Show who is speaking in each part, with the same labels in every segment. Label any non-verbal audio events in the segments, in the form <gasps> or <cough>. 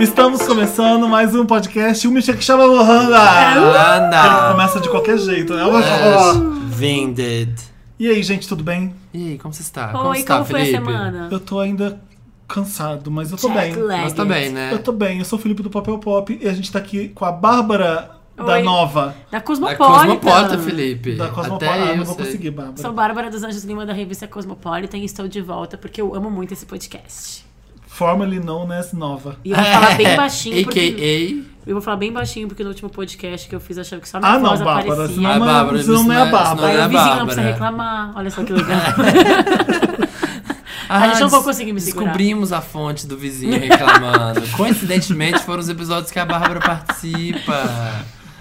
Speaker 1: Estamos começando mais um podcast, o Michel que chama Lohanda. Ele
Speaker 2: Ana!
Speaker 1: começa de qualquer jeito, né?
Speaker 2: É. Vinded!
Speaker 1: E aí, gente, tudo bem?
Speaker 2: E aí, como você está? como
Speaker 3: Oi,
Speaker 2: está,
Speaker 3: como foi a
Speaker 2: Felipe?
Speaker 3: semana?
Speaker 1: tá, Eu tô ainda cansado, mas eu tô bem.
Speaker 3: Jet lag.
Speaker 2: Mas tá bem, né?
Speaker 1: Eu tô bem, eu sou o Felipe do Papel Pop e a gente tá aqui com a Bárbara da
Speaker 3: Oi.
Speaker 1: Nova,
Speaker 3: Da
Speaker 2: Da
Speaker 1: É
Speaker 3: Cosmopolitan.
Speaker 2: Cosmopolita, Felipe.
Speaker 1: da Cosmopolitan.
Speaker 2: Até
Speaker 1: Ah,
Speaker 2: eu
Speaker 1: não vou
Speaker 2: sei.
Speaker 1: conseguir,
Speaker 3: Sou
Speaker 1: Bárbara.
Speaker 3: Bárbara dos Anjos Lima, da revista Cosmopolitan, e estou de volta porque eu amo muito esse podcast.
Speaker 1: Formerly known as Nova.
Speaker 3: E eu vou falar
Speaker 1: <laughs>
Speaker 2: <laughs>
Speaker 3: bem baixinho, porque... Ah,
Speaker 2: A.K.A.
Speaker 3: Eu vou falar bem baixinho, porque no último podcast que eu fiz, achava que só minha
Speaker 1: Ah, não,
Speaker 3: voz
Speaker 1: Bárbara,
Speaker 3: aparecia.
Speaker 1: isso não,
Speaker 2: Ah, Bárbara,
Speaker 1: é, isso não
Speaker 2: isso não
Speaker 1: é a
Speaker 2: é-
Speaker 3: Aí
Speaker 1: Bárbara.
Speaker 2: não é
Speaker 3: o vizinho
Speaker 2: Bárbara.
Speaker 3: não precisa reclamar. Olha só que
Speaker 1: <laughs>
Speaker 3: legal.
Speaker 2: Ah,
Speaker 3: gente não
Speaker 1: Ah,
Speaker 3: vai
Speaker 2: des-
Speaker 3: conseguir me segurar.
Speaker 2: Ah, Descobrimos a fonte do vizinho
Speaker 3: <laughs>
Speaker 2: reclamando. Coincidentemente, foram os episódios que a Bárbara participa.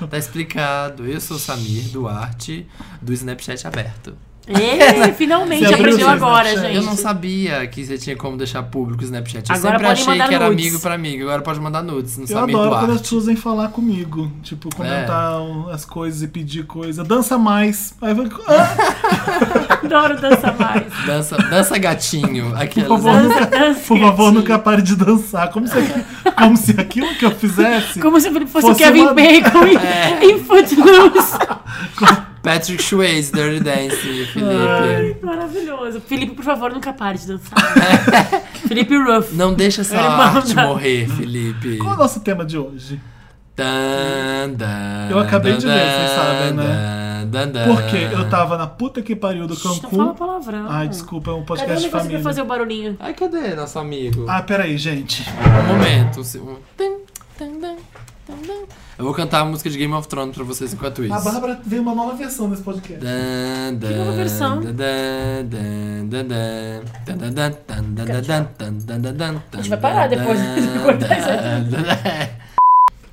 Speaker 2: Tá explicado. Eu sou o Samir Duarte, do Snapchat aberto.
Speaker 3: Ei, finalmente
Speaker 1: Você abriu
Speaker 3: aprendeu
Speaker 1: o
Speaker 3: agora,
Speaker 1: Snapchat?
Speaker 3: gente.
Speaker 2: Eu não sabia que você tinha como deixar público o Snapchat. Eu
Speaker 3: Agora
Speaker 2: sempre
Speaker 3: podem
Speaker 2: achei
Speaker 3: mandar
Speaker 2: que era
Speaker 3: nudes.
Speaker 2: amigo pra amigo. Agora pode mandar nudes no
Speaker 1: Eu
Speaker 2: Samir
Speaker 1: adoro
Speaker 2: Duarte. É.
Speaker 1: quando as pessoas vêm falar comigo. Tipo, comentar as coisas e pedir coisa. Dança mais. Aí eu falo, ah,
Speaker 3: Adoro dançar mais.
Speaker 2: Dança, dança
Speaker 1: <laughs>
Speaker 2: gatinho.
Speaker 1: por
Speaker 2: Aquelas.
Speaker 1: favor, nunca,
Speaker 3: dança,
Speaker 1: por favor,
Speaker 3: gatinho.
Speaker 1: nunca pare de dançar. Como se, como se aquilo que eu fizesse.
Speaker 3: Como se o Felipe fosse,
Speaker 1: Fosse
Speaker 3: o Kevin
Speaker 1: uma- <laughs> É.
Speaker 3: Bacon em- em Footloose.
Speaker 2: Patrick Swayze, Dirty Dance, Felipe.
Speaker 3: Maravilhoso. Felipe, por favor, nunca pare
Speaker 2: <laughs>
Speaker 3: de dançar. Felipe Ruff.
Speaker 2: Não deixa essa
Speaker 3: Ele
Speaker 2: arte
Speaker 3: manda.
Speaker 2: morrer, Felipe.
Speaker 1: Qual é o nosso tema de hoje?
Speaker 2: Dan, dan,
Speaker 1: Eu acabei de
Speaker 2: dan,
Speaker 1: ler, vocês sabem,
Speaker 2: dan, Dan, dan.
Speaker 1: Porque eu tava na puta que pariu do
Speaker 3: Shh, Não fala
Speaker 1: Cancún.
Speaker 3: palavrão.
Speaker 1: Ai, desculpa, é um
Speaker 3: um Cadê o
Speaker 1: podcast de
Speaker 3: negócio
Speaker 1: família.
Speaker 3: pra fazer o barulhinho?
Speaker 2: Ai, cadê nosso amigo?
Speaker 1: Ah, peraí, gente.
Speaker 2: Um momento. um se- um- Tum, tum, tum, tum, tum. Eu vou cantar a música de Game of Thrones pra vocês enquanto isso.
Speaker 1: A Bárbara veio uma nova versão desse podcast.
Speaker 2: Dan, dan,
Speaker 3: nova versão.
Speaker 2: dan, dan, dan, dan, dan, dan, dan, dan, dan, dan, dan, dan, dan, dan,
Speaker 3: A gente vai parar
Speaker 2: dan,
Speaker 3: depois
Speaker 2: dan,
Speaker 3: de cortar isso
Speaker 2: dan, dan.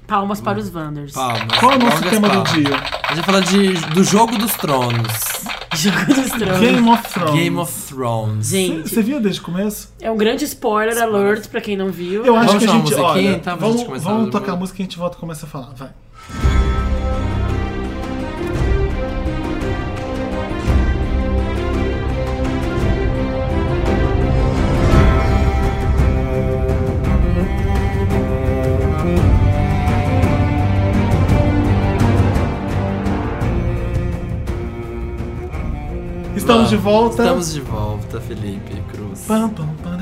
Speaker 3: Palmas para os Wanders.
Speaker 2: Palmas.
Speaker 1: Qual é o nosso
Speaker 2: longas
Speaker 1: tema do
Speaker 2: palmas.
Speaker 1: dia?
Speaker 2: A gente vai falar de, do Jogo dos Tronos.
Speaker 3: <laughs> Jogo dos Tronos.
Speaker 1: Game of Thrones.
Speaker 2: Game of Thrones.
Speaker 3: Gente,
Speaker 1: Você viu desde o começo?
Speaker 3: é um grande spoiler, alert pra quem não viu.
Speaker 1: Eu acho
Speaker 2: Vamos
Speaker 1: que a
Speaker 2: chamar
Speaker 1: gente.
Speaker 2: uma musiquinha,
Speaker 1: Olha,
Speaker 2: então, pra
Speaker 1: vamos
Speaker 2: gente começar
Speaker 1: vamos
Speaker 2: a-
Speaker 1: tocar a música e a gente volta e começa a falar. Vai. Estamos de volta.
Speaker 2: Estamos de volta, Felipe Cruz.
Speaker 1: Pam, pam, pam,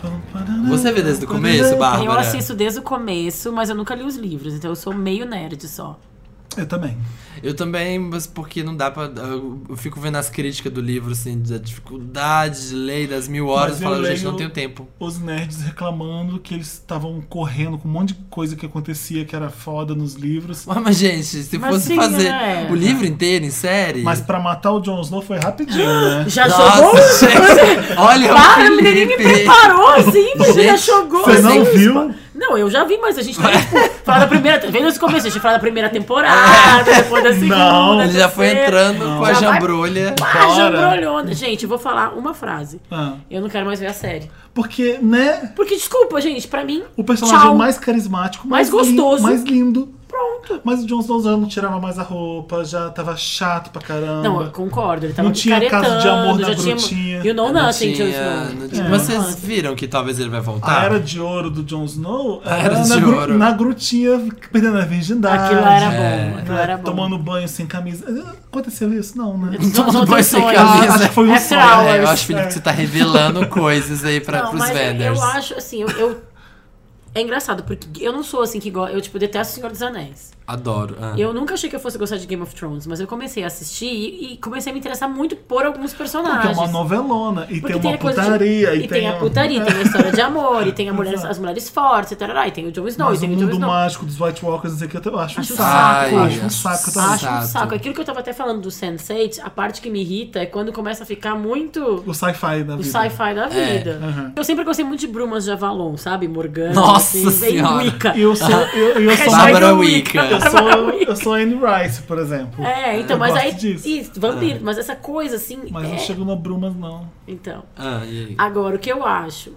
Speaker 1: pam, pam,
Speaker 2: Você vê desde o começo, Bárbara?
Speaker 3: Eu assisto desde o começo, mas eu nunca li os livros, então eu sou meio nerd só.
Speaker 1: Eu também.
Speaker 2: Eu também, mas porque não dá pra. Eu eu fico vendo as críticas do livro, assim, da dificuldade de ler, das mil horas,
Speaker 1: Mas
Speaker 2: e
Speaker 1: eu
Speaker 2: falo, gente,
Speaker 1: leio-
Speaker 2: não tenho tempo.
Speaker 1: os nerds reclamando que eles estavam correndo com um monte de coisa que acontecia que era foda nos livros.
Speaker 2: Ué, Mas, gente, se
Speaker 3: Mas
Speaker 2: fosse
Speaker 3: sim,
Speaker 2: fazer
Speaker 3: né?
Speaker 2: o livro inteiro em série.
Speaker 1: Mas pra matar o Jon Snow foi
Speaker 3: <gasps>
Speaker 1: rapidinho, né?
Speaker 3: Já jogou?
Speaker 2: Nossa, <laughs> gente, olha
Speaker 3: Para,
Speaker 2: o
Speaker 3: ele nem me
Speaker 2: Felipe.
Speaker 3: preparou assim,
Speaker 2: Gente,
Speaker 3: ele já jogou.
Speaker 1: Você
Speaker 3: assim.
Speaker 1: não viu?
Speaker 3: Não, eu já vi, mas a gente tá tipo, falar da primeira. Vendo esse começo, a gente fala da primeira temporada,
Speaker 2: <laughs>
Speaker 3: depois da segunda.
Speaker 1: Não,
Speaker 2: Ele já foi
Speaker 3: terceira.
Speaker 2: entrando com a
Speaker 3: Já vai-
Speaker 2: jambrolha.
Speaker 3: Pá,
Speaker 1: Bora.
Speaker 3: jambrolhona. Gente, eu vou falar uma frase.
Speaker 1: Ah,
Speaker 3: Eu não quero mais ver a série.
Speaker 1: porque, né?
Speaker 3: Porque, desculpa, gente, pra mim,
Speaker 1: O personagem
Speaker 3: Tchau.
Speaker 1: mais carismático, mais,
Speaker 3: Mais gostoso.
Speaker 1: li- mais lindo.
Speaker 3: pronto.
Speaker 1: Mas o Jon Snow já não tirava mais a roupa, já tava chato pra caramba.
Speaker 3: Não, eu concordo. Ele tava
Speaker 1: Não tinha
Speaker 3: caretando,
Speaker 1: caso de amor na
Speaker 3: já tinha...
Speaker 1: brutinha.
Speaker 3: You know
Speaker 2: Não
Speaker 3: nothing, Jon
Speaker 2: tinha-
Speaker 3: Snow. É.
Speaker 2: não
Speaker 3: You
Speaker 2: tinha-
Speaker 3: know
Speaker 2: Vocês
Speaker 3: nothing.
Speaker 2: viram que talvez ele vai
Speaker 1: A
Speaker 3: Tá.
Speaker 2: voltar?
Speaker 1: Ah, era de ouro do Jon Snow
Speaker 2: A era
Speaker 1: era
Speaker 2: de
Speaker 1: na, gru-
Speaker 2: ouro.
Speaker 1: na grutinha, perdendo a virgindade.
Speaker 3: Aquilo era
Speaker 2: É.
Speaker 3: bom, aquilo era bom.
Speaker 1: Tomando banho sem camisa. Aconteceu isso? Não, né?
Speaker 2: Tomando
Speaker 3: Não, não
Speaker 2: banho
Speaker 3: tem
Speaker 2: sem
Speaker 3: sonho.
Speaker 2: camisa.
Speaker 1: Ah, acho que foi um
Speaker 3: After
Speaker 1: sonho.
Speaker 3: hours.
Speaker 2: É, eu acho, Felipe, que você tá revelando coisas aí pra,
Speaker 3: não,
Speaker 2: pros
Speaker 3: mas eu-
Speaker 2: vendors.
Speaker 3: Eu acho, assim, eu, eu- É engraçado, porque eu não sou assim que gosta. Eu, tipo, detesto o Senhor dos Anéis.
Speaker 2: Adoro. ah.
Speaker 3: Eu nunca achei que eu fosse gostar de Game of Thrones, mas eu comecei a assistir e, e comecei a me interessar muito por alguns
Speaker 1: Porque é
Speaker 3: personagens.
Speaker 1: uma novelona, e
Speaker 3: Porque
Speaker 1: tem uma
Speaker 3: a coisa de-
Speaker 1: putaria, um-
Speaker 3: e tem a putaria,
Speaker 1: É,
Speaker 3: tem a história de amor, e tem a mulher, as mulheres fortes, e, tarará, e tem o Jon Snow,
Speaker 1: Mas
Speaker 3: e
Speaker 1: o
Speaker 3: tem o Jon
Speaker 1: mundo
Speaker 3: Snow.
Speaker 1: mágico dos White Walkers, não sei o que, eu te- eu acho um
Speaker 3: Acho um
Speaker 1: saco.
Speaker 3: saco.
Speaker 2: Ai,
Speaker 1: acho um saco. Tá?
Speaker 3: Acho um
Speaker 2: Exato.
Speaker 3: saco. Aquilo que eu tava até falando do Sense8, a parte que me irrita é quando começa a ficar muito
Speaker 1: O sci-fi da vida.
Speaker 3: o um sci-fi da
Speaker 2: É,
Speaker 3: vida.
Speaker 1: aham.
Speaker 3: Eu sempre gostei muito de Brumas de Avalon, sabe? Morgana,
Speaker 2: Nossa
Speaker 3: assim, bem
Speaker 2: Senhora.
Speaker 3: Wicca.
Speaker 1: Eu sou, eu, eu sou,
Speaker 3: Hashtag
Speaker 2: Bárbara Wicca.
Speaker 1: eu sou, eu sou Anne Rice, por exemplo.
Speaker 3: É, então,
Speaker 1: Eu
Speaker 3: mas
Speaker 1: gosto
Speaker 3: aí.
Speaker 1: disso.
Speaker 3: Isso, vampiro,
Speaker 2: É.
Speaker 3: mas essa coisa assim.
Speaker 1: Mas
Speaker 3: é-
Speaker 1: não chego no Brumas, não.
Speaker 3: Então.
Speaker 2: Ah, e aí?
Speaker 3: Agora, o que eu acho.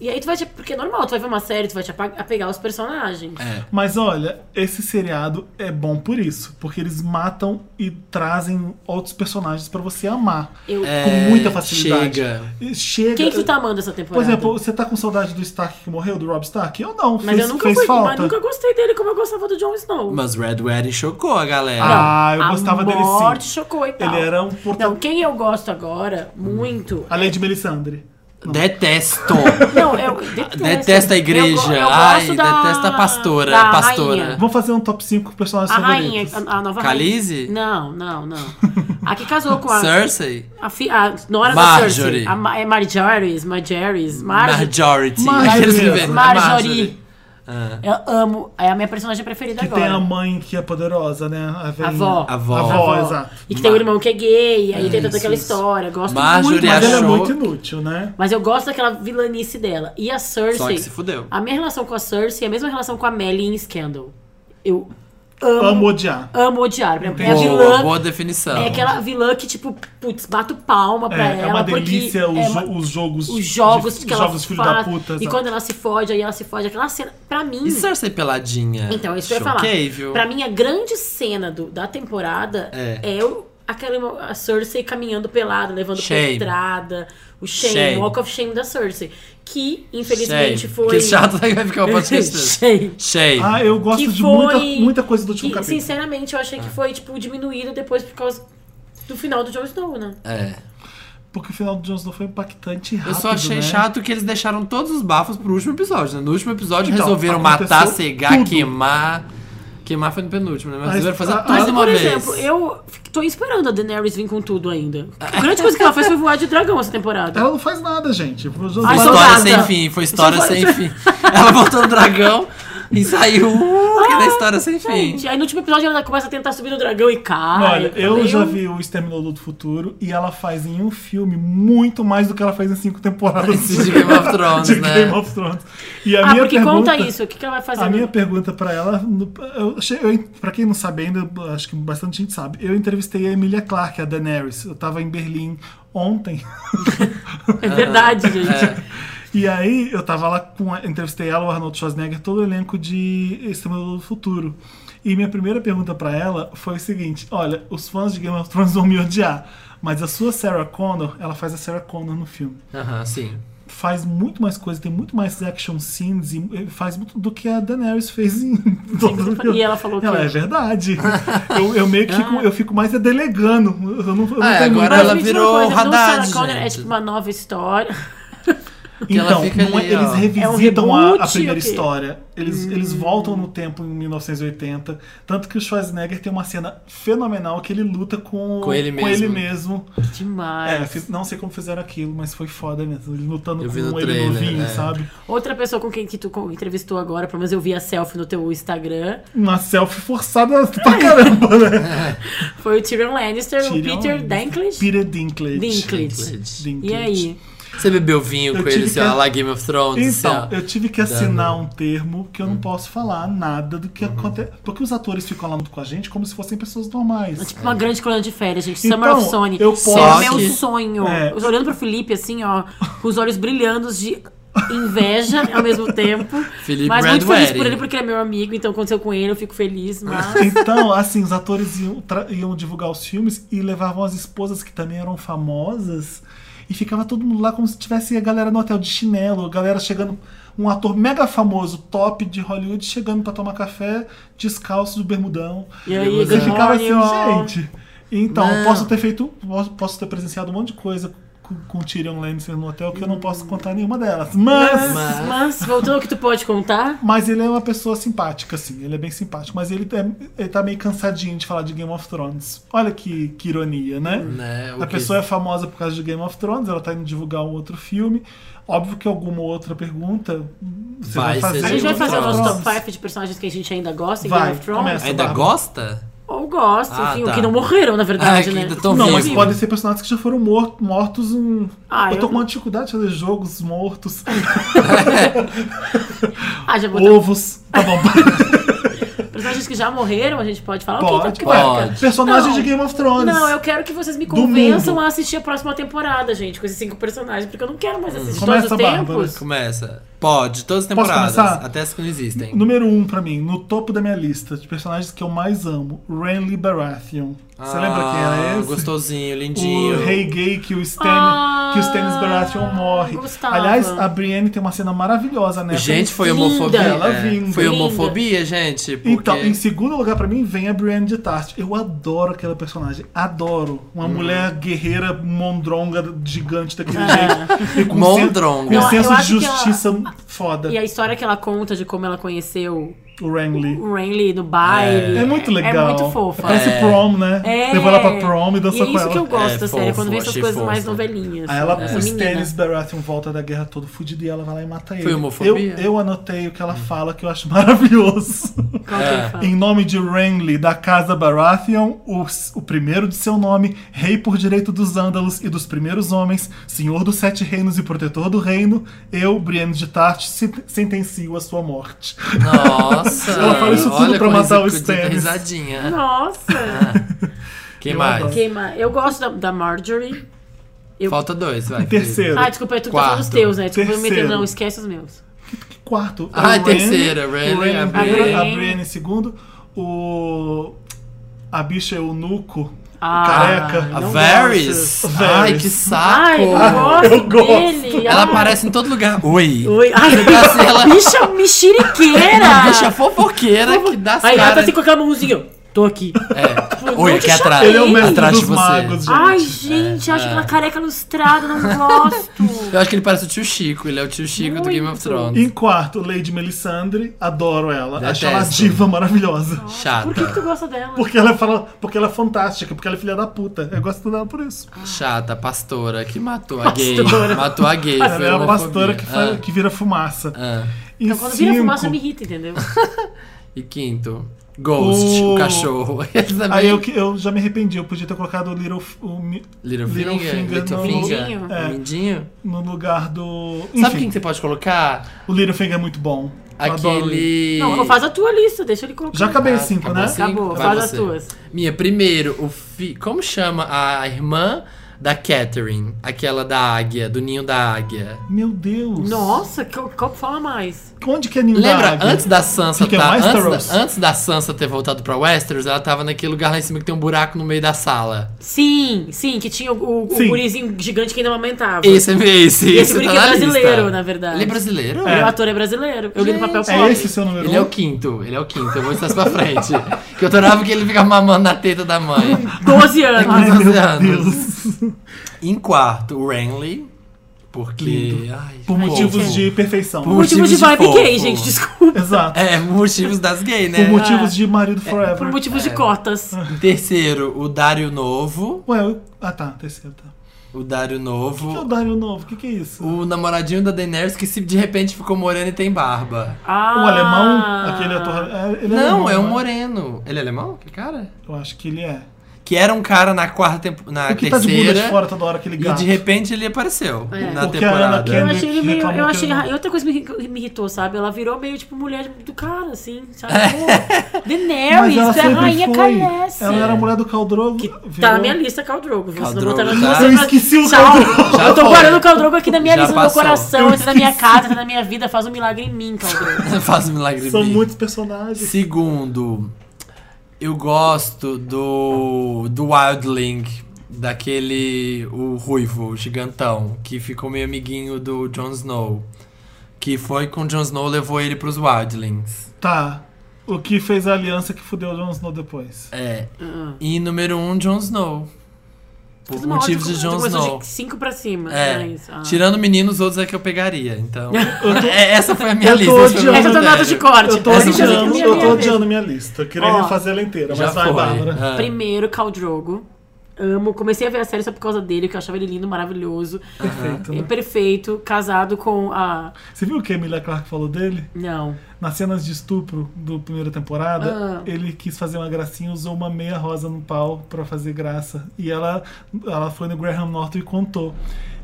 Speaker 3: E aí tu vai te. Porque é normal, tu vai ver uma série, tu vai te apa- apegar aos personagens.
Speaker 2: É.
Speaker 1: Mas olha, esse seriado é bom por isso, porque eles matam e trazem outros personagens pra você amar.
Speaker 3: Eu...
Speaker 2: É,
Speaker 1: com muita facilidade.
Speaker 2: Chega.
Speaker 1: E Chega.
Speaker 3: Quem que tu tá amando essa
Speaker 1: Por
Speaker 3: temporada?
Speaker 1: exemplo, você tá com saudade do Stark que morreu, do Rob Stark? Eu não,
Speaker 3: mas
Speaker 1: fez,
Speaker 3: eu nunca
Speaker 1: fez
Speaker 3: fui, mas
Speaker 1: falta.
Speaker 3: nunca gostei dele como eu gostava do Jon Snow.
Speaker 2: Mas Red Wedding chocou a galera.
Speaker 1: Ah, eu
Speaker 3: a
Speaker 1: gostava dele sim.
Speaker 3: morte chocou e tal.
Speaker 1: Ele era um porta...
Speaker 3: Não, quem é? eu gosto agora, muito.
Speaker 1: A Lady Melisandre.
Speaker 2: Detesto.
Speaker 3: Não, <laughs> eu detesto.
Speaker 2: Detesta a igreja.
Speaker 3: Eu go- eu gosto
Speaker 2: Ai,
Speaker 3: da-
Speaker 2: detesta a pastora.
Speaker 3: da
Speaker 2: a pastora.
Speaker 3: rainha.
Speaker 1: Vamos fazer um top 5 personagens
Speaker 3: A rainha,
Speaker 1: favoritos.
Speaker 3: a, a nova
Speaker 2: Khaleesi?
Speaker 3: rainha. Não,
Speaker 2: <laughs>
Speaker 3: não, não. A que casou com a.
Speaker 2: Cersei?
Speaker 3: A, fi, a nora da
Speaker 2: Marjorie.
Speaker 3: Cersei. A, Ma- é Marjorie, Marjorie, Marjorie.
Speaker 2: Majority. né?
Speaker 1: Marjorie.
Speaker 2: Aqueles que vêm-
Speaker 3: Marjorie.
Speaker 2: Ah.
Speaker 3: Eu amo. É a minha personagem preferida
Speaker 1: Que
Speaker 3: agora.
Speaker 1: tem a mãe que é poderosa, né? A velhinha.
Speaker 3: avó.
Speaker 1: A
Speaker 2: A
Speaker 1: avó,
Speaker 2: avó.
Speaker 3: avó.
Speaker 1: exato.
Speaker 3: E que tem o irmão que é gay, aí tem toda
Speaker 2: isso,
Speaker 3: aquela
Speaker 2: isso.
Speaker 3: história. Gosto
Speaker 2: Marjorie
Speaker 3: muito.
Speaker 1: Mas
Speaker 3: Mas,
Speaker 1: ela é
Speaker 2: achou-
Speaker 1: muito inútil, né?
Speaker 3: mas eu gosto daquela vilanice dela. E a
Speaker 2: Só que
Speaker 3: Cersei.
Speaker 2: se fudeu.
Speaker 3: A minha relação com a Cersei é a mesma relação com a Melly em Scandal. Eu
Speaker 1: Amo
Speaker 3: amo,
Speaker 1: odiar.
Speaker 3: amo odiar. É a
Speaker 1: Entendi.
Speaker 2: Boa,
Speaker 3: vilã.
Speaker 2: boa definição.
Speaker 3: É aquela vilã que, tipo, putz, bato palma pra
Speaker 1: É,
Speaker 3: ela.
Speaker 1: é uma
Speaker 3: porque
Speaker 1: delícia os,
Speaker 3: é uma-
Speaker 1: os jogos.
Speaker 3: os jogos
Speaker 1: de,
Speaker 3: que
Speaker 1: os
Speaker 3: ela
Speaker 1: jogos filho
Speaker 3: faz,
Speaker 1: da puta.
Speaker 3: E
Speaker 1: exato.
Speaker 3: quando ela se fode, aí ela se fode. Aquela cena, pra mim...
Speaker 2: E Cersei peladinha?
Speaker 3: Hum. Então, isso que eu ia falar.
Speaker 2: Choquei, viu?
Speaker 3: Pra mim, a grande cena do- da temporada é, o- aquela a Cersei caminhando pelada, levando
Speaker 2: Shame.
Speaker 3: pedrada. O shame,
Speaker 2: Shame.
Speaker 3: o walk of shame da Cersei. Que, infelizmente,
Speaker 2: Shame.
Speaker 3: foi...
Speaker 2: Que chato né, que vai ficar o podcast. desse.
Speaker 3: <laughs> Shame.
Speaker 2: Shame.
Speaker 1: Ah, eu gosto
Speaker 3: Que
Speaker 1: de
Speaker 3: foi-
Speaker 1: muita, muita coisa do último
Speaker 3: Que,
Speaker 1: capítulo. Ah.
Speaker 3: sinceramente, eu achei que foi, tipo, diminuído depois por causa do final do Jon Snow, né?
Speaker 2: É.
Speaker 1: Porque o final do Jon Snow foi impactante e rápido.
Speaker 2: Eu só achei
Speaker 1: né?
Speaker 2: chato que eles deixaram todos os bafos pro último episódio, né? No último episódio
Speaker 1: Então,
Speaker 2: resolveram
Speaker 1: aconteceu
Speaker 2: matar, cegar,
Speaker 1: tudo.
Speaker 2: queimar. Queimar foi no penúltimo, né? Mas
Speaker 1: Mas-
Speaker 2: resolveram fazer
Speaker 1: ah,
Speaker 2: tudo
Speaker 1: mas,
Speaker 2: de uma
Speaker 3: por
Speaker 2: vez.
Speaker 3: exemplo, eu fico- tô esperando a Daenerys vir com tudo ainda. A grande coisa que ela fez foi voar de dragão essa temporada.
Speaker 1: Ela não faz nada, gente. O Jon
Speaker 2: Foi
Speaker 1: Snow-
Speaker 3: Ai, só-
Speaker 2: história
Speaker 3: soldada.
Speaker 2: sem fim, foi história
Speaker 3: Só-
Speaker 2: sem fim. <laughs> Ela botou no dragão e saiu. Uh, que da história sem fim.
Speaker 3: Ah, Gente, aí no último episódio ela começa a tentar subir no dragão e cai.
Speaker 1: Olha, eu
Speaker 3: Meu-
Speaker 1: já vi o Exterminador do Futuro e ela faz em um filme muito mais do que ela fez em cinco temporadas
Speaker 2: Esse de Game of Thrones,
Speaker 1: <laughs> de
Speaker 2: né?
Speaker 1: Game of Thrones. E a
Speaker 3: Ah,
Speaker 1: minha
Speaker 3: porque
Speaker 1: pergunta,
Speaker 3: conta isso. O que, que ela vai fazer? É
Speaker 1: A minha
Speaker 3: no-
Speaker 1: pergunta pra ela, no- eu, achei- eu, pra quem não sabe ainda, acho que bastante gente sabe, eu entrevistei a Emilia Clarke, a Daenerys. Eu tava em Berlim ontem.
Speaker 3: É verdade, gente.
Speaker 2: É.
Speaker 1: E aí eu tava lá com. a- Entrevistei ela, o Arnold Schwarzenegger, todo o elenco de Exterminador do Futuro. E minha primeira pergunta pra ela foi o seguinte: olha, os fãs de Game of Thrones <laughs> vão me odiar, mas a sua Sarah Connor, ela faz a Sarah Connor no filme.
Speaker 2: Aham, sim.
Speaker 1: Faz muito mais coisa, tem muito mais action scenes e e faz muito do que a Daenerys fez em <laughs> todo o filme.
Speaker 3: E ela falou que- Ah.
Speaker 1: Ela é
Speaker 3: <laughs>
Speaker 1: verdade. eu, eu meio que fico, eu fico mais delegando. Eu não, eu não
Speaker 2: Ah, é,
Speaker 1: tenho
Speaker 2: agora
Speaker 1: muita-
Speaker 2: ela
Speaker 3: me diz uma
Speaker 2: virou
Speaker 3: coisa, do
Speaker 2: Haddad,
Speaker 3: Sarah Connor É
Speaker 2: gente.
Speaker 3: tipo uma nova história. <laughs>
Speaker 2: Que ela
Speaker 1: Então,
Speaker 2: fica
Speaker 1: não é-
Speaker 2: ali, ó.
Speaker 1: eles
Speaker 2: É um
Speaker 1: revisitam a- a,
Speaker 3: reboot, Hum.
Speaker 1: primeira
Speaker 3: o quê?
Speaker 1: história. Eles, eles voltam no tempo em 1980. Tanto que o Schwarzenegger tem uma cena fenomenal que ele luta com,
Speaker 2: Com ele mesmo.
Speaker 1: mesmo.
Speaker 3: Demais.
Speaker 1: É, fiz- não sei como fizeram aquilo, mas foi foda mesmo. Ele lutando
Speaker 2: Eu
Speaker 1: com
Speaker 2: vi no
Speaker 1: ele
Speaker 2: trailer,
Speaker 1: novinho,
Speaker 2: é.
Speaker 1: sabe?
Speaker 3: Outra pessoa com quem que tu con- entrevistou agora, pelo menos eu vi a selfie no teu Instagram,
Speaker 1: Uma selfie forçada pra caramba,
Speaker 3: <laughs>
Speaker 1: né?
Speaker 3: foi o Tyrion Lannister, o
Speaker 1: Tyrion
Speaker 3: Peter
Speaker 1: Lannister.
Speaker 3: Dinklage.
Speaker 1: Peter Dinklage.
Speaker 3: Dinklage.
Speaker 1: Dinklage.
Speaker 3: E aí?
Speaker 2: Você bebeu vinho
Speaker 1: Eu
Speaker 2: com
Speaker 1: tive
Speaker 2: ele, sei
Speaker 1: que-
Speaker 2: lá, lá, Game of Thrones,
Speaker 1: Então,
Speaker 2: sei lá.
Speaker 1: eu tive que assinar um termo que eu
Speaker 2: Hum.
Speaker 1: não posso falar nada do
Speaker 2: Uhum.
Speaker 1: que acontece. Porque os atores ficam lá com a gente como se fossem pessoas
Speaker 3: É
Speaker 1: normais.
Speaker 3: Tipo uma grande coluna de férias, gente.
Speaker 1: Então,
Speaker 3: Summer of Sony.
Speaker 1: eu
Speaker 2: posso-
Speaker 3: É o
Speaker 2: que-
Speaker 3: meu sonho.
Speaker 1: É.
Speaker 3: Eu tô olhando pro Felipe, assim, ó, com os olhos brilhando de inveja ao mesmo tempo.
Speaker 2: Felipe
Speaker 3: mas muito feliz
Speaker 2: Redwedding.
Speaker 3: por ele, porque ele é meu amigo, então aconteceu com ele, eu fico feliz, mas.
Speaker 1: <laughs> Então, assim, os atores iam, tra- iam divulgar os filmes e levavam as esposas que também eram famosas. E ficava todo mundo lá como se tivesse a galera no hotel de chinelo, a galera chegando. Um ator mega famoso, top de Hollywood, chegando pra tomar café, descalço do bermudão.
Speaker 3: E aí,
Speaker 1: eu ficava assim,
Speaker 3: demônio?
Speaker 1: gente. Então,
Speaker 2: Não.
Speaker 1: posso ter feito. Posso, posso ter presenciado um monte de coisa com, com o Tyrion Lannister no hotel que eu não posso contar nenhuma delas. Mas.
Speaker 2: Mas-
Speaker 3: Mas, voltando ao que tu pode contar,
Speaker 1: Mas ele é uma pessoa simpática, assim. Ele é bem simpático. Mas ele, é- ele tá meio cansadinho de falar de Game of Thrones. Olha que, que ironia, né?
Speaker 2: Né, o
Speaker 1: A
Speaker 2: que-
Speaker 1: pessoa é famosa por causa de Game of Thrones, ela tá indo divulgar um outro filme. Óbvio que alguma outra pergunta você vai,
Speaker 2: Vai ser
Speaker 1: fazer.
Speaker 3: a gente
Speaker 2: Game
Speaker 3: vai
Speaker 2: of
Speaker 3: fazer o nosso
Speaker 2: Thrones.
Speaker 3: top 5 de personagens que a gente ainda gosta em
Speaker 1: Vai,
Speaker 3: Game of Thrones.
Speaker 1: começa.
Speaker 2: Ainda
Speaker 1: é Barba.
Speaker 2: gosta?
Speaker 3: Ou gosta,
Speaker 2: Ah,
Speaker 3: enfim,
Speaker 2: tá.
Speaker 3: o que não morreram, na verdade,
Speaker 2: Ah, que
Speaker 3: né?
Speaker 2: ainda tão
Speaker 1: Não, mas
Speaker 2: vivo.
Speaker 1: podem ser personagens que já foram mor- mortos. em-
Speaker 3: Ah,
Speaker 1: eu tô
Speaker 3: eu
Speaker 1: com uma dificuldade de fazer jogos
Speaker 3: <laughs>
Speaker 1: mortos,
Speaker 3: <laughs> Ah, já botou.
Speaker 1: <laughs> ovos. Tá bom.
Speaker 3: Personagens que já morreram, a gente pode falar o que,
Speaker 1: Pode,
Speaker 3: que
Speaker 1: pode.
Speaker 3: vai.
Speaker 2: Pode.
Speaker 1: Personagem
Speaker 3: Não.
Speaker 1: de Game of Thrones.
Speaker 3: Não, eu quero que vocês me
Speaker 1: Do
Speaker 3: convençam
Speaker 1: mundo.
Speaker 3: a assistir a próxima temporada, gente, com esses cinco personagens, porque eu não quero mais assistir
Speaker 1: Começa,
Speaker 3: todos os
Speaker 1: Bárbara.
Speaker 3: tempos.
Speaker 2: Começa. Pode, todas as
Speaker 1: Posso
Speaker 2: temporadas.
Speaker 1: começar?
Speaker 2: Até as que não existem.
Speaker 1: Número um pra mim, no topo da minha lista de personagens que eu mais amo, Renly Baratheon. Você lembra quem
Speaker 2: Ah,
Speaker 1: era esse?
Speaker 2: Gostosinho, lindinho.
Speaker 1: O rei gay que o Stan,
Speaker 3: Ah,
Speaker 1: que o Stannis Baratheon morre.
Speaker 3: gostava.
Speaker 1: Aliás, a Brienne tem uma cena maravilhosa, né?
Speaker 2: Gente, foi
Speaker 3: Linda.
Speaker 2: homofobia.
Speaker 1: Ela
Speaker 2: É,
Speaker 1: vinda.
Speaker 2: Foi
Speaker 3: Linda.
Speaker 2: homofobia, gente. Porque...
Speaker 1: Então, em segundo lugar pra mim vem a Brienne de Tarth. Eu adoro aquela personagem, adoro. Uma
Speaker 2: Uhum.
Speaker 1: mulher guerreira mondronga gigante daquele
Speaker 3: Ah.
Speaker 1: jeito. E com
Speaker 2: Mondronga.
Speaker 1: sen-
Speaker 2: Eu-
Speaker 1: Com
Speaker 2: eu
Speaker 1: senso de
Speaker 3: acho que ela-
Speaker 1: justiça foda.
Speaker 3: E a história que ela conta de como ela conheceu
Speaker 1: O Renly.
Speaker 3: o Renly no baile.
Speaker 1: É muito legal.
Speaker 3: É muito fofa.
Speaker 1: Parece
Speaker 2: É.
Speaker 1: prom, né?
Speaker 3: É.
Speaker 1: Levou ela pra prom e
Speaker 3: E
Speaker 1: dançou
Speaker 3: é
Speaker 1: com
Speaker 3: isso
Speaker 1: ela.
Speaker 3: que eu gosto
Speaker 2: É,
Speaker 3: da série,
Speaker 2: fofo,
Speaker 3: quando vem essas
Speaker 2: achei
Speaker 3: coisas mais
Speaker 2: fofo.
Speaker 3: novelinhas. assim, né?
Speaker 1: Aí ela,
Speaker 3: essa
Speaker 1: o
Speaker 3: menina.
Speaker 1: Stannis Baratheon volta da guerra todo fudido e ela vai lá e mata ele.
Speaker 2: Foi
Speaker 1: eu,
Speaker 2: homofobia?
Speaker 1: eu anotei o que ela fala que eu acho maravilhoso.
Speaker 3: Qual que ele
Speaker 2: É.
Speaker 3: fala?
Speaker 1: em nome de Renly, da casa Baratheon, o, o primeiro de seu nome, rei por direito dos Ândalos e dos primeiros homens, senhor dos sete reinos e protetor do reino, eu, Brienne de Tarth, se- sentencio a sua morte.
Speaker 2: Nossa.
Speaker 1: <laughs> Ela fala isso tudo
Speaker 2: olha
Speaker 1: pra
Speaker 2: com risa-
Speaker 1: matar o
Speaker 2: com
Speaker 1: Stannis.
Speaker 2: Risadinha.
Speaker 3: Nossa!
Speaker 2: <laughs> Quem
Speaker 1: Eu
Speaker 2: mais?
Speaker 1: adoro.
Speaker 3: Queima. Eu gosto da, da Marjorie. Eu-
Speaker 2: Falta dois, vai.
Speaker 1: Terceiro.
Speaker 3: Ah, desculpa, tu tá falando os
Speaker 2: Quarto.
Speaker 3: teus, né? Desculpa, eu me
Speaker 1: Terceiro.
Speaker 3: não, esquece os meus.
Speaker 1: Quarto.
Speaker 2: Ah,
Speaker 1: o
Speaker 2: a terceira, Renly,
Speaker 1: o Renly
Speaker 2: a
Speaker 1: em primeiro,
Speaker 3: Brienne.
Speaker 1: a Brienne em segundo, o... A bicha é o Nuco,
Speaker 3: Ah,
Speaker 1: careca.
Speaker 2: A
Speaker 3: não
Speaker 2: Varys.
Speaker 1: gosto.
Speaker 2: Ai,
Speaker 1: Varys.
Speaker 2: que
Speaker 3: Ai, eu
Speaker 2: saco.
Speaker 3: gosto
Speaker 1: Ah, eu gosto.
Speaker 3: dele.
Speaker 2: Ela
Speaker 3: Ai.
Speaker 2: aparece em todo lugar. Oi.
Speaker 3: Oi, ai,
Speaker 2: Assim, ela-
Speaker 3: <laughs> bicha mexeriqueira.
Speaker 2: Uma bicha fofoqueira que dá as
Speaker 3: Aí ela tá
Speaker 2: caras.
Speaker 3: assim com aquela mãozinha. Tô aqui.
Speaker 2: É.
Speaker 3: Não
Speaker 2: Oi,
Speaker 3: te
Speaker 2: aqui
Speaker 3: chamei.
Speaker 2: atrás.
Speaker 1: Ele é o mestre
Speaker 2: atrás
Speaker 1: dos
Speaker 2: de você.
Speaker 1: magos, gente.
Speaker 2: é,
Speaker 3: Ai, gente, acho aquela careca lustrada, não gosto.
Speaker 2: Eu acho que ele parece o tio Chico. Ele é o tio Chico do Game of Thrones.
Speaker 1: Em quarto, Lady Melisandre. Adoro ela. Acho
Speaker 2: Detesto.
Speaker 1: ela diva maravilhosa.
Speaker 2: Chata.
Speaker 3: Por que, que tu gosta dela?
Speaker 1: Porque ela, fala, porque ela é fantástica, porque ela é filha da puta. Eu gosto dela por isso.
Speaker 2: Ah, Chata, pastora, que matou a gay.
Speaker 3: Pastora.
Speaker 2: Matou a gay.
Speaker 1: Ela
Speaker 2: foi
Speaker 1: é a
Speaker 2: homofobia.
Speaker 1: pastora que, faz- que vira fumaça.
Speaker 2: Ah, ah.
Speaker 1: Em
Speaker 3: Então, quando vira fumaça, eu
Speaker 1: cinco,
Speaker 3: me irrita, entendeu?
Speaker 2: E quinto, Ghost,
Speaker 1: O-
Speaker 2: o cachorro. <laughs> Ele também.
Speaker 1: Aí eu, que- eu já me arrependi. Eu podia ter colocado o Little, F- o Mi-
Speaker 2: Littlefinger,
Speaker 1: Littlefinger
Speaker 2: Littlefinger,
Speaker 3: no-
Speaker 1: É.
Speaker 2: Mindinho.
Speaker 1: no lugar do.
Speaker 2: Sabe
Speaker 1: Enfim,
Speaker 2: quem que você pode colocar?
Speaker 1: o Littlefinger é muito bom. Eu adoro
Speaker 2: Aquele...
Speaker 1: ele.
Speaker 2: Tá,
Speaker 3: Não, faz a tua lista, deixa ele colocar.
Speaker 1: Já acabei cinco,
Speaker 2: acabou
Speaker 1: né?
Speaker 2: cinco?
Speaker 3: Acabou,
Speaker 2: Vai
Speaker 3: faz as
Speaker 2: você.
Speaker 3: tuas.
Speaker 2: Minha, primeiro, o fi... como chama a irmã da Catherine? Aquela da águia, do ninho da águia.
Speaker 1: Meu Deus.
Speaker 3: Nossa, qual, qual fala mais?
Speaker 1: Onde que é Ninho
Speaker 2: Lembra,
Speaker 1: da Águia?
Speaker 2: antes da Sansa
Speaker 1: Fica em
Speaker 2: tá, antes,
Speaker 1: Westeros.
Speaker 2: da, antes da Sansa ter voltado pra Westeros, ela tava naquele lugar lá em cima que tem um buraco no meio da sala.
Speaker 3: Sim, sim, que tinha o, o, o
Speaker 1: Sim.
Speaker 3: gurizinho gigante que ainda amamentava.
Speaker 2: Esse é esse,
Speaker 3: E
Speaker 2: esse,
Speaker 3: esse
Speaker 2: tá
Speaker 3: brinquedo
Speaker 2: na
Speaker 3: é brasileiro,
Speaker 2: lista.
Speaker 3: na verdade.
Speaker 2: Ele é brasileiro?
Speaker 3: E O ator é brasileiro. Eu li no papel
Speaker 1: É
Speaker 3: pop. <laughs>
Speaker 1: esse o seu número
Speaker 2: Ele é
Speaker 1: um?
Speaker 2: o quinto, ele é o quinto, eu vou estar pra frente. <laughs> que eu torava que ele ficava mamando na teta da mãe.
Speaker 3: 12 anos.
Speaker 1: Ai,
Speaker 2: Quinze
Speaker 1: meu
Speaker 2: anos. <laughs>
Speaker 1: Deus.
Speaker 2: Em quarto, o Renly. Porque. Ai,
Speaker 1: Por
Speaker 2: fofo.
Speaker 1: motivos de perfeição.
Speaker 2: assim? Por-
Speaker 3: O motivo de
Speaker 2: motivo de
Speaker 3: vibe
Speaker 2: fofo.
Speaker 3: gay, gente, desculpa.
Speaker 1: Exato.
Speaker 2: É, motivos das gays, né?
Speaker 1: Por motivos de marido
Speaker 2: É,
Speaker 1: forever.
Speaker 3: Por motivos
Speaker 1: É.
Speaker 3: de cotas.
Speaker 1: <laughs>
Speaker 2: Em terceiro, o Dário Novo.
Speaker 1: Ué, eu... ah tá, terceiro, tá.
Speaker 2: O Dário
Speaker 1: O que é o
Speaker 2: Novo.
Speaker 1: Dario Novo? O que, que é isso?
Speaker 2: O namoradinho da Daenerys que se de repente ficou moreno e tem barba.
Speaker 3: Ah.
Speaker 1: O alemão? Aquele ator. é, ele é
Speaker 2: Não,
Speaker 1: alemão,
Speaker 2: é um
Speaker 1: né?
Speaker 2: moreno. Ele é alemão? Que cara?
Speaker 1: Eu acho que ele é.
Speaker 2: Que era um cara na quarta tempo, na
Speaker 1: o que tá de bunda
Speaker 2: terceira.
Speaker 1: de fora toda hora, aquele
Speaker 2: e
Speaker 1: gato?
Speaker 2: de repente ele apareceu
Speaker 3: É.
Speaker 2: na
Speaker 1: Porque a
Speaker 2: temporada.
Speaker 1: Ana
Speaker 3: Eu
Speaker 1: Kendrick
Speaker 3: achei ele meio.
Speaker 1: reclamou
Speaker 3: Eu
Speaker 1: que
Speaker 3: achei.
Speaker 1: ele-
Speaker 3: ra- Outra coisa que me, irri- me irritou, sabe? Ela virou meio tipo mulher do cara, assim,
Speaker 2: <laughs>
Speaker 3: sabe? Pô,
Speaker 1: Mas ela
Speaker 3: Daenerys, é a
Speaker 1: sempre
Speaker 3: rainha
Speaker 1: foi.
Speaker 3: Calhessa.
Speaker 1: Ela era a mulher do Caldrogo.
Speaker 3: Que
Speaker 1: virou-
Speaker 3: tá na minha lista, Caldrogo. Você não
Speaker 2: Khal Drogo,
Speaker 3: botaram
Speaker 2: tá?
Speaker 3: você
Speaker 1: Eu
Speaker 3: pra-
Speaker 1: esqueci o
Speaker 3: Tchau.
Speaker 1: Khal
Speaker 3: <laughs>
Speaker 2: Já
Speaker 3: Eu tô
Speaker 2: foi.
Speaker 3: guardando o Caldrogo aqui na minha
Speaker 2: Já
Speaker 3: lista,
Speaker 2: passou.
Speaker 3: no meu coração,
Speaker 1: Eu
Speaker 3: entra na minha
Speaker 1: esqueci.
Speaker 3: casa, entra na minha vida, faz um milagre em
Speaker 2: <laughs>
Speaker 3: mim,
Speaker 2: <laughs>
Speaker 3: Caldrogo.
Speaker 2: Faz um milagre
Speaker 1: São
Speaker 2: em mim.
Speaker 1: muitos personagens.
Speaker 2: Segundo, eu gosto do do Wildling, daquele o ruivo, o gigantão, que ficou meio amiguinho do Jon Snow, que foi com o Jon Snow levou ele pros Wildlings.
Speaker 1: Tá. O que fez a aliança que fudeu o Jon Snow depois?
Speaker 2: É.
Speaker 3: Ah.
Speaker 2: E número um, Jon Snow. Por
Speaker 3: Fiz uma
Speaker 2: motivos
Speaker 3: ótima
Speaker 2: de Jon
Speaker 3: coisa
Speaker 2: Snow.
Speaker 3: De 5 pra cima.
Speaker 2: É.
Speaker 3: mas, ah.
Speaker 2: Tirando o menino, os outros é que eu pegaria.
Speaker 3: <laughs>
Speaker 2: Então, É, essa foi a minha
Speaker 1: eu tô
Speaker 2: lista. esse foi o meu
Speaker 1: odiando.
Speaker 3: Essa tá
Speaker 2: critério.
Speaker 3: nota de corte.
Speaker 1: Eu tô
Speaker 2: Essa
Speaker 3: Essa já
Speaker 1: odiando,
Speaker 3: foi a
Speaker 1: eu
Speaker 3: minha
Speaker 1: tô
Speaker 3: vez.
Speaker 1: odiando minha lista. Eu queria
Speaker 3: Ó,
Speaker 1: refazer ela inteira,
Speaker 2: Já
Speaker 1: mas vai,
Speaker 2: foi.
Speaker 1: Bárbara.
Speaker 2: Ah.
Speaker 3: Primeiro, Khal Drogo. Amo. Comecei a ver a série só por causa dele, que eu achava ele lindo, maravilhoso.
Speaker 1: Perfeito,
Speaker 3: É
Speaker 1: né?
Speaker 3: perfeito, casado com a.
Speaker 1: Você viu o que a Emilia Clarke falou dele?
Speaker 3: Não.
Speaker 1: Nas cenas de estupro do primeira temporada,
Speaker 3: Ah.
Speaker 1: ele quis fazer uma gracinha, usou uma meia rosa no pau pra fazer graça. E ela, ela foi no Graham Norton e contou.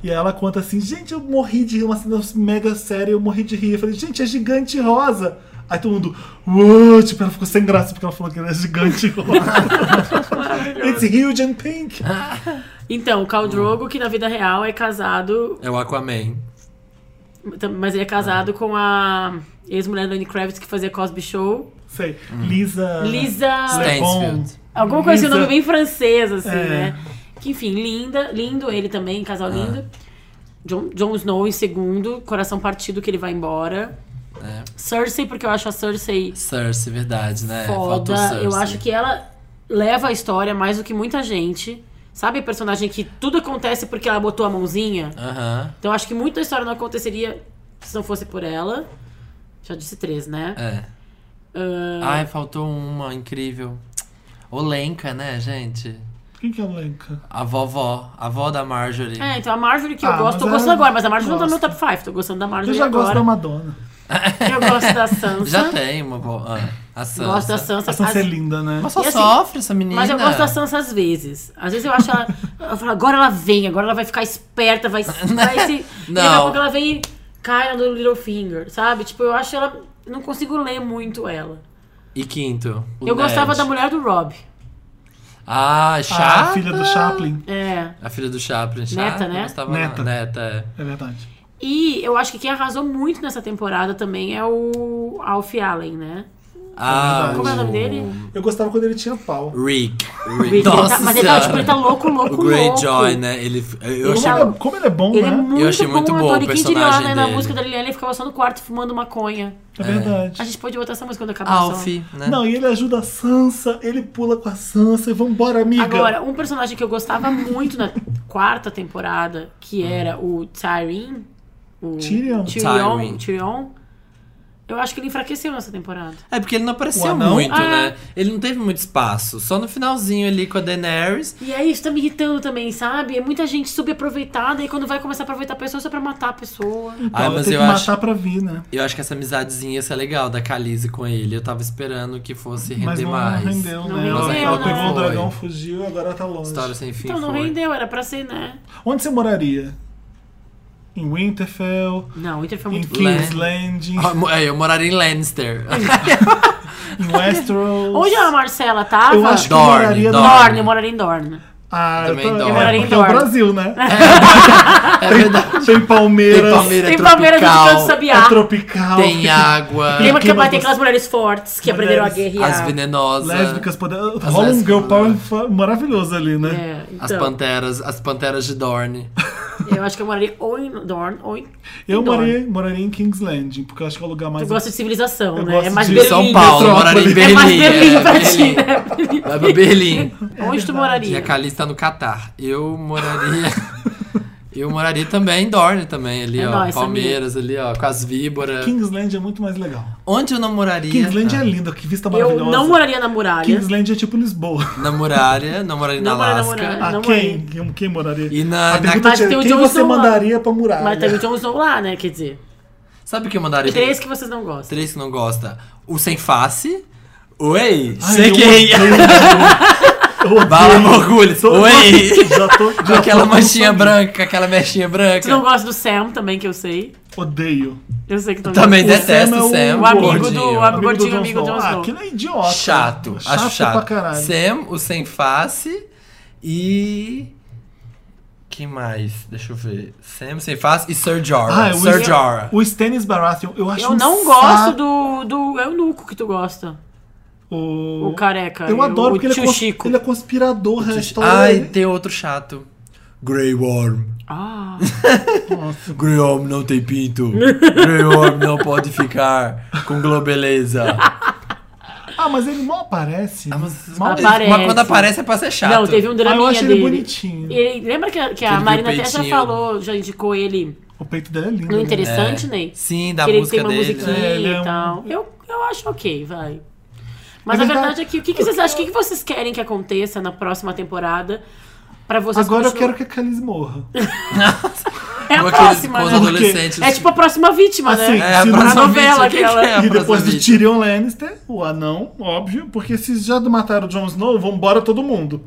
Speaker 1: E ela conta assim, gente, eu morri de rir, uma cena mega séria, eu morri de rir. Eu falei, gente, é gigante rosa. Aí todo mundo, uou, tipo, ela ficou sem graça porque ela falou que era gigante
Speaker 3: <laughs>
Speaker 1: rosa. It's huge and pink.
Speaker 3: Então, o
Speaker 2: Hum.
Speaker 3: Khal Drogo, que na vida real é casado,
Speaker 2: É o Aquaman.
Speaker 3: mas ele é
Speaker 1: Ah.
Speaker 3: casado com a ex-mulher do Annie Kravitz que fazia Cosby Show.
Speaker 1: Sei, Lisa...
Speaker 3: Lisa.
Speaker 2: Stansfield.
Speaker 3: Alguma coisa, um
Speaker 1: Ah. Lisa-
Speaker 3: nome bem francês, assim,
Speaker 1: É.
Speaker 3: né? Que enfim, linda, lindo ele também, um casal
Speaker 2: Ah.
Speaker 3: lindo. Jon Jon Snow em segundo, coração partido que ele vai embora.
Speaker 2: É.
Speaker 3: Cersei, porque eu acho a Cersei
Speaker 2: Cersei, verdade, né? Faltou
Speaker 3: foda.
Speaker 2: Cersei.
Speaker 3: Eu acho que ela leva a história mais do que muita gente. Sabe a personagem que tudo acontece porque ela botou a mãozinha?
Speaker 2: Ah. Aham.
Speaker 3: Então eu acho que muita história não aconteceria se não fosse por ela. Já disse três, né?
Speaker 2: É.
Speaker 3: Ah,
Speaker 2: Ai, faltou uma incrível. Olenka, né, gente?
Speaker 1: Quem que é a Lenka?
Speaker 2: A vovó. A vó da Marjorie.
Speaker 3: É, então a Marjorie que eu
Speaker 1: Ah,
Speaker 3: gosto,
Speaker 1: mas
Speaker 3: tô
Speaker 1: ela-
Speaker 3: gostando agora, mas a Marjorie não
Speaker 1: gosto.
Speaker 3: tá no meu top 5, tô gostando da
Speaker 1: Eu
Speaker 3: Marjorie
Speaker 1: já gosto
Speaker 3: agora.
Speaker 1: da Madonna.
Speaker 3: Eu gosto da Sansa.
Speaker 2: Já tem uma vó. Ah, a Sansa.
Speaker 3: Gosto da Sansa.
Speaker 1: A Sansa é
Speaker 3: As-
Speaker 1: linda, né?
Speaker 2: Mas só
Speaker 3: E assim,
Speaker 2: sofre essa menina.
Speaker 3: Mas eu gosto da Sansa às vezes. Às vezes eu acho ela. Eu falo, agora ela vem, agora ela vai ficar esperta, vai, vai
Speaker 2: <laughs>
Speaker 3: se. E daqui a
Speaker 2: Não.
Speaker 3: pouco ela vem e cai no Littlefinger, sabe? Tipo, eu acho ela. eu Não consigo ler muito ela.
Speaker 2: E quinto. o
Speaker 3: eu gostava
Speaker 2: Ned.
Speaker 3: da mulher do Rob.
Speaker 2: Ah,
Speaker 1: Ah,
Speaker 2: Chá.
Speaker 1: A filha do Chaplin.
Speaker 3: É.
Speaker 2: A filha do Chaplin. Chá,
Speaker 3: Neta,
Speaker 2: eu
Speaker 3: né?
Speaker 2: Gostava Neta.
Speaker 1: Neta.
Speaker 2: Neta, é.
Speaker 1: É verdade.
Speaker 3: E eu acho que quem arrasou muito nessa temporada também é o Alf Allen, né?
Speaker 2: Ah,
Speaker 1: Como
Speaker 3: é o nome dele?
Speaker 1: Eu gostava quando ele tinha o pau.
Speaker 2: Rick.
Speaker 3: Ele
Speaker 2: Rick.
Speaker 3: tá-
Speaker 2: Nossa
Speaker 3: mas ele tá,
Speaker 2: Senhora.
Speaker 3: tipo, ele tá louco, louco,
Speaker 2: O Greyjoy,
Speaker 3: louco.
Speaker 2: né? Ele, eu
Speaker 1: Como,
Speaker 2: achei...
Speaker 1: ele é, como ele é bom,
Speaker 3: Ele é
Speaker 1: né?
Speaker 3: muito,
Speaker 2: Uhum. achei muito
Speaker 3: bom
Speaker 2: bom o
Speaker 3: ator. E quem diria lá, né,
Speaker 2: personagem
Speaker 3: na
Speaker 2: dele.
Speaker 3: música da Liliana, ele ficava só no quarto fumando maconha.
Speaker 1: É verdade.
Speaker 3: A gente pode botar essa música quando acabar o
Speaker 2: Alf,
Speaker 3: som.
Speaker 2: né?
Speaker 1: Não, e ele ajuda a Sansa, ele pula com a Sansa e vambora, amiga.
Speaker 3: Agora, um personagem que eu gostava muito na quarta temporada,
Speaker 2: Hum.
Speaker 3: que era o Tyrion. O
Speaker 1: Tyrion.
Speaker 3: Tyrion.
Speaker 2: Tyrion.
Speaker 3: Tyrion. Eu acho que ele enfraqueceu nessa temporada.
Speaker 2: É porque ele não
Speaker 1: O
Speaker 2: apareceu
Speaker 1: anão?
Speaker 2: muito,
Speaker 3: É.
Speaker 2: né? Ele não teve muito espaço. Só no finalzinho ali com a Daenerys.
Speaker 3: E é isso, tá me irritando também, sabe? É muita gente subaproveitada e quando vai começar a aproveitar a pessoa, só é pra matar a pessoa.
Speaker 1: Então,
Speaker 2: Ah,
Speaker 1: ela
Speaker 2: mas
Speaker 1: tem
Speaker 2: eu
Speaker 1: que
Speaker 2: acho-
Speaker 1: matar pra vir, né?
Speaker 2: Eu acho que essa amizadezinha ia ser legal da Khaleesi com ele. Eu tava esperando que fosse render
Speaker 1: Mas não,
Speaker 2: mais. é
Speaker 1: não rendeu,
Speaker 3: Não
Speaker 1: né? Ela-
Speaker 3: rendeu,
Speaker 1: ela
Speaker 3: não.
Speaker 1: pegou o
Speaker 2: Foi.
Speaker 1: dragão, fugiu, agora ela tá longe.
Speaker 2: História sem fim
Speaker 3: Então não
Speaker 2: foi.
Speaker 3: rendeu, era pra ser, né?
Speaker 1: Onde você moraria? Em Winterfell,
Speaker 3: Não, o Inter foi
Speaker 1: em
Speaker 3: muito
Speaker 1: King's
Speaker 2: Lan-
Speaker 1: Landing,
Speaker 2: Ah, mo- é, eu moraria em Lannister.
Speaker 1: em Westeros.
Speaker 3: Onde é a Marcela tava?
Speaker 1: Eu <laughs> acho que eu
Speaker 2: Dorne, Dorne.
Speaker 1: moraria
Speaker 3: Dorne, eu moraria em Dorne.
Speaker 1: Ah,
Speaker 2: Também
Speaker 1: tô-
Speaker 2: Dorne.
Speaker 1: é,
Speaker 2: Eu moraria
Speaker 3: em
Speaker 1: porque é o
Speaker 3: Dorne.
Speaker 1: Brasil,
Speaker 3: <laughs>
Speaker 1: né? <laughs>
Speaker 2: é verdade.
Speaker 1: Tem
Speaker 2: Tem
Speaker 1: palmeiras,
Speaker 2: palmeira
Speaker 3: Tem Palmeiras no canto
Speaker 2: tropical.
Speaker 1: é
Speaker 3: Sabiá.
Speaker 1: tropical,
Speaker 2: Tem
Speaker 3: <laughs>
Speaker 2: água.
Speaker 1: Tem
Speaker 3: Lembra que
Speaker 1: clima
Speaker 3: vai
Speaker 1: gostoso.
Speaker 3: ter aquelas mulheres fortes que
Speaker 1: Mulheres.
Speaker 3: aprenderam a guerrear.
Speaker 2: As venenosas.
Speaker 1: lésbicas, poder...
Speaker 2: As
Speaker 1: rola um
Speaker 2: lésbicas,
Speaker 1: girl power
Speaker 2: né?
Speaker 1: fa- maravilhoso ali, né?
Speaker 3: É,
Speaker 2: As
Speaker 3: então,
Speaker 2: panteras. As panteras de
Speaker 3: <laughs>
Speaker 2: Dorne.
Speaker 3: eu acho que eu moraria ou em Dorne ou em.
Speaker 1: Eu
Speaker 3: em Dorne.
Speaker 1: moraria, moraria em King's Landing, porque eu acho que é o lugar
Speaker 3: Tu
Speaker 1: mais...
Speaker 3: gosta de civilização,
Speaker 1: Eu
Speaker 3: né?
Speaker 1: gosto
Speaker 3: é mais
Speaker 1: de
Speaker 3: Berlim.
Speaker 2: São Paulo, eu moraria em Berlim.
Speaker 3: é mais Berlim
Speaker 2: é,
Speaker 3: pra
Speaker 2: Berlim.
Speaker 3: ti, né?
Speaker 2: Vai pra Berlim.
Speaker 3: <laughs>
Speaker 2: <laughs>
Speaker 3: Onde tu
Speaker 2: E
Speaker 3: moraria?
Speaker 2: a Khaleesi tá no Catar. Eu moraria.
Speaker 3: <laughs>
Speaker 2: eu moraria também em Dorne também, ali,
Speaker 3: É
Speaker 2: ó.
Speaker 3: nóis,
Speaker 2: Palmeiras ali, ó, com as víboras.
Speaker 1: King's Landing é muito mais legal.
Speaker 2: Onde eu não moraria?
Speaker 1: King's Landing é
Speaker 2: Ah,
Speaker 1: lindo, que vista
Speaker 3: Eu
Speaker 1: maravilhosa.
Speaker 3: não moraria na muralha.
Speaker 1: King's Landing é tipo Lisboa.
Speaker 2: Na muralha, não moraria
Speaker 3: Não
Speaker 2: na
Speaker 3: moraria na
Speaker 2: Alasca.
Speaker 3: muralha.
Speaker 1: <laughs> Ah,
Speaker 3: não
Speaker 1: quem? quem? Quem moraria?
Speaker 2: E na-
Speaker 1: A
Speaker 2: na-
Speaker 1: pergunta
Speaker 3: Mas
Speaker 1: é,
Speaker 3: tem o
Speaker 1: quem
Speaker 3: Jon
Speaker 1: você
Speaker 3: Snow lá.
Speaker 1: mandaria pra muralha?
Speaker 3: Mas tem o Jon Snow lá, né? Quer dizer,
Speaker 2: Sabe o que eu mandaria?
Speaker 3: três que vocês não gostam.
Speaker 2: Três que não gosta. O sem face. Oi!
Speaker 1: Ai,
Speaker 2: sei
Speaker 1: eu
Speaker 2: quem! é.
Speaker 1: odeio, eu odeio.
Speaker 2: Bala Morgulho!
Speaker 1: Tô-
Speaker 2: Oi!
Speaker 1: <laughs> Já tô, já tô
Speaker 2: aquela
Speaker 1: com
Speaker 2: manchinha
Speaker 1: sangue.
Speaker 2: branca, aquela mechinha branca.
Speaker 3: Tu não gosta do Sam também, que eu sei.
Speaker 1: Odeio.
Speaker 3: Eu sei que tu não
Speaker 2: Também
Speaker 3: gosta.
Speaker 2: detesto
Speaker 1: Sam é
Speaker 2: o Sam.
Speaker 1: o
Speaker 3: O amigo
Speaker 2: gordinho.
Speaker 3: do- o amigo gordinho,
Speaker 1: Jon
Speaker 3: amigo
Speaker 1: Snow.
Speaker 3: Jon
Speaker 1: Ah,
Speaker 3: Snow.
Speaker 1: aquilo é idiota.
Speaker 2: Chato,
Speaker 1: Chato
Speaker 2: acho chato.
Speaker 1: pra caralho.
Speaker 2: Sam, o sem face e. Quem mais? Deixa eu ver. Sam, sem face e Sir Jorah.
Speaker 1: Ah, o,
Speaker 2: Sir Jorah.
Speaker 1: o Stannis Baratheon, eu acho
Speaker 3: Eu
Speaker 1: um
Speaker 3: não
Speaker 1: saco.
Speaker 3: gosto do, do eunuco que tu gosta.
Speaker 1: O,
Speaker 3: O careca.
Speaker 1: Eu adoro
Speaker 3: o,
Speaker 1: porque ele é,
Speaker 3: tio
Speaker 1: cons-
Speaker 3: Chico.
Speaker 1: ele é conspirador. né? A história
Speaker 2: Ai,
Speaker 1: dele-
Speaker 2: tem outro chato. Grey Worm.
Speaker 3: Ah,
Speaker 1: Nossa.
Speaker 2: Grey Worm não tem pinto. Grey Worm não pode ficar com globeleza.
Speaker 1: <laughs> Ah, mas ele mal aparece.
Speaker 3: Tá,
Speaker 2: Ah, mas-
Speaker 3: Aparece.
Speaker 2: Mas quando aparece é pra ser chato.
Speaker 3: não, teve um
Speaker 1: Ah, eu
Speaker 3: draminha
Speaker 1: acho ele
Speaker 3: dele.
Speaker 1: bonitinho.
Speaker 3: Ele- lembra que a, que a
Speaker 2: ele viu o
Speaker 3: Marina até já
Speaker 2: peitinho.
Speaker 3: falou, já indicou ele
Speaker 1: O peito dele é lindo.
Speaker 3: no
Speaker 1: né?
Speaker 3: Interessante,
Speaker 2: É.
Speaker 3: Ney?
Speaker 2: Sim, da
Speaker 3: que ele
Speaker 2: música
Speaker 3: tem uma
Speaker 2: dele. né?
Speaker 3: musiquinha
Speaker 1: É, ele é
Speaker 3: e
Speaker 1: um- tá-
Speaker 3: tal. Eu, eu acho ok, vai. Mas
Speaker 1: Na
Speaker 3: a
Speaker 1: verdade-
Speaker 3: verdade é que o que, que vocês acham? O que, que vocês querem que aconteça na próxima temporada pra vocês
Speaker 1: Agora eu quero
Speaker 3: continuarem-
Speaker 1: que a Khaleesi morra.
Speaker 3: É a
Speaker 2: Com aqueles-
Speaker 3: próxima,
Speaker 2: com os
Speaker 3: né?
Speaker 2: adolescentes.
Speaker 3: É tipo a próxima vítima,
Speaker 1: Assim,
Speaker 3: né?
Speaker 2: É, a
Speaker 1: se não-
Speaker 2: próxima
Speaker 3: a novela
Speaker 2: vítima, quem
Speaker 3: aquela.
Speaker 2: que é a
Speaker 1: E depois
Speaker 2: próxima
Speaker 1: do
Speaker 2: vítima?
Speaker 1: Tyrion Lannister, o anão, óbvio, porque se já mataram o Jon Snow, vambora todo mundo.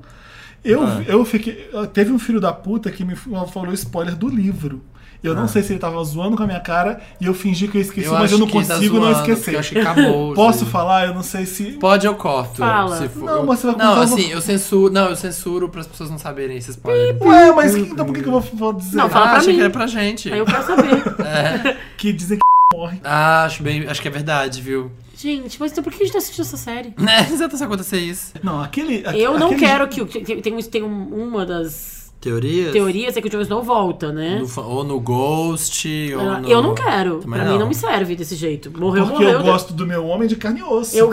Speaker 1: Eu,
Speaker 2: Ah.
Speaker 1: eu fiquei. Teve um filho da puta que me falou spoiler do livro. Eu não sei se ele tava zoando com a minha cara e eu fingi que eu esqueci, mas
Speaker 2: Ah. acho
Speaker 1: eu não
Speaker 2: que tá
Speaker 1: consigo
Speaker 2: zoando,
Speaker 1: não
Speaker 2: porque
Speaker 1: esquecer.
Speaker 2: Eu acho que acabou.
Speaker 1: <laughs> Posso
Speaker 2: assim.
Speaker 1: falar? Eu não sei se.
Speaker 2: Pode, eu corto.
Speaker 3: Fala.
Speaker 2: se for.
Speaker 1: Não, mas você vai
Speaker 2: Não,
Speaker 1: contar, eu vou-
Speaker 2: assim, eu censuro. Não, eu censuro pras pessoas não saberem esses spoilers.
Speaker 1: Ué, mas que- então por que, que eu vou, vou dizer?
Speaker 3: Não, fala
Speaker 2: ah,
Speaker 3: pra
Speaker 2: achei
Speaker 3: mim.
Speaker 2: que era pra gente.
Speaker 3: Aí eu quero
Speaker 2: <laughs>
Speaker 3: saber.
Speaker 2: É.
Speaker 1: Que dizem que morre.
Speaker 2: Ah, acho, bem, acho que é verdade, viu? <laughs>
Speaker 3: gente, mas então por que a gente não assistiu essa série?
Speaker 2: Né? Exato se acontecer isso.
Speaker 1: Não, aquele. aque-
Speaker 3: Eu não
Speaker 1: aquele-
Speaker 3: quero que. o- Tem, tem, um- tem um- uma das
Speaker 2: Teorias?
Speaker 3: teorias é que o Jon Snow volta, né?
Speaker 2: No fa- ou no Ghost, ou no...
Speaker 3: Ah, Eu não quero.
Speaker 2: Também
Speaker 3: pra mim não me serve desse jeito. Morreu,
Speaker 1: Porque
Speaker 3: morreu.
Speaker 1: eu gosto do meu homem é de carne e osso.
Speaker 3: <laughs> Eu,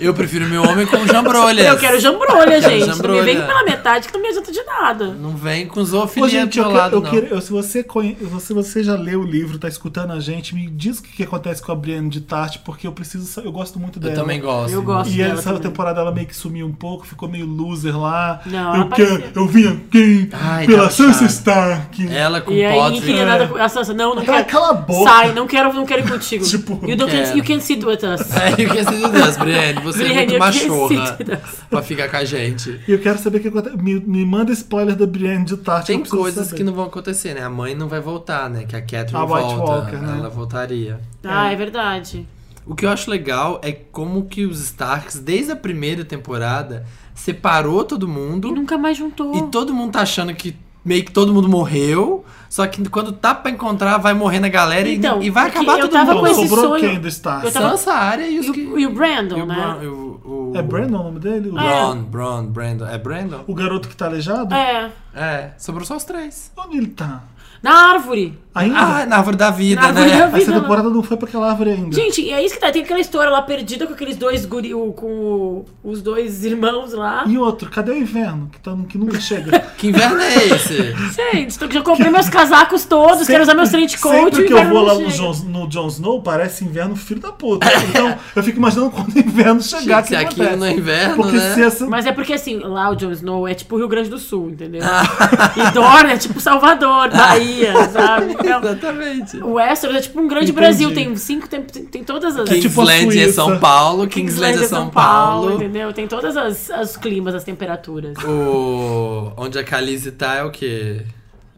Speaker 2: Eu prefiro meu homem com jambrolhas.
Speaker 3: <laughs> eu quero jambrolha,
Speaker 2: Quero
Speaker 3: gente. Não
Speaker 2: jambrolha.
Speaker 3: me vem pela metade que não me adianta de nada.
Speaker 2: Não vem com
Speaker 1: Ô,
Speaker 2: zoofilia do
Speaker 1: gente,
Speaker 2: meu
Speaker 1: eu, quero-
Speaker 2: lado,
Speaker 1: eu
Speaker 2: não.
Speaker 1: quero. eu- se, você conhe- se você já leu o livro, tá escutando a gente, me diz o que, que acontece com a Brienne de Tarte, porque eu preciso. sa- Eu gosto muito
Speaker 2: Eu
Speaker 1: dela.
Speaker 2: também gosto.
Speaker 3: Então, Eu gosto.
Speaker 1: E
Speaker 3: dela
Speaker 1: essa
Speaker 3: também.
Speaker 1: temporada ela meio que sumiu um pouco, ficou meio loser lá.
Speaker 3: Não, ela
Speaker 1: eu quero,
Speaker 3: apareceu.
Speaker 1: eu vim aqui
Speaker 2: Ai,
Speaker 1: pela
Speaker 2: tava
Speaker 1: Sansa
Speaker 2: chato. É.
Speaker 1: Stark.
Speaker 2: Ela com né?
Speaker 3: E aí ninguém
Speaker 2: Potter.
Speaker 3: queria nada com a Sansa. Não, não
Speaker 1: Cala-
Speaker 3: quero.
Speaker 1: cala a boca.
Speaker 3: Sai, não quero, não quero ir
Speaker 1: <laughs>
Speaker 3: contigo.
Speaker 1: Tipo,
Speaker 3: you, don't
Speaker 2: quero.
Speaker 3: you can't sit with us.
Speaker 2: É, eu quero ser de Deus, Brienne. Você
Speaker 3: Brienne,
Speaker 2: é muito
Speaker 3: eu quero ser
Speaker 2: machorra
Speaker 3: de Deus.
Speaker 2: pra ficar com a gente.
Speaker 1: E eu quero saber o que acontece. Me, me manda spoiler da Brienne de Tarte.
Speaker 2: Tem
Speaker 1: eu preciso
Speaker 2: coisas
Speaker 1: saber.
Speaker 2: que não vão acontecer, né? A mãe não vai voltar, né? Que a Catherine
Speaker 1: A White
Speaker 2: volta.
Speaker 1: Walker, né?
Speaker 2: Ela voltaria.
Speaker 3: Ah, é verdade.
Speaker 2: O que eu acho legal é como que os Starks, desde a primeira temporada, separou todo
Speaker 3: E
Speaker 2: mundo.
Speaker 3: nunca mais juntou.
Speaker 2: E todo mundo tá achando que meio que todo mundo morreu. Só que quando tá pra encontrar, vai morrendo a galera e-
Speaker 3: Então,
Speaker 2: e, vai
Speaker 3: porque
Speaker 2: acabar
Speaker 3: eu
Speaker 2: todo
Speaker 3: tava
Speaker 2: mundo.
Speaker 3: com
Speaker 1: Bom,
Speaker 3: esse
Speaker 1: sobrou
Speaker 3: sonho-
Speaker 1: quem do Stark?
Speaker 3: eu tava-
Speaker 2: Sansa, Arya e os
Speaker 3: E,
Speaker 2: que...
Speaker 3: o- e o Brandon,
Speaker 2: o
Speaker 3: né?
Speaker 2: Bron- e o- o-
Speaker 1: É Brandon o nome dele? O,
Speaker 2: Bron, Bron, Brandon. É Brandon?
Speaker 1: o garoto que tá aleijado?
Speaker 3: É.
Speaker 2: É. É, sobrou só os três.
Speaker 1: Onde ele tá?
Speaker 3: Na árvore.
Speaker 1: Ainda?
Speaker 2: Ah, na árvore da vida,
Speaker 3: Na árvore
Speaker 2: né?
Speaker 3: da vida.
Speaker 1: Essa
Speaker 3: lá.
Speaker 1: temporada não foi pra aquela árvore ainda.
Speaker 3: Gente, e é isso que tá. Tem aquela história lá perdida com aqueles dois guri, o- com o- os dois irmãos lá.
Speaker 1: E outro, cadê o inverno? Que, tá, que nunca
Speaker 3: <laughs>
Speaker 1: chega.
Speaker 2: Que inverno é
Speaker 1: <laughs>
Speaker 2: esse?
Speaker 3: Gente, tô- já comprei meus casacos todos, quero usar meus trench coat.
Speaker 1: Sempre que
Speaker 3: mas
Speaker 1: eu vou
Speaker 3: não
Speaker 1: lá
Speaker 3: chega.
Speaker 1: no Jon, no Jon Snow, parece inverno filho da puta. Então, eu fico imaginando quando o inverno
Speaker 2: Gente,
Speaker 1: chegar. que
Speaker 2: se aquilo
Speaker 1: acontece.
Speaker 2: não é inverno,
Speaker 1: Porque
Speaker 2: né?
Speaker 3: <laughs>
Speaker 1: se essa...
Speaker 3: Mas é porque assim, lá o Jon Snow é tipo o Rio Grande do Sul, entendeu?
Speaker 2: Ah.
Speaker 3: e Dorne é tipo Salvador,
Speaker 2: <laughs>
Speaker 3: Bahia, sabe? Então,
Speaker 2: Exatamente.
Speaker 3: o Westeros é tipo um grande
Speaker 1: Entendi.
Speaker 3: Brasil, tem cinco, tem, tem, tem todas as...
Speaker 1: Que tipo
Speaker 2: Kingsland
Speaker 1: a
Speaker 2: é
Speaker 1: Suíça.
Speaker 2: São Paulo, Kingsland é São Paulo.
Speaker 3: entendeu? Tem todas as, as climas, as temperaturas.
Speaker 2: O... Onde a Calise tá é o quê?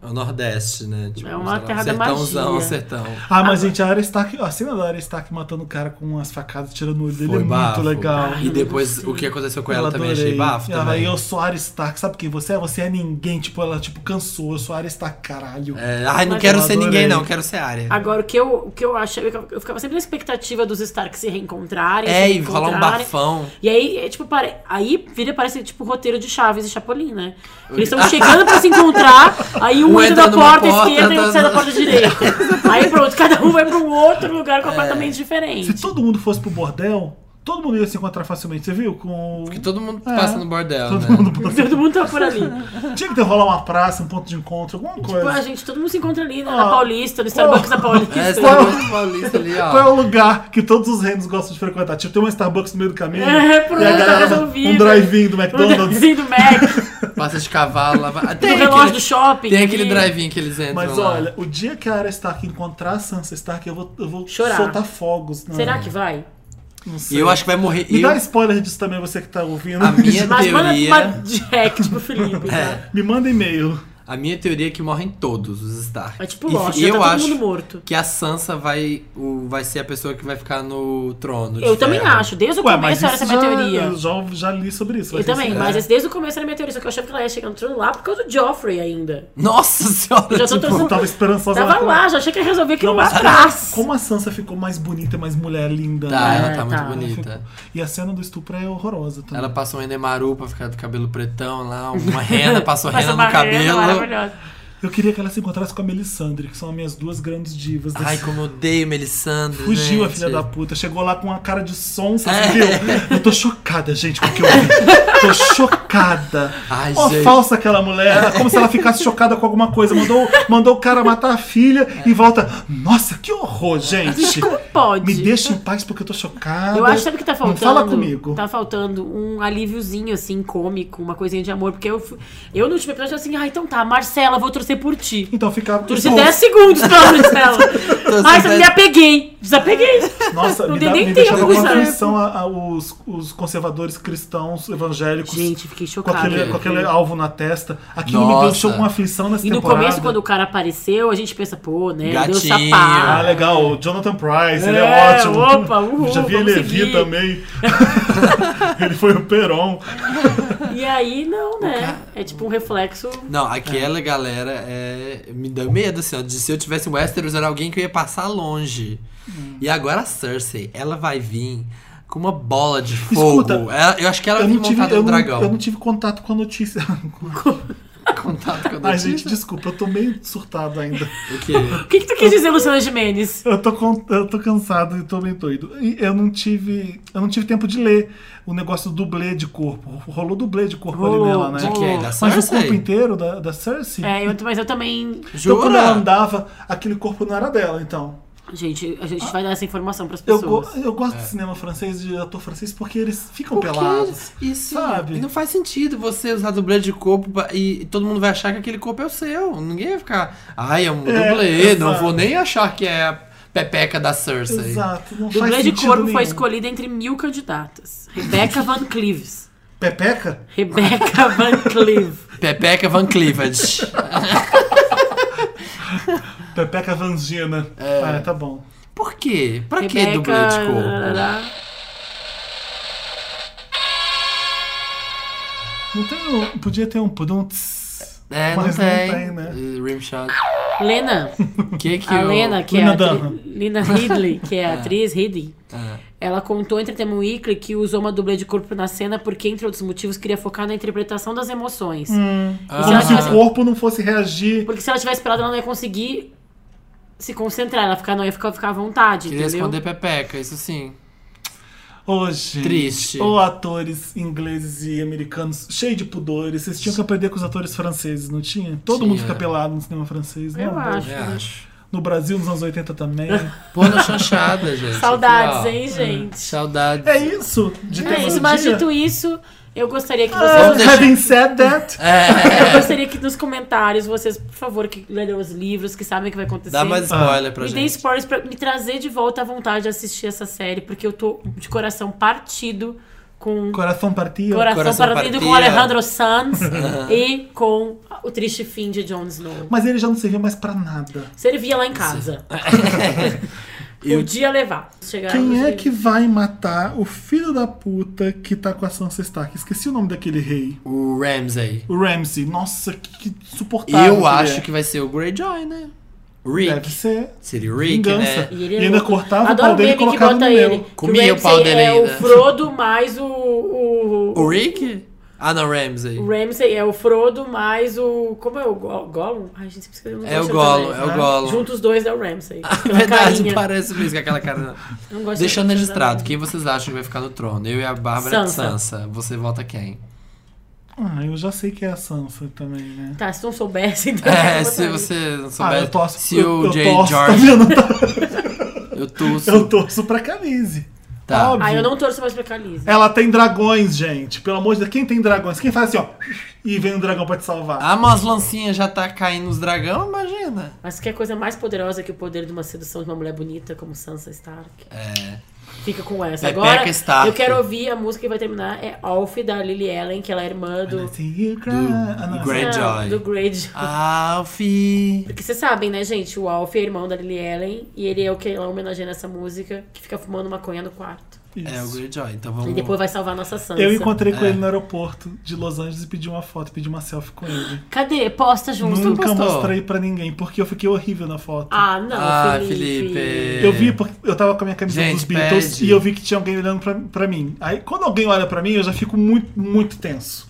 Speaker 2: É o Nordeste, né? Tipo,
Speaker 3: É uma
Speaker 2: sei lá,
Speaker 3: terra da
Speaker 2: sertãozão,
Speaker 3: magia.
Speaker 2: sertão.
Speaker 1: Ah, mas gente, a Arya Stark, a cena da Arya Stark matando o cara com as facadas, tirando o olho dele, é
Speaker 2: Foi
Speaker 1: muito
Speaker 2: bafo. Ah,
Speaker 1: legal.
Speaker 3: Ah,
Speaker 2: E depois o que aconteceu com
Speaker 1: Eu
Speaker 2: ela também achei
Speaker 1: adorei.
Speaker 2: bafo.
Speaker 1: Ela,
Speaker 2: também.
Speaker 1: eu sou a Arya Stark, sabe quem você é? Você é ninguém. Tipo, ela tipo cansou, eu sou a Arya Stark, caralho.
Speaker 2: É, ai, não
Speaker 3: Mas
Speaker 2: quero
Speaker 1: eu
Speaker 2: ser
Speaker 1: adorei.
Speaker 2: ninguém, não, quero ser área.
Speaker 3: Agora, o que eu, o que eu achei, eu eu ficava sempre na expectativa dos Stark se reencontrarem,
Speaker 2: É,
Speaker 3: se
Speaker 2: e rolar um
Speaker 3: encontrarem.
Speaker 2: bafão.
Speaker 3: E aí, é tipo, pare... aí vira, parece tipo roteiro de Chaves e Chapolin, né? Eles estão chegando pra se encontrar, aí
Speaker 2: <laughs>
Speaker 3: um,
Speaker 2: Um
Speaker 3: entra da
Speaker 2: entra numa
Speaker 3: porta,
Speaker 2: porta,
Speaker 3: esquerda e outro
Speaker 2: outro-
Speaker 3: sai da porta direita.
Speaker 2: <laughs>
Speaker 3: aí pronto, cada um vai pra um outro
Speaker 2: É.
Speaker 3: lugar completamente
Speaker 2: <laughs>
Speaker 1: Se
Speaker 3: diferente.
Speaker 1: todo mundo fosse pro bordel, todo mundo ia se encontrar facilmente, você viu? Com...
Speaker 2: Porque todo mundo
Speaker 1: É.
Speaker 2: passa no bordel,
Speaker 1: Todo
Speaker 2: né?
Speaker 1: mundo
Speaker 3: Todo mundo tá por ali.
Speaker 1: Tinha que ter rolar uma praça, um ponto de encontro, alguma
Speaker 3: Pô,
Speaker 1: coisa.
Speaker 3: a gente, todo mundo se encontra ali né? na, na
Speaker 1: Ah.
Speaker 3: Paulista, no Starbucks da Paulista.
Speaker 2: É, você tá muito paulista ali, ó.
Speaker 1: Qual é o lugar que todos os reinos gostam de frequentar? Tipo, tem uma Starbucks no meio do caminho.
Speaker 3: É, pronto,
Speaker 1: e a
Speaker 3: tá
Speaker 1: galera,
Speaker 3: resolvido.
Speaker 1: um drive-in do
Speaker 3: <laughs>
Speaker 1: McDonald's.
Speaker 3: Vizinho
Speaker 2: <laughs>
Speaker 3: do Mac,
Speaker 2: Passa de cavalo, lá vai.
Speaker 3: do relógio do shopping.
Speaker 2: Tem aquele
Speaker 3: ali.
Speaker 2: drive-in que eles entram.
Speaker 1: Mas
Speaker 2: lá.
Speaker 1: olha, o dia que a Arya Stark encontrar a Sansa Stark, eu vou, eu vou
Speaker 3: Chorar.
Speaker 1: soltar fogos. na-
Speaker 3: Será que vai?
Speaker 1: Não
Speaker 2: E
Speaker 1: sei.
Speaker 2: eu acho que vai morrer.
Speaker 1: Me
Speaker 2: eu...
Speaker 1: dá spoiler disso também, você que tá ouvindo.
Speaker 2: A
Speaker 1: <laughs>
Speaker 2: minha
Speaker 3: Mas manda
Speaker 2: teoria. É.
Speaker 3: uma direct
Speaker 2: <laughs>
Speaker 3: pro Felipe. tá?
Speaker 1: Me manda e-mail.
Speaker 2: A minha teoria é que morrem todos os Stark.
Speaker 3: É tipo
Speaker 2: E
Speaker 3: Lost,
Speaker 2: eu
Speaker 3: já tá todo
Speaker 2: acho
Speaker 3: mundo morto.
Speaker 2: que a Sansa vai, o, vai ser a pessoa que vai ficar no trono. de
Speaker 3: Eu também
Speaker 2: ferro.
Speaker 3: acho, desde o
Speaker 1: Ué, mas
Speaker 3: começo era
Speaker 1: isso
Speaker 3: essa é minha
Speaker 1: já, é
Speaker 3: teoria.
Speaker 1: eu já, já li sobre isso.
Speaker 3: Eu
Speaker 1: vai ser
Speaker 3: também,
Speaker 1: assim.
Speaker 3: mas esse desde o começo era minha teoria, só que eu achava que ela ia chegar no trono lá por causa do Joffrey ainda.
Speaker 2: Nossa senhora!
Speaker 3: Eu já
Speaker 2: tipo,
Speaker 3: tô
Speaker 1: Eu
Speaker 3: torcendo-
Speaker 1: tava esperançosa.
Speaker 3: Tava
Speaker 1: ela-
Speaker 3: lá, já achei que ia resolver um aquilo
Speaker 1: é? Não,
Speaker 3: lá
Speaker 1: mas
Speaker 3: atrás.
Speaker 1: Como a Sansa ficou mais bonita, mais mulher linda.
Speaker 2: Tá,
Speaker 1: né?
Speaker 2: ela
Speaker 3: É,
Speaker 2: tá muito
Speaker 3: tá.
Speaker 2: bonita.
Speaker 1: E a cena do estupro é horrorosa também.
Speaker 2: Ela passou um Endemaru pra ficar do cabelo pretão lá,
Speaker 1: <laughs>
Speaker 2: uma rena, passou rena
Speaker 3: Passa
Speaker 2: no
Speaker 3: uma rena
Speaker 2: cabelo.
Speaker 3: maravilhosa.
Speaker 1: Eu queria que ela se encontrasse com a Melisandre, que são as minhas duas grandes divas. desse-
Speaker 2: Ai, como eu odeio Melisandre.
Speaker 1: Fugiu a
Speaker 2: gente.
Speaker 1: filha da puta, chegou lá com uma cara de sonsa,
Speaker 2: É.
Speaker 1: você viu? Eu tô chocada, gente, com o que eu vi. Tô chocada.
Speaker 2: Ai,
Speaker 1: Ó,
Speaker 2: gente.
Speaker 1: falsa aquela mulher. Era como se ela ficasse chocada com alguma coisa. Mandou, mandou o cara matar a filha e volta. Nossa, que horror, gente.
Speaker 3: Pode.
Speaker 1: Me deixa em paz porque eu tô chocada.
Speaker 3: Eu acho sabe o que tá
Speaker 1: Não
Speaker 3: faltando.
Speaker 1: fala comigo.
Speaker 3: Tá faltando um alíviozinho, assim, cômico, uma coisinha de amor. Porque eu, fui- eu no último episódio, assim, ah, então tá, Marcela, vou torcer por ti.
Speaker 1: Então ficava.
Speaker 3: Torci
Speaker 1: Pô,
Speaker 3: 10 segundos pelo amor
Speaker 1: <laughs>
Speaker 3: de dela. Ai, só me apeguei. Desapeguei.
Speaker 1: Nossa,
Speaker 3: <laughs> Não
Speaker 1: me,
Speaker 3: deu
Speaker 1: dá,
Speaker 3: nem
Speaker 1: me
Speaker 3: tempo,
Speaker 1: deixava com
Speaker 3: sabe?
Speaker 1: aflição a, a- os, os conservadores cristãos evangélicos
Speaker 3: Gente, fiquei
Speaker 1: com,
Speaker 3: chocada.
Speaker 1: aquele, com aquele alvo na testa. Aquilo me
Speaker 2: Nossa.
Speaker 1: deixou com aflição nessa
Speaker 3: E no
Speaker 1: temporada.
Speaker 3: começo, quando o cara apareceu, a gente pensa, pô, né? Deu
Speaker 2: Gatinho.
Speaker 1: Ah,
Speaker 3: sapato.
Speaker 1: legal. O Jonathan Price, ele
Speaker 3: É,
Speaker 1: é ótimo.
Speaker 3: opa, uhul,
Speaker 1: Já vi
Speaker 3: vamos
Speaker 1: ele vir
Speaker 3: seguir.
Speaker 1: também. <laughs> ele foi o Peron.
Speaker 2: Tá
Speaker 3: E aí, não, né? É tipo um reflexo.
Speaker 2: Não, aquela galera é, me dá medo, assim, ó, de se eu tivesse em Westeros, era alguém que eu ia passar longe.
Speaker 1: Hum.
Speaker 2: E agora a Cersei, ela vai vir com uma bola de fogo.
Speaker 1: Escuta,
Speaker 2: Ela- eu acho que ela
Speaker 1: Eu
Speaker 2: vai
Speaker 1: não,
Speaker 2: vir
Speaker 1: tive,
Speaker 2: montada no
Speaker 1: eu, não,
Speaker 2: dragão.
Speaker 1: eu não tive contato com a notícia.
Speaker 2: Contato <laughs> com a
Speaker 1: Ai,
Speaker 2: notícia.
Speaker 1: gente, desculpa, eu tô meio surtado ainda.
Speaker 2: O quê?
Speaker 3: O que, que tu quis dizer, Luciana Jimenez?
Speaker 1: Eu tô, con- eu tô cansado e tô meio doido. E eu não tive. Eu não tive tempo de ler o negócio do dublê de corpo. Rolou dublê de corpo
Speaker 3: Rolou,
Speaker 1: ali nela, né?
Speaker 2: De
Speaker 3: rolou.
Speaker 2: quê? Da
Speaker 1: Mas o corpo
Speaker 2: Cersei?
Speaker 1: inteiro da, da Cersei?
Speaker 3: É, eu- mas eu também.
Speaker 1: Então quando ela
Speaker 2: Jura?
Speaker 1: andava, aquele corpo não era dela, então.
Speaker 3: Gente, a gente vai dar essa informação pras
Speaker 1: Eu, go-
Speaker 3: pessoas.
Speaker 1: eu
Speaker 2: É.
Speaker 1: gosto de cinema francês, de ator francês, porque eles ficam
Speaker 2: Por quê?
Speaker 1: pelados.
Speaker 2: Isso,
Speaker 1: sabe?
Speaker 2: E não faz sentido você usar dublê de corpo pra- e todo mundo vai achar que aquele corpo é o seu. Ninguém vai ficar, ai, é um
Speaker 1: É,
Speaker 2: dublê, não
Speaker 1: exato.
Speaker 2: vou nem achar que é a pepeca da Cersei.
Speaker 1: Exato. Não faz
Speaker 3: Dublê de
Speaker 1: sentido
Speaker 3: corpo
Speaker 1: nenhum.
Speaker 3: foi escolhida entre mil candidatas. Rebecca Van Cleves.
Speaker 1: Pepeca?
Speaker 3: Rebecca Van
Speaker 2: <laughs>
Speaker 3: Cleave.
Speaker 2: Pepeca Van
Speaker 1: <laughs>
Speaker 2: Cleavage.
Speaker 1: Pepeca Vangina.
Speaker 2: É.
Speaker 1: Ah, tá bom.
Speaker 2: Por quê? Pra que
Speaker 3: Rebecca...
Speaker 2: dublê de corpo?
Speaker 1: Não tem um, Podia ter um pudum tss,
Speaker 2: É, não
Speaker 1: mas
Speaker 2: tem.
Speaker 1: não tem, né?
Speaker 2: Eh, Rimshot.
Speaker 3: Lena.
Speaker 2: Que que
Speaker 3: A
Speaker 2: o-
Speaker 3: Lena, que
Speaker 1: Lena
Speaker 3: é a
Speaker 1: Dunham.
Speaker 3: atri... Lena Ridley, que é a atriz Ridley.
Speaker 2: Ah,
Speaker 3: Ela contou entre Entertainment Weekly que usou uma dublê de corpo na cena porque, entre outros motivos, queria focar na interpretação das emoções.
Speaker 1: Hum.
Speaker 2: Ah.
Speaker 1: Como
Speaker 3: ela
Speaker 1: se
Speaker 3: tivesse-
Speaker 1: o corpo não fosse reagir.
Speaker 3: Porque se ela tivesse parado, ela não ia conseguir se concentrar. Ela ficar, não ia ficar, ficar à vontade,
Speaker 2: Queria
Speaker 3: entendeu?
Speaker 2: esconder pepeca, isso sim.
Speaker 1: Ô, gente.
Speaker 2: Triste.
Speaker 1: Ô, atores ingleses e americanos cheios de pudores. Vocês tinham que aprender com os atores franceses, não tinha? Todo
Speaker 2: Tinha.
Speaker 1: mundo fica pelado no cinema francês, né?
Speaker 3: Eu acho.
Speaker 2: Eu É, acho.
Speaker 1: No Brasil, nos anos 80 também.
Speaker 2: Pô na
Speaker 3: <laughs>
Speaker 2: chanchada, gente.
Speaker 3: Saudades,
Speaker 2: Aqui, ó. É.
Speaker 3: hein, gente?
Speaker 2: Saudades.
Speaker 1: é isso. De um
Speaker 3: É isso, mas dito isso, eu gostaria que vocês
Speaker 1: Ah,
Speaker 2: Vamos deixar-
Speaker 1: having said that,
Speaker 3: <laughs>
Speaker 2: É,
Speaker 3: Eu gostaria que nos comentários vocês, por favor, que leram os livros, que sabem o que vai acontecer.
Speaker 2: Dá mais
Speaker 1: Ah.
Speaker 2: spoiler pra
Speaker 3: me deem
Speaker 2: gente.
Speaker 3: spoilers pra me trazer de volta a vontade de assistir essa série, porque eu tô de coração partido com.
Speaker 1: coração partiu.
Speaker 3: Coração,
Speaker 2: Coração
Speaker 3: partido com
Speaker 2: partido.
Speaker 3: Alejandro Sanz
Speaker 2: <laughs>
Speaker 3: e com o triste fim de Jon Snow.
Speaker 1: Mas ele já não servia mais pra nada.
Speaker 3: Servia lá em casa. <laughs>
Speaker 2: Eu-
Speaker 3: Podia levar. Chegar
Speaker 1: Quem é que vai matar o filho da puta que tá com a Sansa Stark? Esqueci o nome daquele rei.
Speaker 2: O Ramsay.
Speaker 1: O Ramsay. Nossa, que, que suportável.
Speaker 2: Eu acho
Speaker 1: é.
Speaker 2: que vai ser o Greyjoy, né?
Speaker 1: Deve
Speaker 2: Rick.
Speaker 1: ser.
Speaker 2: Seria o Rick,
Speaker 1: Vingança.
Speaker 2: né?
Speaker 1: E ele ainda cortava o pau
Speaker 3: Adoro
Speaker 1: dele e
Speaker 3: meme que
Speaker 1: colocava
Speaker 3: bota
Speaker 1: no
Speaker 3: ele.
Speaker 1: meu.
Speaker 3: que
Speaker 2: Comia o
Speaker 3: Ramsay
Speaker 2: pau dele
Speaker 3: É o
Speaker 2: ainda.
Speaker 3: Frodo mais o. o-
Speaker 2: O Rick? Ah, não, Ramsay. <laughs>
Speaker 3: O Ramsay é o Frodo mais o. Como é o Go Gollum? Ai, gente, esqueci nome
Speaker 2: É o
Speaker 3: do
Speaker 2: Gollum,
Speaker 3: personagem.
Speaker 2: é o Gollum.
Speaker 3: Juntos os dois é
Speaker 2: <laughs>
Speaker 3: o Ramsay.
Speaker 2: Na
Speaker 3: Pela
Speaker 2: verdade,
Speaker 3: carinha.
Speaker 2: parece mesmo com aquela cara. né?
Speaker 1: <laughs>
Speaker 3: Não gosto
Speaker 2: Deixando
Speaker 3: de-
Speaker 2: registrado, quem vocês acham que vai ficar no trono? Eu e a Bárbara de
Speaker 3: Sansa.
Speaker 2: Sansa. Você vota quem?
Speaker 1: Ah, eu já sei que é a Sansa também, né?
Speaker 3: Tá, se não soubesse, então.
Speaker 2: <laughs> É,
Speaker 3: eu vou
Speaker 2: se
Speaker 3: botar ele.
Speaker 2: você não
Speaker 1: Ah,
Speaker 2: souber.
Speaker 1: eu torço.
Speaker 2: se
Speaker 1: eu,
Speaker 2: o
Speaker 1: eu
Speaker 2: J.
Speaker 1: torço, <laughs>
Speaker 2: George.
Speaker 1: também, eu não tor-
Speaker 2: Eu torço.
Speaker 1: Eu torço pra Calize.
Speaker 2: Tá.
Speaker 1: óbvio.
Speaker 3: Ah, eu não torço mais pra Khaleesi.
Speaker 1: Ela tem dragões, gente. Pelo amor de Deus, quem tem dragões? Quem faz assim, ó, e vem um dragão pra te salvar?
Speaker 2: Ah, mas as lancinhas já tá caindo nos dragão, imagina.
Speaker 3: Mas que é coisa mais poderosa que o poder de uma sedução de uma mulher bonita como Sansa Stark.
Speaker 1: <laughs>
Speaker 2: É.
Speaker 3: Fica com essa.
Speaker 2: Pepeca
Speaker 3: Agora,
Speaker 2: Stark.
Speaker 3: eu quero ouvir a música que vai terminar. É Alf, da Lily Allen, que ela é irmã do...
Speaker 1: See you cry. Ah, não.
Speaker 2: Grey-
Speaker 3: Não,
Speaker 2: Greyjoy. Ah.
Speaker 3: Do Greyjoy.
Speaker 2: Alfie.
Speaker 3: Porque vocês sabem, né, gente? O Alf é irmão da Lily Allen e ele é o que ela homenageia nessa música, que fica fumando maconha no quarto.
Speaker 1: Isso.
Speaker 2: É o Greyjoy, então vamos.
Speaker 3: E depois vai salvar nossa Sansa.
Speaker 1: Eu encontrei com
Speaker 2: É.
Speaker 1: ele no aeroporto de Los Angeles e pedi uma foto, pedi uma selfie com ele.
Speaker 3: Cadê? Posta junto.
Speaker 1: Nunca
Speaker 2: postou?
Speaker 1: mostrei pra ninguém, porque eu fiquei horrível na foto.
Speaker 3: Ah, não,
Speaker 2: Ah,
Speaker 3: Felipe.
Speaker 2: Felipe.
Speaker 1: Eu vi, porque eu tava com a minha camisa
Speaker 2: É. Gente,
Speaker 1: dos Beatles
Speaker 2: pede.
Speaker 1: e eu vi que tinha alguém olhando pra, pra mim. Aí quando alguém olha pra mim, eu já fico muito,
Speaker 2: <laughs>
Speaker 1: muito tenso.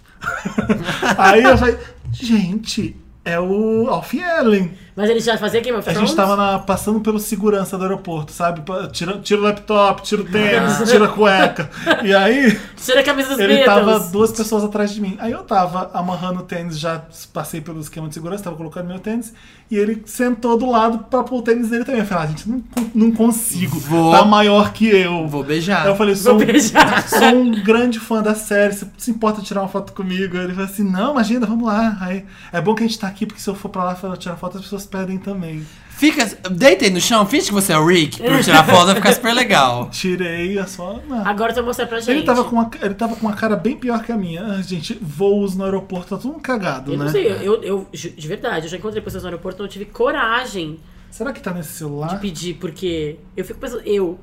Speaker 1: Aí eu falei, gente, é o Alf Ellen.
Speaker 3: Mas ele já fazia Game of
Speaker 1: A
Speaker 3: Thrones?
Speaker 1: gente tava na- passando pelo segurança do aeroporto, sabe? Pa- Tira, tira o laptop, tira o
Speaker 2: Ah.
Speaker 1: tênis, tira a cueca. E aí
Speaker 3: Tira a camisa dos
Speaker 1: ele
Speaker 3: Beatles.
Speaker 1: tava duas pessoas atrás de mim. Aí eu tava amarrando o tênis, já passei pelo esquema de segurança, tava colocando meu tênis, e ele sentou do lado pra pôr o tênis dele também. Eu falei, ah, gente, não, não consigo.
Speaker 2: Vou-
Speaker 1: Tá maior que eu.
Speaker 2: Vou beijar.
Speaker 1: Aí eu falei, sou
Speaker 3: Vou
Speaker 1: um,
Speaker 3: beijar.
Speaker 1: sou um grande fã da série, você se importa de tirar uma foto comigo? Ele falou assim, não, imagina, vamos lá. Aí, é bom que a gente tá aqui, porque se eu for pra lá pra tirar foto, as pessoas pedem também.
Speaker 2: Fica. Deita aí no chão, finge que você é o Rick pra eu tirar
Speaker 3: <laughs>
Speaker 2: foto, vai ficar super legal.
Speaker 1: Tirei a sua. não.
Speaker 3: Agora tu vai mostrar pra gente.
Speaker 1: Ele tava, com uma, ele tava com uma cara bem pior que a minha. Ah, gente, voos no aeroporto, tá tudo cagado,
Speaker 3: Eu
Speaker 1: né?
Speaker 3: não sei, eu, eu, eu- de verdade, eu já encontrei pessoas no aeroporto, não tive coragem
Speaker 1: Será que tá nesse celular?
Speaker 3: de pedir, porque eu fico pensando, eu,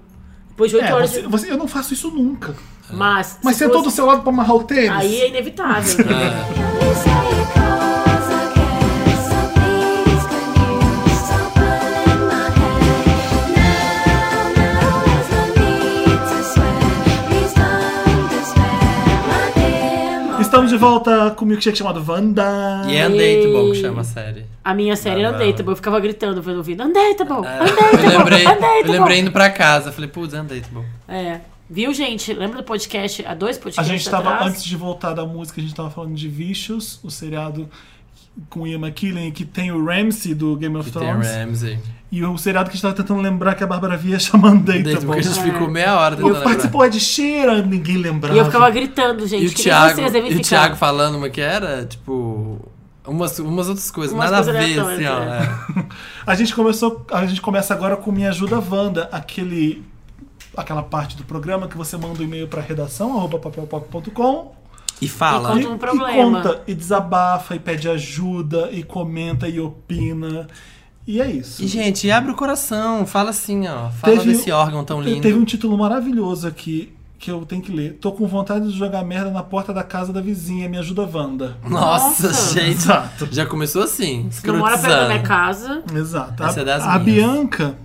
Speaker 3: depois de oito
Speaker 1: É,
Speaker 3: horas
Speaker 1: você-
Speaker 3: de...
Speaker 1: você- eu não faço isso nunca.
Speaker 3: Mas,
Speaker 1: Mas é
Speaker 3: se
Speaker 1: sentou do
Speaker 3: fosse- assim,
Speaker 1: seu lado pra amarrar o tênis?
Speaker 3: Aí é inevitável. né?
Speaker 2: É.
Speaker 1: Estamos de volta com o milkshake chamado Wanda.
Speaker 2: E é Undateable que chama a série.
Speaker 3: A minha série era
Speaker 2: Ah,
Speaker 3: Undateable, eu ficava gritando pelo ouvido, Undateable,
Speaker 2: É,
Speaker 3: Undateable,
Speaker 2: eu lembrei, eu
Speaker 3: Undateable.
Speaker 2: lembrei indo pra casa. Falei, putz, tá Undateable.
Speaker 3: É. Viu, gente? Lembra do podcast, há dois
Speaker 1: A
Speaker 3: podcasts
Speaker 1: gente tava,
Speaker 3: atrás?
Speaker 1: antes de voltar da música, a gente tava falando de Vicious, o seriado com Ian McKellen, que tem o Ramsey do Game of
Speaker 2: Que tem a
Speaker 1: Thrones.
Speaker 2: Ramsey.
Speaker 1: E o seriado que a gente tava tentando lembrar que é a Bárbara via <laughs> chamando Data
Speaker 2: Undateable, que tipo, a gente ficou meia hora tentando
Speaker 1: é. Eu
Speaker 2: lembrar.
Speaker 1: participou é de cheira, ninguém lembrava.
Speaker 3: E eu ficava gritando, gente,
Speaker 2: E o
Speaker 3: que nem
Speaker 2: Thiago,
Speaker 3: vocês devem
Speaker 2: e o
Speaker 3: ficar.
Speaker 2: Thiago falando uma que era, tipo, umas, umas outras coisas,
Speaker 3: Umas
Speaker 2: nada a
Speaker 3: coisas
Speaker 2: ver, assim,
Speaker 3: aleatórias,
Speaker 2: ó.
Speaker 3: é.
Speaker 2: é.
Speaker 1: A gente começou, a gente começa agora com Me Ajuda Wanda, aquele aquela parte do programa que você manda um e-mail para redação arroba papelpop.com
Speaker 2: E fala.
Speaker 3: E Conta um
Speaker 1: e
Speaker 3: problema.
Speaker 1: conta e desabafa e pede ajuda e comenta e opina. E é isso.
Speaker 2: E, gente, abre o coração, fala assim, ó. Fala
Speaker 1: Teve-
Speaker 2: desse órgão tão lindo.
Speaker 1: Teve um título maravilhoso aqui que eu tenho que ler. Tô com vontade de jogar merda na porta da casa da vizinha, me ajuda Wanda.
Speaker 2: Nossa,
Speaker 3: Nossa.
Speaker 2: gente.
Speaker 1: Exato.
Speaker 2: Já começou assim,
Speaker 3: Não mora perto da minha
Speaker 2: escrotizando.
Speaker 3: casa.
Speaker 1: Exato.
Speaker 2: Essa
Speaker 1: a,
Speaker 2: é das
Speaker 1: a
Speaker 2: minhas.
Speaker 1: Bianca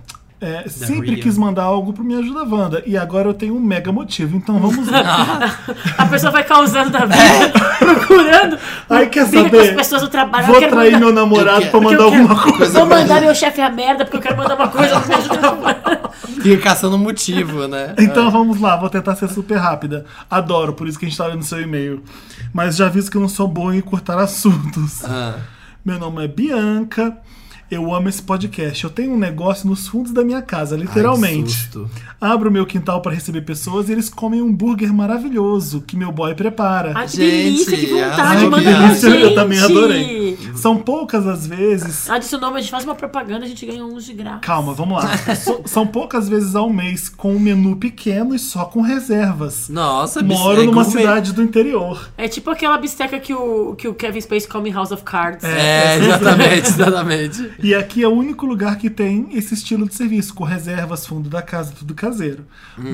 Speaker 1: é, sempre
Speaker 2: Ria.
Speaker 1: quis mandar algo pro Me Ajuda Wanda. E agora eu tenho um mega motivo,
Speaker 2: <laughs>
Speaker 1: então vamos lá.
Speaker 3: A pessoa vai causando da vida,
Speaker 2: É.
Speaker 3: procurando.
Speaker 1: Ai, quer
Speaker 3: briga
Speaker 1: saber?
Speaker 3: com as pessoas do trabalho. eu
Speaker 1: Vou
Speaker 3: quero
Speaker 1: trair
Speaker 3: mandar-
Speaker 1: meu namorado
Speaker 2: Eu
Speaker 1: pra
Speaker 2: quero-
Speaker 1: mandar
Speaker 3: eu quero-
Speaker 1: alguma coisa.
Speaker 3: Vou mandar meu chefe a merda porque eu quero mandar
Speaker 1: <laughs>
Speaker 3: uma coisa que me ajuda.
Speaker 2: Fica caçando motivo, né?
Speaker 1: Então vamos lá, vou tentar ser super rápida. Adoro, por isso que a gente tá lendo seu e-mail. Mas já aviso que eu não sou boa em cortar assuntos.
Speaker 2: Ah.
Speaker 1: Meu nome é Bianca. Eu amo esse podcast. Eu tenho um negócio nos fundos da minha casa,
Speaker 2: Ai, que
Speaker 1: literalmente.
Speaker 2: susto.
Speaker 1: Abro meu quintal para receber pessoas e eles comem um burger maravilhoso que meu boy prepara.
Speaker 3: Ai, Ah, que
Speaker 2: Gente,
Speaker 3: delícia, que
Speaker 2: ai,
Speaker 3: vontade.
Speaker 2: que
Speaker 3: Manda pra
Speaker 2: delícia,
Speaker 3: gente.
Speaker 1: eu também adorei. São poucas as vezes.
Speaker 3: Adicionou, mas a gente faz uma propaganda, a gente ganha uns de graça.
Speaker 1: Calma, vamos lá. So- São poucas vezes ao mês com um menu pequeno e só com reservas.
Speaker 2: Nossa, bicho,
Speaker 1: Moro
Speaker 2: é
Speaker 1: numa
Speaker 2: gourmet.
Speaker 1: cidade do interior.
Speaker 3: É tipo aquela bisteca que o, que o Kevin Space come em House of Cards.
Speaker 2: É, exatamente, exatamente.
Speaker 1: E aqui é o único lugar que tem esse estilo de serviço, com reservas, fundo da casa, tudo caseiro.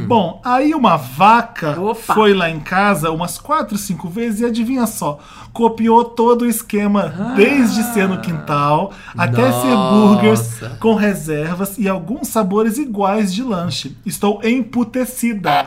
Speaker 1: Bom, aí uma vaca
Speaker 3: Opa.
Speaker 1: foi lá em casa umas quatro, cinco vezes e adivinha só, copiou todo o esquema, desde ser no quintal até ser
Speaker 2: Nossa.
Speaker 1: burgers com reservas e alguns sabores iguais de lanche. Estou emputecida.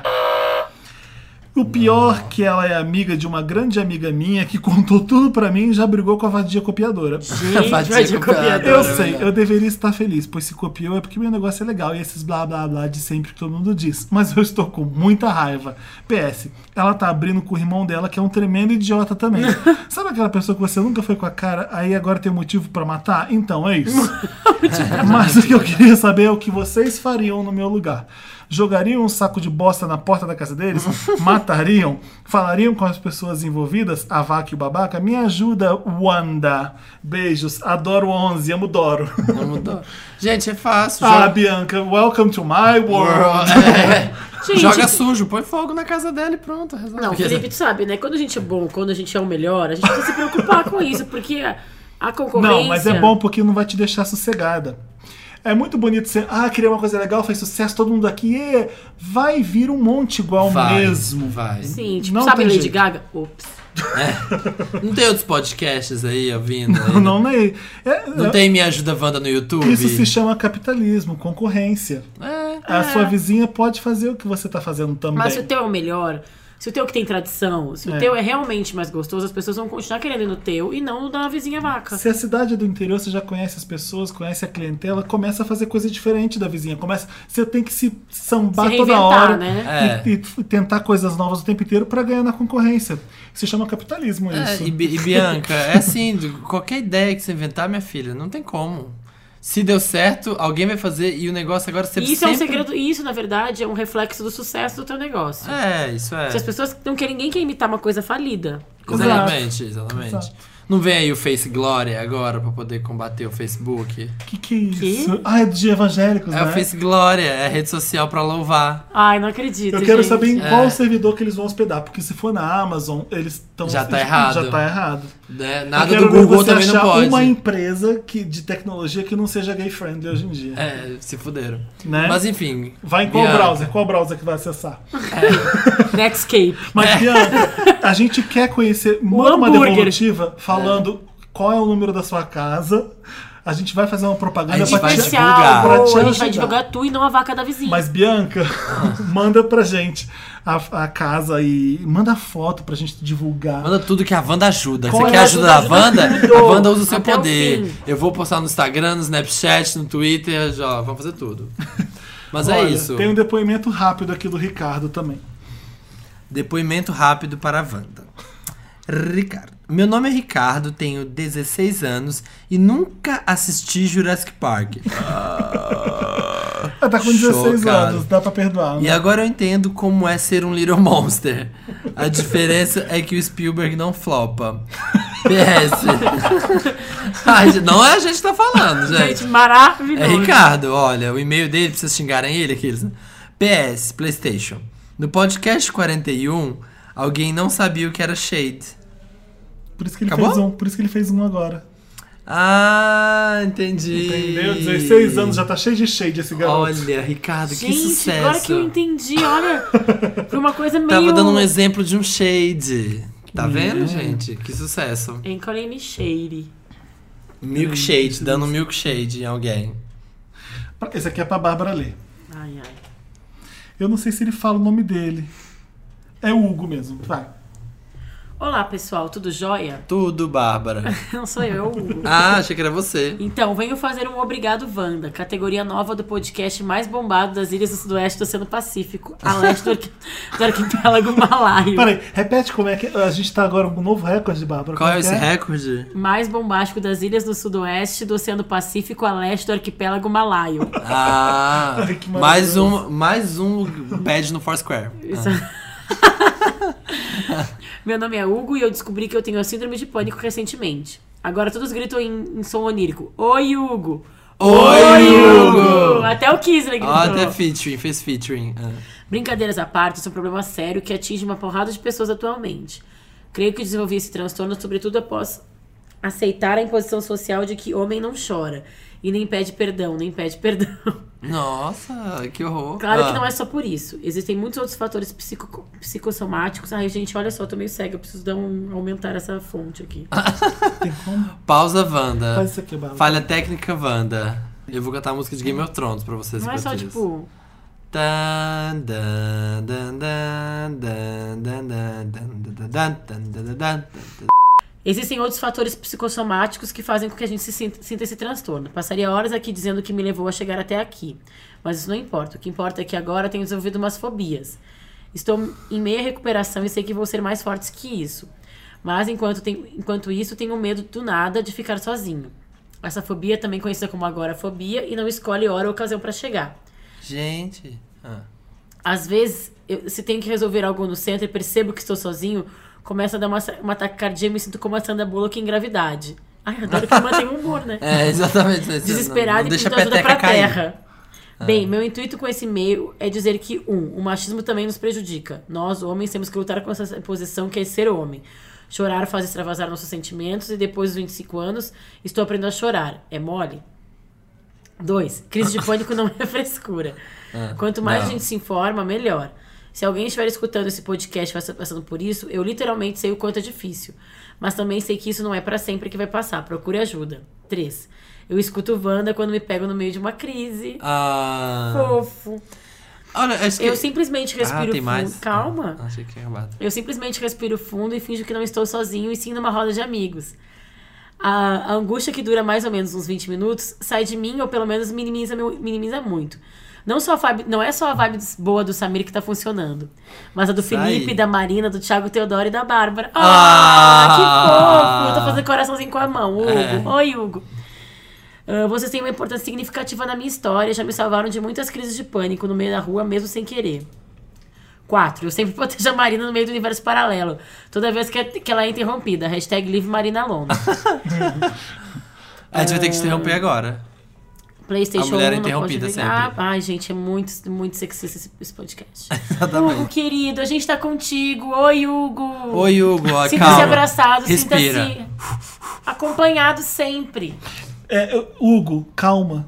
Speaker 1: O pior que ela é amiga de uma grande amiga minha que contou tudo pra mim e já brigou com a vadia copiadora. <laughs>
Speaker 3: Gente,
Speaker 2: Fatia
Speaker 3: vai de
Speaker 2: copiadora.
Speaker 3: copiador.
Speaker 1: Eu
Speaker 2: Adoro,
Speaker 1: sei,
Speaker 2: verdade.
Speaker 1: eu deveria estar feliz, pois se copiou é porque meu negócio é legal e esses blá blá blá de sempre que todo mundo diz. Mas eu estou com muita raiva. PS, ela tá abrindo com o irmão dela, que é um tremendo idiota também. Sabe aquela pessoa que você nunca foi com a cara, aí agora tem motivo pra matar? Então é isso. <laughs> Mas o que eu queria saber é o que vocês fariam no meu lugar. Jogariam um saco de bosta na porta da casa deles? Matariam? Falariam com as pessoas envolvidas? A vaca e o babaca? Me ajuda, Wanda. Beijos. Adoro 11. Amo Doro.
Speaker 2: Não mudou. Gente, é fácil.
Speaker 1: ah,
Speaker 2: joga-
Speaker 1: Bianca. Welcome to my world. <laughs>
Speaker 2: É.
Speaker 3: Gente,
Speaker 2: Joga sujo, põe fogo na casa dela e pronto, resolve.
Speaker 3: Não,
Speaker 2: Quer dizer,
Speaker 3: Felipe, tu sabe, né? Quando a gente é bom, quando a gente é o melhor, a gente precisa se preocupar com isso, porque a, a concorrência.
Speaker 1: Não, mas é bom porque não vai te deixar sossegada. É muito bonito ser. Ah, criei uma coisa legal, fez sucesso, todo mundo aqui. É, vai vir um monte igual
Speaker 2: vai,
Speaker 1: mesmo.
Speaker 2: Vai.
Speaker 3: Sim, tipo,
Speaker 1: Não
Speaker 3: sabe
Speaker 1: tem
Speaker 3: Lady
Speaker 1: jeito.
Speaker 3: Gaga? Ops.
Speaker 2: Não tem outros podcasts aí ouvindo? aí?
Speaker 1: <laughs> Não, não é. é-
Speaker 2: Não tem Me Ajuda Wanda no YouTube?
Speaker 1: Isso se chama capitalismo, concorrência.
Speaker 2: É.
Speaker 1: A sua vizinha pode fazer o que você tá fazendo também.
Speaker 3: Mas se o teu é o melhor, se o teu é o que tem tradição, se o
Speaker 1: É.
Speaker 3: teu é realmente mais gostoso, as pessoas vão continuar querendo ir no teu e não no da vizinha vaca.
Speaker 1: Se a cidade é do interior, você já conhece as pessoas, conhece a clientela, começa a fazer coisa diferente da vizinha. Começa, você tem que se sambar
Speaker 3: Se
Speaker 1: toda
Speaker 3: reinventar,
Speaker 1: hora
Speaker 2: É,
Speaker 3: né?
Speaker 1: e, e tentar coisas novas o tempo inteiro pra ganhar na concorrência. Se chama capitalismo
Speaker 2: É,
Speaker 1: isso.
Speaker 2: e, Bi- e Bianca, é assim, de- qualquer ideia que você inventar, minha filha, não tem como. Se deu certo, alguém vai fazer e o negócio agora você
Speaker 3: E isso é um
Speaker 2: sempre...
Speaker 3: segredo, e isso, na verdade, é um reflexo do sucesso do teu negócio.
Speaker 2: É, isso é.
Speaker 3: Se as pessoas não querem, ninguém quer imitar uma coisa falida.
Speaker 1: Exato.
Speaker 2: Exatamente, exatamente.
Speaker 1: Exato.
Speaker 2: Não vem aí o Face Glória agora pra poder combater o Facebook?
Speaker 1: Que que é isso? Ah, é de evangélicos,
Speaker 2: É
Speaker 1: né?
Speaker 2: o Face Glória, é a rede social pra louvar.
Speaker 3: Ai, não acredito.
Speaker 1: Eu quero
Speaker 3: gente.
Speaker 1: saber em
Speaker 2: É.
Speaker 1: qual servidor que eles vão hospedar, porque se for na Amazon, eles estão
Speaker 2: Já tá errado.
Speaker 1: Já tá errado.
Speaker 2: né?
Speaker 1: Eu
Speaker 2: Nada
Speaker 1: quero
Speaker 2: do
Speaker 1: ver
Speaker 2: Google
Speaker 1: você
Speaker 2: também não
Speaker 1: achar
Speaker 2: pode.
Speaker 1: uma empresa que, de tecnologia que não seja gay friendly hoje em dia.
Speaker 2: É, se fuderam.
Speaker 1: Né?
Speaker 2: Mas enfim.
Speaker 1: Vai em qual
Speaker 2: Bianca.
Speaker 1: browser? Qual browser que vai acessar?
Speaker 3: Netscape.
Speaker 2: É.
Speaker 1: Mas, Bianca, a gente
Speaker 2: <laughs>
Speaker 1: quer conhecer muito uma
Speaker 3: hambúrguer.
Speaker 1: devolutiva falando qual é o número da sua casa. A gente vai fazer uma propaganda
Speaker 2: A gente
Speaker 1: pra
Speaker 2: vai
Speaker 1: te-
Speaker 2: divulgar.
Speaker 3: Especial.
Speaker 1: pra
Speaker 3: ou
Speaker 1: te
Speaker 3: A gente vai
Speaker 1: ajudar.
Speaker 3: divulgar tu e não a vaca da vizinha.
Speaker 1: Mas, Bianca,
Speaker 2: Ah.
Speaker 1: <laughs> manda pra gente a, a casa e manda foto pra gente divulgar.
Speaker 2: Manda tudo que a Wanda ajuda.
Speaker 1: Qual
Speaker 2: Você
Speaker 1: é
Speaker 2: quer
Speaker 1: a
Speaker 2: ajuda da
Speaker 3: ajuda?
Speaker 2: Wanda?
Speaker 3: Tudo.
Speaker 2: A Wanda usa o seu
Speaker 3: Até o
Speaker 2: poder.
Speaker 3: fim.
Speaker 2: Eu vou postar no Instagram, no Snapchat, no Twitter, já, vamos fazer tudo. Mas é
Speaker 1: Olha,
Speaker 2: isso.
Speaker 1: Tem um depoimento rápido aqui do Ricardo também.
Speaker 2: Depoimento rápido para a Wanda. Ricardo. Meu nome é Ricardo, tenho 16 anos e nunca assisti Jurassic Park.
Speaker 1: Ah, tá com 16
Speaker 2: Chocado.
Speaker 1: anos, dá pra perdoar.
Speaker 2: E
Speaker 1: Né?
Speaker 2: agora eu entendo como é ser um Little Monster. A diferença é que o Spielberg não flopa. PS. <laughs> Ai, gente, não é a gente que tá falando,
Speaker 3: Gente,
Speaker 2: gente. É
Speaker 3: maravilhoso.
Speaker 2: Ricardo, olha, o e-mail dele, pra vocês xingarem ele, aqueles. né? PS, PlayStation. No podcast 41, alguém não sabia o que era Shade.
Speaker 1: Por isso que ele
Speaker 2: Acabou?
Speaker 1: fez um, por isso que ele fez um agora.
Speaker 2: Ah, entendi.
Speaker 1: Entendeu? 16 anos, já tá cheio de shade esse garoto.
Speaker 2: Olha, Ricardo, que
Speaker 3: Gente,
Speaker 2: sucesso.
Speaker 3: agora que eu entendi, olha. Foi uma coisa
Speaker 2: <laughs>
Speaker 3: meio.
Speaker 2: Tava dando um exemplo de um shade. Tá vendo,
Speaker 1: Hum.
Speaker 2: gente? Que sucesso.
Speaker 3: Encolene Shady.
Speaker 2: Milkshade, dando um milkshade em alguém.
Speaker 1: Pra- Esse aqui é pra Bárbara ler.
Speaker 3: Ai, ai.
Speaker 1: Eu não sei se ele fala o nome dele. É o Hugo mesmo, vai.
Speaker 3: Olá, pessoal, tudo jóia? <laughs>
Speaker 2: Tudo, Bárbara.
Speaker 3: Não sou eu, é o Hugo.
Speaker 2: Ah, achei que era
Speaker 1: <laughs>
Speaker 2: você.
Speaker 3: Então, venho fazer um Obrigado Wanda, categoria nova do podcast mais bombado das ilhas do sudoeste do Oceano Pacífico, a leste do, arqui- do arquipélago malaio.
Speaker 1: Peraí, repete como é que. A gente tá agora com um novo recorde, Bárbara.
Speaker 2: Qual
Speaker 1: Como
Speaker 2: é esse
Speaker 1: que
Speaker 2: recorde?
Speaker 3: Mais bombástico das ilhas do sudoeste do Oceano Pacífico, a leste do arquipélago malaio.
Speaker 2: Ah,
Speaker 1: Ai, que
Speaker 2: mais um, mais um badge no Foursquare. Ah.
Speaker 3: Isso. é Meu nome é Hugo e eu descobri que eu tenho a síndrome de pânico recentemente. Agora todos gritam em, em som onírico. Oi, Hugo!
Speaker 2: Oi, Hugo!
Speaker 3: Até o Kisler gritou.
Speaker 2: Ah, até featuring, fez featuring. Ah.
Speaker 3: Brincadeiras à parte, isso é um problema sério que atinge uma porrada de pessoas atualmente. Creio que desenvolvi esse transtorno, sobretudo após aceitar a imposição social de que homem não chora. E nem pede perdão, nem pede perdão. <laughs>
Speaker 2: Nossa, que horror.
Speaker 3: Claro que
Speaker 2: Ah.
Speaker 3: não é só por isso. Existem muitos outros fatores psico- psicossomáticos. Ai, gente, olha só, eu tô meio cega. Eu preciso dar um, aumentar essa fonte aqui.
Speaker 2: Ah,
Speaker 1: Tem como?
Speaker 2: Pausa, Wanda.
Speaker 1: Faz isso aqui, Bárbara.
Speaker 2: Falha técnica Wanda. Eu vou cantar a música de Game of Thrones pra vocês.
Speaker 3: não é só,
Speaker 2: enquanto isso.
Speaker 3: tipo...
Speaker 2: Tan, dan, dan, dan, dan, dan, dan, dan, dan, dan, dan, dan, dan, dan.
Speaker 3: Existem outros fatores psicossomáticos que fazem com que a gente se sinta, sinta esse transtorno. Passaria horas aqui dizendo o que me levou a chegar até aqui. Mas isso não importa. O que importa é que agora tenho desenvolvido umas fobias. Estou em meia recuperação e sei que vou ser mais forte que isso. Mas enquanto, tenho- enquanto isso, tenho medo do nada de ficar sozinho. Essa fobia é também conhecida como agorafobia e não escolhe hora ou ocasião para chegar.
Speaker 2: Gente. Ah.
Speaker 3: Às vezes, eu- se tenho que resolver algo no centro e percebo que estou sozinho, começa a dar uma, sa- uma taquicardia e me sinto como a Sandra Bullock em gravidade. Ai, adoro que mantém o humor,
Speaker 2: <laughs>
Speaker 3: né?
Speaker 2: É, exatamente. né? Você não-
Speaker 3: Desesperado
Speaker 2: não
Speaker 3: e
Speaker 2: deixa
Speaker 3: pedindo
Speaker 2: a
Speaker 3: ajuda
Speaker 2: peteca
Speaker 3: pra
Speaker 2: cair. Ah.
Speaker 3: terra. Bem, meu intuito com esse e-mail é dizer que, um, o machismo também nos prejudica. Nós, homens, temos que lutar contra essa posição que é ser homem. Chorar faz extravasar nossos sentimentos e depois dos 25 anos, estou aprendendo a chorar. É mole? 2. Crise de pânico não é <laughs> frescura. Quanto mais
Speaker 2: Ah, não.
Speaker 3: a gente se informa, melhor. Se alguém estiver escutando esse podcast passa- passando por isso, eu literalmente sei o quanto é difícil. Mas também sei que isso não é pra sempre que vai passar. Procure ajuda. 3. Eu escuto Wanda quando me pego no meio de uma crise.
Speaker 2: Ah.
Speaker 3: Fofo.
Speaker 2: Olha, acho que.
Speaker 3: Eu simplesmente
Speaker 2: ah,
Speaker 3: respiro
Speaker 2: tem
Speaker 3: fundo.
Speaker 2: mais.
Speaker 3: Calma.
Speaker 2: Ah, achei que tinha acabado.
Speaker 3: Eu simplesmente respiro fundo e finjo que não estou sozinho e sim numa roda de amigos. A, a angústia que dura mais ou menos uns 20 minutos sai de mim ou pelo menos minimiza, meu- minimiza muito. Não, só a vibe, não é só a vibe boa do Samir que tá funcionando, mas a do
Speaker 2: Isso aí.
Speaker 3: Felipe, da Marina, do Thiago Teodoro e da Bárbara.
Speaker 2: Ah!
Speaker 3: Ah, que fofo! Eu tô fazendo coraçãozinho com a mão. Hugo.
Speaker 2: É.
Speaker 3: Oi, Hugo. Ah, vocês têm uma importância significativa na minha história. Já me salvaram de muitas crises de pânico no meio da rua, mesmo sem querer. Quatro, eu sempre <laughs> protejo a Marina no meio do universo paralelo. Toda vez que, que ela é interrompida. Hashtag Live
Speaker 2: <laughs>
Speaker 3: Marina Londres.
Speaker 2: A gente vai ter que se
Speaker 3: Ah.
Speaker 2: interromper agora.
Speaker 3: Playstation
Speaker 2: A mulher é
Speaker 3: 1 não pode
Speaker 2: interrompida
Speaker 3: ligar.
Speaker 2: sempre.
Speaker 3: Ai, gente, é muito, muito sexista esse, esse
Speaker 2: <laughs>
Speaker 3: podcast. Hugo,
Speaker 2: Exatamente.
Speaker 3: querido, a gente tá contigo. Oi, Hugo.
Speaker 2: Oi, Hugo, ó,
Speaker 3: Sinta-se
Speaker 2: calma.
Speaker 3: abraçado,
Speaker 2: Respira.
Speaker 3: sinta-se acompanhado sempre.
Speaker 1: É, eu- Hugo, calma.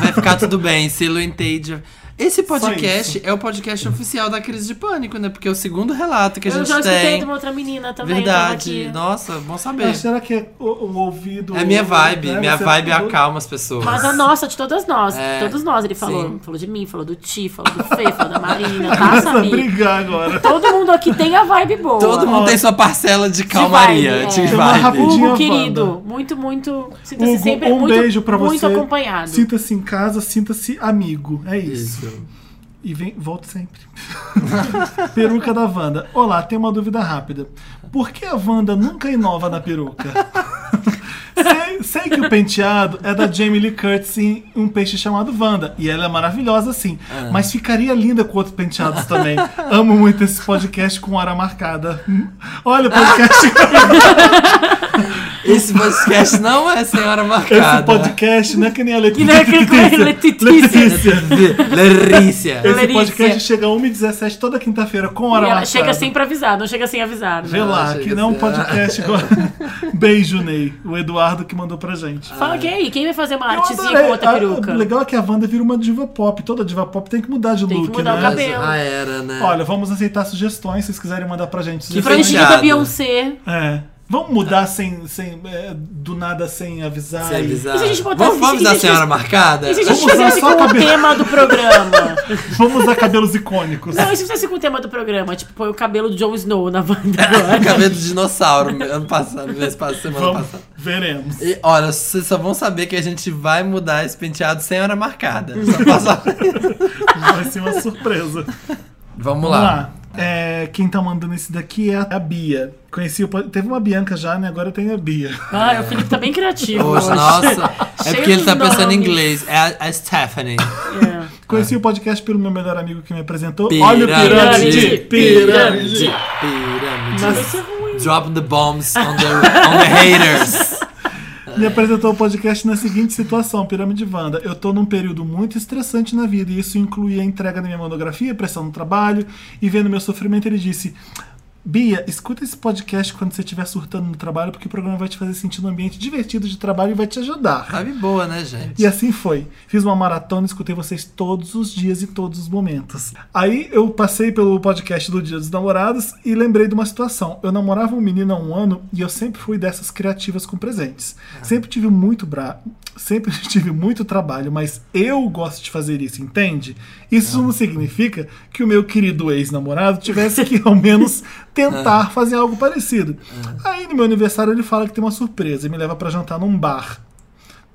Speaker 2: Vai ficar tudo bem, selo Entage. Esse podcast
Speaker 1: isso.
Speaker 2: é o podcast oficial da crise de pânico, né? Porque é o segundo relato que a
Speaker 3: Eu
Speaker 2: gente
Speaker 3: já escutei
Speaker 2: tem.
Speaker 3: de uma outra menina também.
Speaker 2: Verdade.
Speaker 3: tava aqui.
Speaker 2: Nossa, bom saber.
Speaker 1: Mas será que é o, o ouvido.
Speaker 2: É minha vibe,
Speaker 1: né?
Speaker 2: minha
Speaker 1: Você-
Speaker 2: vibe é acalma as pessoas.
Speaker 3: Mas a nossa, de todas nós, de
Speaker 2: É,
Speaker 3: todos nós, ele falou.
Speaker 2: sim.
Speaker 3: Falou de mim, falou do Ti, falou do Fê, falou da Marina, tá,
Speaker 1: Começa a
Speaker 3: Samir?
Speaker 1: brigar agora.
Speaker 3: Todo mundo aqui tem a vibe boa.
Speaker 2: Todo mundo tem sua parcela de calmaria,
Speaker 3: vibe,
Speaker 2: de
Speaker 3: é.
Speaker 1: Tem uma
Speaker 2: vibe.
Speaker 1: rapidinha
Speaker 3: Hugo,
Speaker 1: Wanda.
Speaker 3: querido, muito, muito. Sinta-se
Speaker 1: Hugo,
Speaker 3: sempre
Speaker 1: um
Speaker 3: muito,
Speaker 1: beijo pra
Speaker 3: muito
Speaker 1: você.
Speaker 3: acompanhado.
Speaker 1: Sinta-se em casa, sinta-se amigo. É
Speaker 2: Isso.
Speaker 1: isso. E vem, volto sempre. <laughs> peruca da Wanda. Olá, tem uma dúvida rápida. Por que a Wanda nunca inova na peruca? <laughs> sei, sei que o penteado é da Jamie Lee Curtis em Um Peixe Chamado Wanda. E ela é maravilhosa, sim.
Speaker 3: Ah.
Speaker 1: Mas ficaria linda com outros penteados também. Amo muito esse podcast com hora marcada. Hum. Olha o
Speaker 3: <laughs>
Speaker 1: podcast.
Speaker 2: Esse podcast não é senhora
Speaker 1: esse
Speaker 2: marcada.
Speaker 1: podcast não é que nem a
Speaker 3: E
Speaker 1: Letícia.
Speaker 3: não é aquele que é Letícia.
Speaker 2: Lerícia.
Speaker 1: Esse
Speaker 3: Letícia.
Speaker 1: podcast chega a 1h17 toda quinta-feira com
Speaker 3: E
Speaker 1: hora
Speaker 3: ela
Speaker 1: marcada.
Speaker 3: chega assim, sempre avisada, não chega sem avisar. né?
Speaker 1: Vê lá,
Speaker 2: chega
Speaker 1: que não é um
Speaker 2: assim, ah.
Speaker 1: podcast igual. <laughs> Beijo, Ney. O Eduardo que mandou pra gente.
Speaker 3: Fala que aí, quem vai fazer uma
Speaker 1: Eu
Speaker 3: artezinha
Speaker 1: adorei.
Speaker 3: Ah, com outra
Speaker 1: Ah,
Speaker 3: peruca?
Speaker 1: O legal é que a Wanda vira uma diva pop. Toda diva pop tem que mudar de
Speaker 3: Tem que
Speaker 1: look,
Speaker 3: mudar o
Speaker 1: né?
Speaker 3: cabelo.
Speaker 2: Ah, era, né?
Speaker 1: Olha, vamos aceitar sugestões, se vocês quiserem mandar pra gente. sugestões.
Speaker 3: Franjinha da
Speaker 2: penteado.
Speaker 3: Beyoncé.
Speaker 1: É. Vamos mudar sem, sem, é, do nada sem avisar.
Speaker 2: Sem
Speaker 1: e-
Speaker 2: avisar.
Speaker 3: E se a gente botar-
Speaker 2: é vamos
Speaker 1: assim,
Speaker 3: e
Speaker 2: vamos
Speaker 3: se- e se
Speaker 2: dar
Speaker 3: a gente-
Speaker 2: senhora marcada?
Speaker 3: E se a
Speaker 2: <laughs>
Speaker 3: gente
Speaker 1: Vamos
Speaker 3: fizesse
Speaker 1: usar só
Speaker 3: com o
Speaker 1: cabelo.
Speaker 3: tema do programa?
Speaker 1: Vamos usar cabelos icônicos.
Speaker 3: <laughs> Não, e se fizesse com o tema do programa? Tipo, põe o cabelo do Jon Snow na
Speaker 2: <laughs>
Speaker 3: banda agora.
Speaker 2: Cabelo de dinossauro, ano passado, mês passado, semana
Speaker 1: Vamos,
Speaker 2: passada.
Speaker 1: veremos.
Speaker 2: E olha, vocês só vão saber que a gente vai mudar esse penteado sem hora marcada.
Speaker 1: <laughs>
Speaker 2: Só passa-
Speaker 1: Vai ser uma surpresa.
Speaker 2: Vamos
Speaker 1: Vamos
Speaker 2: lá.
Speaker 1: lá. É, quem tá mandando esse daqui é a Bia. Conheci o. pod- Teve uma Bianca já, né? Agora tem a Bia.
Speaker 3: Ah, o Felipe tá bem criativo
Speaker 2: Hoje,
Speaker 3: hoje.
Speaker 2: nossa. É
Speaker 3: Cheio
Speaker 2: porque ele tá
Speaker 3: dos
Speaker 2: pensando em
Speaker 3: nomes.
Speaker 2: inglês. É a, a Stephanie.
Speaker 3: É.
Speaker 1: Conheci o podcast pelo meu melhor amigo que me apresentou. Olha o
Speaker 2: Pirâmide,
Speaker 1: pirâmide!
Speaker 2: pirâmide,
Speaker 1: Pirâmide!
Speaker 2: pirâmide.
Speaker 3: Isso é ruim.
Speaker 2: Drop the bombs on the, on the haters.
Speaker 1: Me apresentou o podcast na seguinte situação, Pirâmide Wanda. Eu tô num período muito estressante na vida, e isso incluía a entrega da minha monografia, pressão no trabalho, e vendo meu sofrimento, ele disse. Bia, escuta esse podcast quando você estiver surtando no trabalho, porque o programa vai te fazer sentir um ambiente divertido de trabalho e vai te ajudar.
Speaker 2: Sabe boa, né, gente?
Speaker 1: E assim foi. Fiz uma maratona, escutei vocês todos os dias e todos os momentos. Aí eu passei pelo podcast do Dia dos Namorados e lembrei de uma situação. Eu namorava um menino há um ano e eu sempre fui dessas criativas com presentes. Sempre tive muito bra... sempre <laughs> tive muito trabalho, mas eu gosto de fazer isso, entende? Isso não significa que o meu querido ex-namorado tivesse que ao menos tentar fazer algo parecido. Aí no meu aniversário ele fala que tem uma surpresa e me leva pra jantar num bar.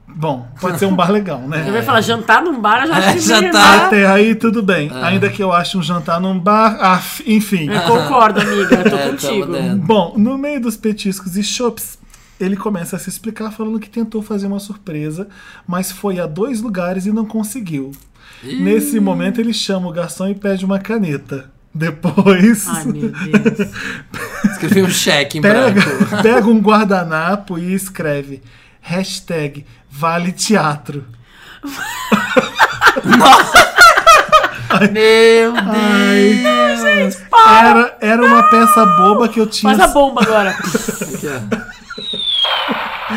Speaker 1: Bom, pode ser um bar legal,
Speaker 3: Ele vai
Speaker 1: né?
Speaker 3: falar, jantar num bar, eu já
Speaker 2: É,
Speaker 3: acho
Speaker 2: <laughs>
Speaker 3: que
Speaker 2: jantar.
Speaker 3: jantar.
Speaker 1: Até aí tudo bem. Ainda que eu ache um jantar num bar, ah, enfim.
Speaker 3: É Concordo, amiga, eu
Speaker 2: <laughs>
Speaker 3: tô
Speaker 2: É, tamo
Speaker 3: contigo.
Speaker 2: dentro.
Speaker 1: Bom, no meio dos petiscos e chopps, ele começa a se explicar falando que tentou fazer uma surpresa, mas foi a dois lugares e não conseguiu. Nesse momento ele chama o garçom e pede uma caneta. Depois <laughs>
Speaker 3: Ai, meu Deus.
Speaker 2: Escrevi um cheque em branco.
Speaker 1: pega, pega um guardanapo e escreve hashtag Vale Teatro.
Speaker 2: Meu Deus.
Speaker 1: Ai, era, era uma peça boba que eu tinha.
Speaker 3: Faz a bomba
Speaker 2: <laughs>
Speaker 3: agora.
Speaker 2: Aqui, ó.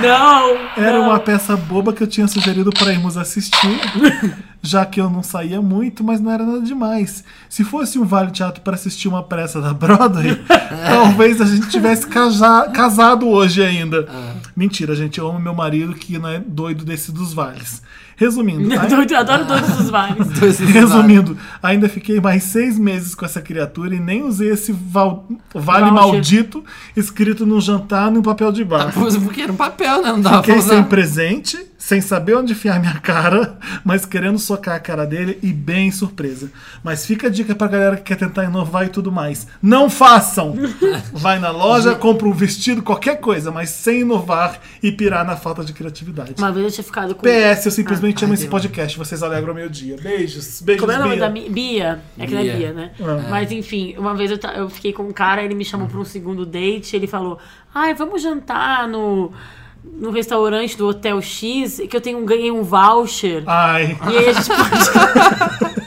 Speaker 3: Não!
Speaker 1: Era
Speaker 3: não.
Speaker 1: uma peça boba que eu tinha sugerido para irmos
Speaker 3: <laughs>
Speaker 1: assistir, já que eu não saía muito, mas não era nada demais. Se fosse um vale teatro para assistir uma peça da Broadway,
Speaker 3: <laughs>
Speaker 1: <laughs> talvez a gente tivesse casa- casado hoje ainda.
Speaker 3: Ah.
Speaker 1: Mentira, gente, eu amo meu marido que não é doido desse dos vales. Resumindo, ai-
Speaker 3: é Doido, <laughs> eu adoro todos os vales.
Speaker 2: Dois
Speaker 1: Resumindo, ainda fiquei mais seis meses com essa criatura e nem usei esse val- vale
Speaker 3: Voucher.
Speaker 1: maldito escrito num jantar num papel de bar.
Speaker 3: <laughs>
Speaker 2: Pus porque era um papel, né? Não dava pra
Speaker 1: Fiquei sem
Speaker 2: usar.
Speaker 1: presente, sem saber onde enfiar minha cara, <laughs> mas querendo socar a cara dele e bem surpresa. Mas fica a dica pra galera que quer tentar inovar e tudo mais. Não façam! Vai na loja, compra um vestido, qualquer coisa, mas sem inovar e pirar na falta de criatividade.
Speaker 3: Uma vez eu tinha ficado com.
Speaker 1: PS, eu simplesmente amo
Speaker 2: ai,
Speaker 1: esse
Speaker 2: Deus.
Speaker 1: podcast. Vocês alegram meu dia. Beijos, beijos,
Speaker 3: Ah, Como é o nome
Speaker 1: Bia.
Speaker 3: da Mi- Bia? É que não é
Speaker 2: Bia.
Speaker 3: Bia, né?
Speaker 1: É.
Speaker 3: Mas enfim, uma vez eu, ta- eu fiquei com um cara, ele me chamou pra um segundo date, ele falou: Ai, vamos jantar no, no restaurante do Hotel X, que eu tenho, ganhei um voucher.
Speaker 1: Ah. Ai,
Speaker 3: E aí a gente pode.
Speaker 1: <laughs>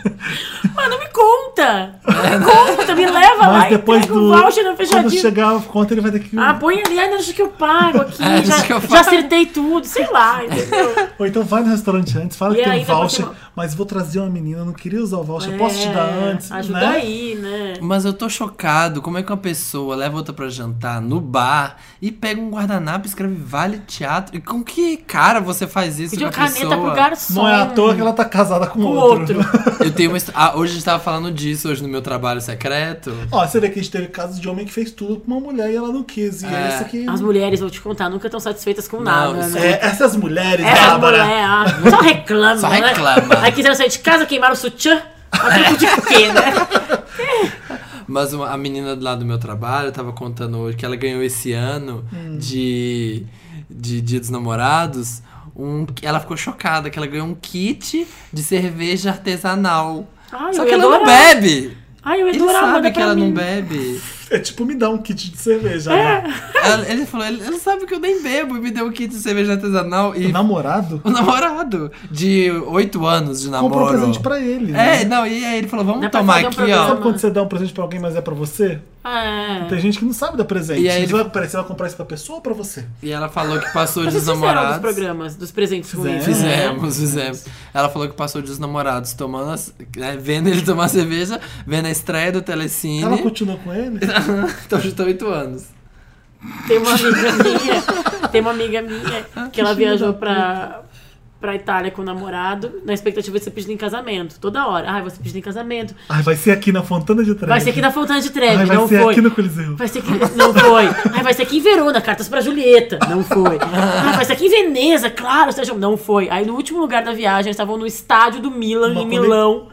Speaker 3: Mano, me conta!
Speaker 2: É, né?
Speaker 3: Me conta, me leva lá
Speaker 1: mas
Speaker 3: e
Speaker 1: depois
Speaker 3: pega
Speaker 1: do...
Speaker 3: o voucher na
Speaker 1: Quando
Speaker 3: fechadinha.
Speaker 1: chegar a conta, ele vai ter que...
Speaker 3: Ah, põe ali, ainda acho que eu pago aqui.
Speaker 2: É,
Speaker 3: já,
Speaker 2: acho que eu
Speaker 3: já
Speaker 2: pago.
Speaker 3: acertei tudo, sei lá, entendeu?
Speaker 1: Ou então vai no restaurante antes, fala
Speaker 3: E
Speaker 1: que tem um
Speaker 3: ainda
Speaker 1: voucher,
Speaker 3: porque-
Speaker 1: mas vou trazer uma menina, eu não queria usar o voucher, posso te dar
Speaker 3: É,
Speaker 1: antes,
Speaker 3: Ajuda
Speaker 1: né?
Speaker 3: aí, né?
Speaker 2: Mas eu tô chocado. Como é que uma pessoa leva outra pra jantar no bar e pega um guardanapo e escreve Vale Teatro? E com que cara você faz isso
Speaker 3: Pediu
Speaker 2: com a
Speaker 3: caneta
Speaker 2: pessoa?
Speaker 3: pro garçom.
Speaker 1: Não é à toa que ela tá casada com,
Speaker 3: um com
Speaker 1: outro.
Speaker 3: outro.
Speaker 2: Eu tenho uma histó- ah, hoje a gente tava falando disso, hoje no meu trabalho secreto.
Speaker 1: <laughs> Ó, você vê que a gente teve casos de homem que fez tudo pra uma mulher e ela não quis. E é,
Speaker 2: É.
Speaker 1: isso que.
Speaker 3: As mulheres, vou te contar, nunca estão satisfeitas com
Speaker 2: Não,
Speaker 3: nada,
Speaker 2: isso né?
Speaker 3: né?
Speaker 1: É, essas mulheres,
Speaker 3: Essa
Speaker 1: Bárbara.
Speaker 3: mulher, ah, só reclama,
Speaker 2: Só
Speaker 3: né?
Speaker 2: reclama. É.
Speaker 3: Aí quiseram sair de casa, queimaram o sutiã. A tempo de quê, né?
Speaker 2: Mas uma- a menina lá do meu trabalho tava contando hoje que ela ganhou esse ano
Speaker 3: Hum.
Speaker 2: de, de Dia dos Namorados. Um, ela ficou chocada que ela ganhou um kit de cerveja artesanal.
Speaker 3: Ai,
Speaker 2: Só
Speaker 3: eu
Speaker 2: que
Speaker 3: ia
Speaker 2: ela não
Speaker 3: adorar.
Speaker 2: bebe.
Speaker 3: Ai, eu ia
Speaker 2: Ele
Speaker 3: adorar, manda
Speaker 2: sabe que
Speaker 3: pra
Speaker 2: ela
Speaker 3: mim.
Speaker 2: não bebe.
Speaker 1: É tipo, me dá um kit de cerveja. né?
Speaker 3: É.
Speaker 2: Ela- ele falou, ele, ele sabe que eu nem bebo e me deu um kit de cerveja artesanal
Speaker 1: O
Speaker 2: e
Speaker 1: namorado
Speaker 2: o namorado de 8 anos de namoro.
Speaker 1: comprou um presente pra ele. né?
Speaker 2: É, não, e aí ele falou, vamos
Speaker 3: Dá pra
Speaker 2: tomar
Speaker 3: fazer um
Speaker 2: aqui,
Speaker 3: programa.
Speaker 2: ó.
Speaker 1: Sabe quando você dá um presente pra alguém, mas é pra você?
Speaker 3: É.
Speaker 1: Tem gente que não sabe dar presente.
Speaker 2: E aí
Speaker 1: você,
Speaker 2: ele-
Speaker 1: vai, peraí, você vai comprar isso pra pessoa ou pra você?
Speaker 2: E ela falou que passou
Speaker 3: Mas
Speaker 2: dos
Speaker 3: vocês fizeram dos
Speaker 2: namorados.
Speaker 3: programas, dos presentes com
Speaker 1: Fizemos.
Speaker 3: isso, né?
Speaker 2: Fizemos, fizemos. Ela falou que passou dos namorados tomando, as- né, vendo ele tomar cerveja, vendo a estreia do Telecine.
Speaker 1: Ela continuou com ele?
Speaker 2: <laughs> então já tá 8 anos.
Speaker 3: Tem uma amiga minha, tem uma amiga
Speaker 2: Ah,
Speaker 3: minha que ela viajou pra, pra Itália com o namorado, na expectativa de ser pedido em casamento. Toda hora. Ai, você pedido em casamento.
Speaker 1: Ai, vai ser aqui na Fontana de Trevi.
Speaker 3: Vai ser aqui na Fontana de Trevi,
Speaker 1: Ai, vai
Speaker 3: não
Speaker 1: ser
Speaker 3: foi.
Speaker 1: aqui no Coliseu.
Speaker 3: Vai ser aqui. Não foi. Ai, vai ser aqui em Verona, cartas pra Julieta. Não foi. Ai, vai ser aqui em Veneza, claro, Sérgio. Não foi. Aí no último lugar da viagem, eles estavam no estádio do Milan,
Speaker 1: Uma
Speaker 3: em
Speaker 1: comi-
Speaker 3: Milão.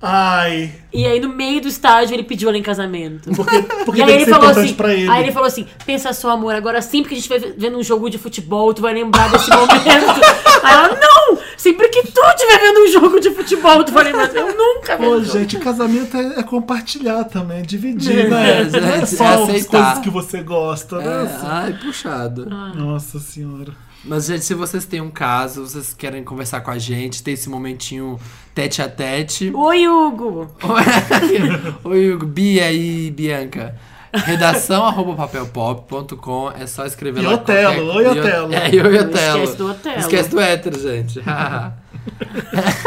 Speaker 1: Ai.
Speaker 3: E aí no meio do estádio ele pediu ela em casamento.
Speaker 1: Porque, porque tem
Speaker 3: e aí
Speaker 1: que
Speaker 3: ele
Speaker 1: ser
Speaker 3: falou
Speaker 1: importante
Speaker 3: assim,
Speaker 1: pra ele.
Speaker 3: aí ele falou assim, pensa só, amor, agora sempre que a gente vai vendo um jogo de futebol, tu vai lembrar desse momento. aí ela, não! Sempre que tu estiver vendo um jogo de futebol, tu vai lembrar. Eu nunca vi.
Speaker 1: Pô,
Speaker 3: um jogo.
Speaker 1: gente, casamento é, é compartilhar também, é dividir, né?
Speaker 2: É,
Speaker 1: Não é
Speaker 2: gente,
Speaker 1: só
Speaker 2: é
Speaker 1: as
Speaker 2: aceitar.
Speaker 1: coisas que você gosta,
Speaker 2: É,
Speaker 1: né?
Speaker 2: ai, puxado.
Speaker 3: Ah.
Speaker 1: Nossa senhora.
Speaker 2: Mas, gente, se vocês têm um caso, vocês querem conversar com a gente, tem esse momentinho tete a
Speaker 1: <laughs>
Speaker 2: tete.
Speaker 3: Oi, Hugo.
Speaker 2: Oi, Hugo, Bia e Bianca. Redação arroba papelpop.com é só escrever
Speaker 1: E
Speaker 2: lá.
Speaker 1: Otelo,
Speaker 2: qualquer-
Speaker 1: oi,
Speaker 2: e o-
Speaker 1: Otelo.
Speaker 2: É, e oi,
Speaker 3: Não
Speaker 2: Otelo.
Speaker 3: esquece do Otelo.
Speaker 2: Esquece do hétero,
Speaker 1: <laughs>
Speaker 2: gente. <laughs>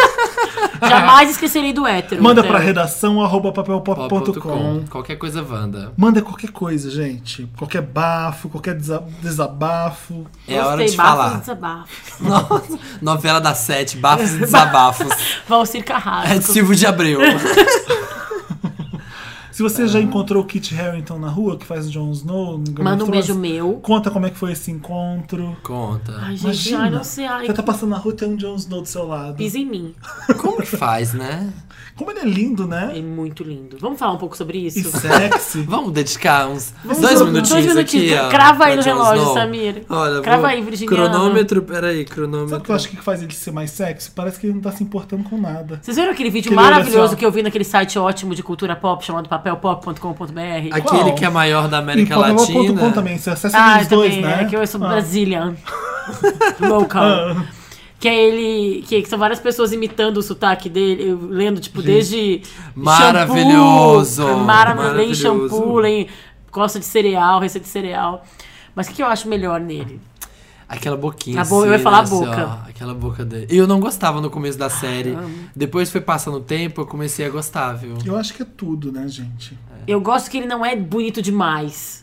Speaker 3: Jamais esquecerei do hétero.
Speaker 1: Manda
Speaker 3: né?
Speaker 1: pra redação arroba
Speaker 2: Pop.com.
Speaker 1: papelpop.com.
Speaker 2: Qualquer coisa, Wanda.
Speaker 1: Manda qualquer coisa, gente. Qualquer bafo, qualquer desa- desabafo.
Speaker 2: É a hora
Speaker 3: Gostei,
Speaker 2: de
Speaker 3: bafos e
Speaker 2: falar.
Speaker 3: <laughs> desabafos.
Speaker 2: Nossa, novela das sete, bafos e
Speaker 3: <laughs>
Speaker 2: desabafos.
Speaker 3: Valcir
Speaker 2: É de
Speaker 3: Carrasco.
Speaker 2: Silvio de Abreu.
Speaker 1: Se você já encontrou o Kit Harington na rua, que faz o Jon Snow, no Game of
Speaker 3: Manda um
Speaker 1: Thrones,
Speaker 3: beijo meu.
Speaker 1: Conta como é que foi esse encontro.
Speaker 2: Conta.
Speaker 3: Ai, gente,
Speaker 1: Imagina.
Speaker 3: ai, não sei. Ai,
Speaker 1: Você tá passando na rua e tem um Jon Snow do seu lado.
Speaker 3: pisa em mim.
Speaker 2: Como que faz, né?
Speaker 1: Como ele é lindo,
Speaker 3: É
Speaker 1: né?
Speaker 3: muito lindo. Vamos falar um pouco sobre
Speaker 1: E
Speaker 3: isso?
Speaker 2: <laughs>
Speaker 1: sexy.
Speaker 2: Vamos dedicar uns
Speaker 3: Vamos
Speaker 2: dois
Speaker 3: jogar.
Speaker 2: minutinhos
Speaker 3: Dois minutinhos.
Speaker 2: aqui, ó.
Speaker 3: Crava aí
Speaker 2: pra
Speaker 3: no
Speaker 2: Jon
Speaker 3: relógio,
Speaker 2: Snow.
Speaker 3: Samir.
Speaker 2: Olha,
Speaker 3: Crava
Speaker 2: vou-
Speaker 3: aí, Virginiana.
Speaker 2: Cronômetro, peraí,
Speaker 1: Sabe o
Speaker 2: cronômetro.
Speaker 1: que eu acho que faz ele ser mais sexy? Parece que ele não tá se importando com nada.
Speaker 3: Vocês viram aquele vídeo
Speaker 1: Aquele olha só.
Speaker 3: maravilhoso que eu vi naquele site ótimo de cultura pop chamado papelpop.com.br?
Speaker 2: Aquele
Speaker 1: Qual?
Speaker 2: que é maior da
Speaker 1: E
Speaker 2: América
Speaker 1: papelpop.com
Speaker 2: Latina.
Speaker 1: também, você acessa
Speaker 3: Ah,
Speaker 1: os dois,
Speaker 3: também,
Speaker 1: né?
Speaker 3: é que eu sou
Speaker 1: Ah. <laughs>
Speaker 3: Brazilian. Local.
Speaker 1: Ah.
Speaker 3: Que é ele. Que, que são várias pessoas imitando o sotaque dele, eu lendo, tipo, desde.
Speaker 2: Maravilhoso,
Speaker 3: shampoo, Maravilhoso.
Speaker 2: maravilhoso.
Speaker 3: shampoo, leem gosta de cereal, receita de cereal. Mas o que, que eu acho melhor nele?
Speaker 2: Aquela boquinha.
Speaker 3: Tá bom, eu
Speaker 2: assim,
Speaker 3: ia falar
Speaker 2: né,
Speaker 3: boca.
Speaker 2: assim, ó, aquela boca dele. E eu não gostava no começo da série. Depois foi passando o tempo, eu comecei a gostar, viu?
Speaker 1: Eu acho que é tudo, né, gente?
Speaker 3: Eu gosto que ele não é bonito demais.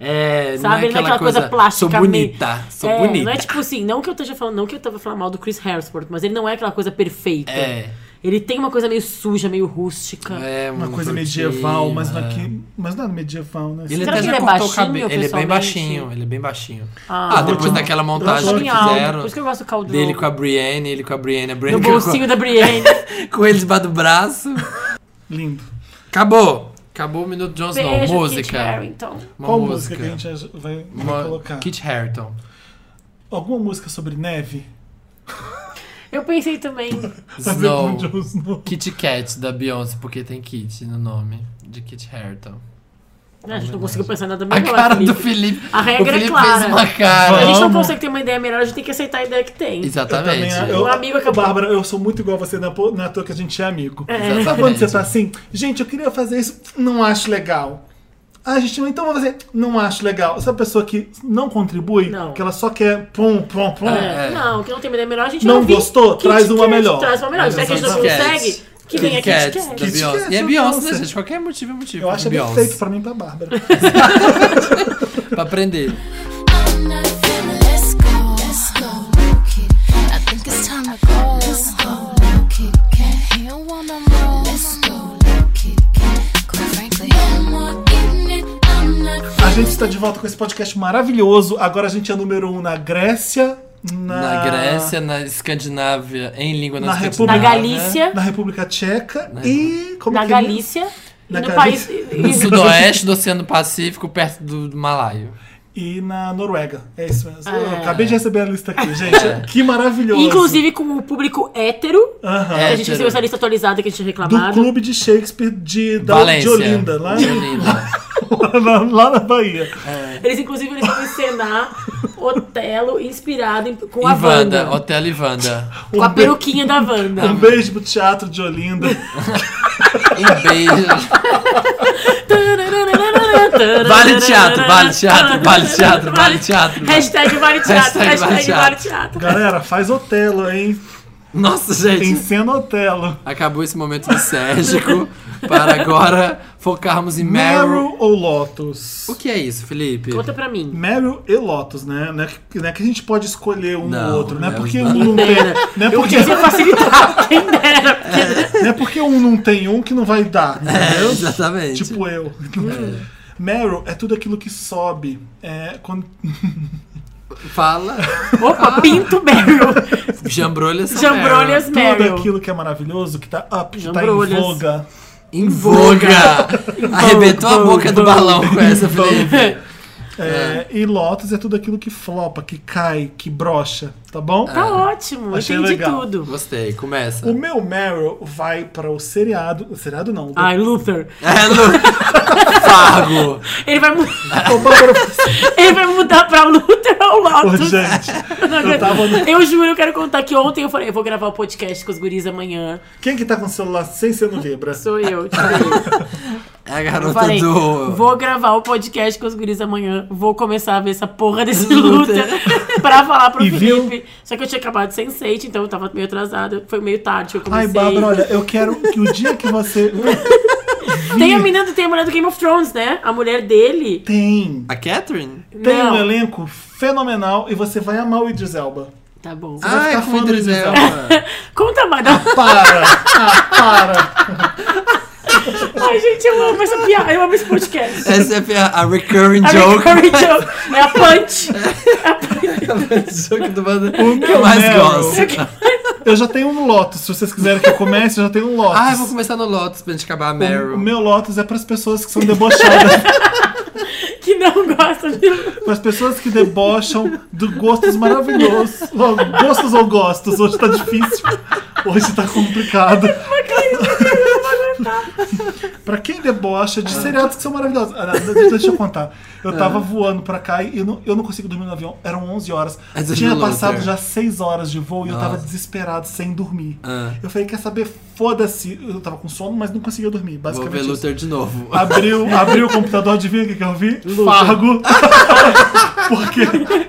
Speaker 2: É, não
Speaker 3: Sabe,
Speaker 2: é
Speaker 3: ele
Speaker 2: aquela,
Speaker 3: não é aquela coisa
Speaker 2: Sou
Speaker 3: plástica, meio-
Speaker 2: bonita, sou
Speaker 3: é,
Speaker 2: bonita.
Speaker 3: Não é tipo assim, não que eu esteja falando, não que eu tava falando mal do Chris Hemsworth, mas ele não é aquela coisa perfeita.
Speaker 2: É.
Speaker 3: Ele tem uma coisa meio suja, meio rústica.
Speaker 2: É,
Speaker 1: Uma
Speaker 2: um
Speaker 1: coisa
Speaker 2: tortinho,
Speaker 1: medieval, mas
Speaker 2: é.
Speaker 1: não, é que, mas não é medieval, né?
Speaker 2: Ele
Speaker 3: Será
Speaker 2: até
Speaker 3: que
Speaker 2: já
Speaker 3: ele é
Speaker 2: cortou o
Speaker 3: baixinho,
Speaker 2: cabelo. Ele é bem
Speaker 3: pessoalmente?
Speaker 2: baixinho, ele é bem baixinho.
Speaker 3: Ah,
Speaker 2: Ah, depois
Speaker 1: ótimo.
Speaker 2: daquela
Speaker 3: eu acho
Speaker 2: montagem que
Speaker 3: genial.
Speaker 2: fizeram
Speaker 3: Por isso que eu gosto do caldo
Speaker 2: dele com a Brienne, ele com a Brienne, a
Speaker 3: do
Speaker 2: Brienne com-
Speaker 3: bolsinho
Speaker 2: <laughs>
Speaker 3: da Brienne.
Speaker 2: com ele debaixo do braço.
Speaker 1: Lindo.
Speaker 2: Acabou. Acabou o minuto Jon Snow.
Speaker 3: Beijo, Kit
Speaker 2: música.
Speaker 3: Harington. Então,
Speaker 2: Uma
Speaker 1: Qual música que a gente aj- vai, vai
Speaker 2: Uma-
Speaker 1: colocar?
Speaker 2: Kit
Speaker 1: <laughs>
Speaker 2: Harington.
Speaker 1: Alguma música sobre neve?
Speaker 3: Eu pensei também. né,
Speaker 1: Pra ver
Speaker 2: Snow.
Speaker 1: com o Jon Snow.
Speaker 2: Kit Kat da Beyoncé, porque tem Kit no nome de Kit Harington.
Speaker 3: Não, a gente não conseguiu pensar em nada
Speaker 2: A
Speaker 3: melhor.
Speaker 2: cara do
Speaker 3: Felipe.
Speaker 2: Felipe.
Speaker 3: A regra
Speaker 2: o
Speaker 3: é
Speaker 2: Felipe
Speaker 3: clara.
Speaker 2: fez uma cara.
Speaker 3: A gente não
Speaker 1: Vamos.
Speaker 3: consegue ter uma ideia melhor, a gente tem que aceitar a ideia que tem.
Speaker 2: Exatamente.
Speaker 1: Também, né?
Speaker 3: Um amigo acabou.
Speaker 1: Bárbara, eu sou muito igual a você na, po- na toa que a gente é amigo.
Speaker 2: Exatamente.
Speaker 1: Sabe quando você tá assim? Gente, eu queria fazer isso, não acho legal. Ah, gente, então vou fazer. Não acho legal. Essa pessoa que não contribui,
Speaker 3: Não.
Speaker 1: que ela só quer pum, pum, pum.
Speaker 2: É.
Speaker 3: Não, que não tem uma ideia melhor, a gente
Speaker 1: Não
Speaker 3: vai ouvir
Speaker 1: gostou?
Speaker 3: Kit
Speaker 1: Traz uma
Speaker 3: Kat,
Speaker 1: melhor.
Speaker 3: Traz uma melhor. Se é que a gente não
Speaker 2: Kit Kat.
Speaker 3: consegue, que venha Kit
Speaker 2: Kat
Speaker 3: Kat.
Speaker 2: da
Speaker 1: Kit
Speaker 2: Beyoncé.
Speaker 1: Kat,
Speaker 2: E é
Speaker 1: eu
Speaker 2: Beyoncé, né,
Speaker 1: sei.
Speaker 2: gente? Qualquer motivo é motivo.
Speaker 1: Eu acho
Speaker 2: Beyoncé.
Speaker 1: perfeito pra mim e pra Bárbara.
Speaker 2: Pra aprender.
Speaker 4: I'm not feeling. Let's go. Let's go. Low key. I think it's time to go. Let's go. Low key. Can't hear one no more. Let's go. Low key. Quite frankly, no more getting it. I'm not.
Speaker 1: A gente está de volta com esse podcast maravilhoso. Agora a gente é número um na Grécia, na,
Speaker 2: Na Grécia, na Escandinávia, em língua
Speaker 1: Na
Speaker 2: na
Speaker 1: República-
Speaker 2: Escandinávia.
Speaker 3: Na Galícia.
Speaker 1: na República Tcheca e. Como
Speaker 3: Na
Speaker 1: que é?
Speaker 3: Galícia. e
Speaker 1: Na <laughs>
Speaker 3: no país.
Speaker 1: Galícia.
Speaker 2: No
Speaker 3: e-
Speaker 2: sudoeste do Oceano Pacífico, perto do, do Malaio.
Speaker 1: E na Noruega. É isso mesmo. Eu
Speaker 3: É.
Speaker 1: acabei de receber a lista aqui,
Speaker 2: É.
Speaker 1: gente. que maravilhoso.
Speaker 3: e, Inclusive com o público hétero.
Speaker 1: Aham.
Speaker 3: A gente
Speaker 2: Hétero.
Speaker 3: recebeu essa lista atualizada que a gente tinha
Speaker 1: Ah, É, do
Speaker 3: reclamado.
Speaker 1: clube de Shakespeare de, da, de
Speaker 2: Valência.
Speaker 1: Olinda, é? lá,
Speaker 2: De Olinda.
Speaker 3: <laughs>
Speaker 1: <laughs> lá na, lá na Bahia.
Speaker 3: Eles, inclusive, eles vão
Speaker 1: <laughs>
Speaker 3: encenar Otelo inspirado em- com a
Speaker 2: E Wanda,
Speaker 3: Wanda.
Speaker 2: Hotel e Wanda.
Speaker 3: Com a
Speaker 1: Um be-
Speaker 3: peruquinha da
Speaker 1: <laughs> Um
Speaker 3: Wanda.
Speaker 1: beijo pro teatro de Olinda.
Speaker 2: Um
Speaker 3: <laughs>
Speaker 2: beijo. Vale teatro, vale teatro, vale teatro, vale teatro.
Speaker 3: Hashtag vale teatro,
Speaker 2: Hashtag vale
Speaker 3: hashtag vale teatro.
Speaker 1: Galera, faz Otelo, hein?
Speaker 2: Nossa, gente.
Speaker 1: Encena Otelo.
Speaker 2: Acabou esse momento
Speaker 3: <laughs>
Speaker 2: lisérgico para agora focarmos em Meryl.
Speaker 1: Meryl ou Lotus?
Speaker 2: O que é isso, Felipe? <laughs>
Speaker 3: Conta pra mim.
Speaker 1: Meryl e Lotus, né? Não é que, não é que a gente pode escolher um
Speaker 2: Não,
Speaker 1: ou outro, né?
Speaker 2: não,
Speaker 1: Porque
Speaker 2: não.
Speaker 1: um não tem. Não é porque,
Speaker 3: Podia facilitar, <laughs> quem dera. porque-
Speaker 1: <laughs> não é porque um não tem um que não vai dar,
Speaker 2: É,
Speaker 1: entendeu?
Speaker 2: exatamente.
Speaker 1: tipo eu.
Speaker 3: Hum.
Speaker 1: Meryl é tudo aquilo que sobe. É, quando...
Speaker 2: Fala. Ah.
Speaker 3: Opa, Pinto Meryl.
Speaker 2: Jambrolhas. são Meryl.
Speaker 3: Jambrolhas
Speaker 1: Tudo
Speaker 3: Meryl.
Speaker 1: aquilo que é maravilhoso, que tá up, que tá em
Speaker 3: Jambrolhas.
Speaker 1: voga.
Speaker 2: Em voga. <laughs> Arrebentou a boca do balão com essa, Felipe.
Speaker 1: É, E Lotus é tudo aquilo que flopa, que cai, que brocha, tá bom?
Speaker 3: Tá ótimo,
Speaker 1: Achei
Speaker 3: entendi
Speaker 1: legal.
Speaker 3: tudo.
Speaker 2: Gostei, começa.
Speaker 1: O meu Meryl vai para o seriado. Seriado não.
Speaker 3: Ai, Luther.
Speaker 2: É, Lu... Fargo.
Speaker 3: Ele vai, mu- <laughs>
Speaker 1: Ô, Bárbara,
Speaker 3: ele vai mudar pra Luther ou
Speaker 1: pô,
Speaker 3: <laughs> Lotus.
Speaker 1: gente.
Speaker 3: Eu não aguento.
Speaker 1: tava no-
Speaker 3: Eu juro, eu quero contar que ontem eu falei, eu vou gravar o podcast com os guris amanhã.
Speaker 1: Quem que tá com o celular sem ser no Libra?
Speaker 3: Sou eu, tipo
Speaker 1: <laughs>
Speaker 3: isso.
Speaker 2: É a
Speaker 3: Eu
Speaker 2: garota
Speaker 3: falei,
Speaker 2: do...
Speaker 3: vou gravar o podcast com os guris amanhã, vou começar a ver essa porra
Speaker 1: <laughs>
Speaker 3: desse Luther pra falar pro
Speaker 1: E viu?
Speaker 3: Felipe. Só que eu tinha acabado de Sense8, então eu tava meio atrasada, foi meio tarde que eu comecei.
Speaker 1: Ai, Bárbara, olha, eu quero que o dia que
Speaker 3: <laughs>
Speaker 1: você.
Speaker 3: Tem a menina, do- tem a mulher do Game of Thrones, né? A mulher dele.
Speaker 1: Tem.
Speaker 2: A Catherine?
Speaker 1: Tem
Speaker 3: Não.
Speaker 1: um elenco fenomenal e você vai amar o Idris
Speaker 3: <laughs>
Speaker 1: Elba.
Speaker 3: Tá bom.
Speaker 1: vai
Speaker 2: Ah,
Speaker 1: ficar
Speaker 2: é com o
Speaker 1: falando
Speaker 2: Idris
Speaker 1: disso.
Speaker 2: Elba.
Speaker 3: Conta mais. não.
Speaker 1: Para! Ah, para!
Speaker 3: Ai, gente, eu amo essa piada, eu amo esse podcast.
Speaker 2: Essa é a, a recurring
Speaker 3: A
Speaker 2: joke.
Speaker 3: <laughs> Recurring Joke. É a punch.
Speaker 2: joke do bando que
Speaker 1: meu
Speaker 2: eu mais
Speaker 1: Meryl.
Speaker 2: gosto.
Speaker 1: Eu já tenho um Lotus. Se vocês quiserem que eu comece, eu já tenho um Lotus.
Speaker 2: Ah, eu vou começar no Lotus pra gente acabar a
Speaker 1: o,
Speaker 2: Meryl.
Speaker 1: o meu Lotus é pras pessoas
Speaker 3: <laughs>
Speaker 1: que são debochadas.
Speaker 3: Que não gosta de...
Speaker 1: pras pessoas que debocham de gostos maravilhosos. Lo- Gostos ou gostos? Hoje tá difícil. Hoje tá complicado. Pra quem debocha de seriados que são maravilhosos. Ah, não, Deixa deixa eu contar.
Speaker 2: É.
Speaker 1: Eu tava voando pra cá e eu não, eu não consigo dormir no avião. Eram 11 horas.
Speaker 2: Mas eu
Speaker 1: Tinha
Speaker 2: vi o
Speaker 1: passado
Speaker 2: Luther.
Speaker 1: já 6 horas de voo e eu tava
Speaker 2: Nossa.
Speaker 1: desesperado, sem dormir.
Speaker 2: Ah.
Speaker 1: Eu falei, quer saber? Foda-se. Eu tava com sono, mas não conseguia dormir.
Speaker 2: Vou
Speaker 1: Basicamente é
Speaker 2: ver
Speaker 1: isso.
Speaker 2: Luther de novo.
Speaker 1: Abriu, abriu o computador, adivinha o que, que eu vi? Fargo. <laughs> Porque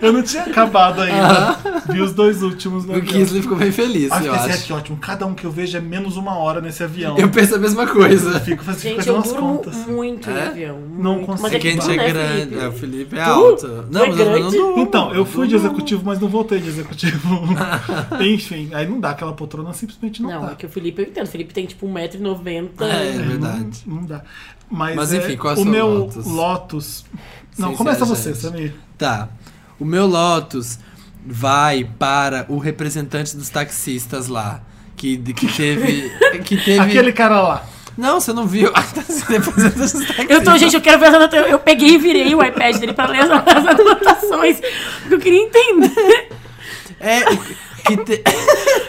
Speaker 1: eu não tinha acabado ainda. Vi os dois últimos no
Speaker 2: <laughs> O
Speaker 1: avião.
Speaker 2: Kisley ficou bem feliz,
Speaker 1: Ah,
Speaker 2: eu
Speaker 1: fiquei assim, ah,
Speaker 2: acho.
Speaker 1: que ótimo. Cada um que eu vejo é menos uma hora nesse avião.
Speaker 2: Eu penso a mesma coisa.
Speaker 1: Fico, fico
Speaker 3: Gente,
Speaker 1: fazendo
Speaker 3: eu
Speaker 1: umas
Speaker 3: durmo
Speaker 1: contas.
Speaker 3: muito
Speaker 2: É?
Speaker 3: em avião.
Speaker 1: Não
Speaker 3: muito.
Speaker 1: consigo.
Speaker 3: Mas
Speaker 2: É
Speaker 3: é
Speaker 2: que a
Speaker 3: que tu,
Speaker 2: gente é
Speaker 3: né,
Speaker 2: grande.
Speaker 3: Felipe?
Speaker 2: O Felipe é
Speaker 3: Tu?
Speaker 2: alto.
Speaker 3: Tu
Speaker 2: Não,
Speaker 3: é
Speaker 2: mas eu não
Speaker 3: grande?
Speaker 2: durmo.
Speaker 1: Então, eu fui de
Speaker 3: um.
Speaker 2: durmo.
Speaker 1: executivo, mas não voltei
Speaker 2: <laughs>
Speaker 1: de executivo. Enfim, aí não dá, aquela poltrona simplesmente não,
Speaker 3: Não,
Speaker 1: dá.
Speaker 3: é que o Felipe, eu entendo. O Felipe tem tipo 1,90m.
Speaker 2: É,
Speaker 1: É,
Speaker 2: é
Speaker 1: não-
Speaker 2: verdade.
Speaker 1: Não, dá. Mas,
Speaker 2: Mas,
Speaker 1: é,
Speaker 2: enfim, qual é
Speaker 1: o
Speaker 2: seu
Speaker 1: meu
Speaker 2: Lotus?
Speaker 1: Lotus. Não,
Speaker 2: Sincero,
Speaker 1: começa você,
Speaker 2: gente.
Speaker 1: Samir.
Speaker 2: Tá. O meu Lotus vai para o representante dos taxistas lá. Que, que
Speaker 3: <laughs>
Speaker 2: teve. que teve.
Speaker 1: Aquele cara lá.
Speaker 2: <laughs> Não, você não viu. <laughs> Esse representante dos taxistas.
Speaker 3: Eu tô, gente, eu quero ver as anotações. Eu peguei e virei o iPad dele pra ler as, as anotações. Porque eu queria entender.
Speaker 2: É. Que te...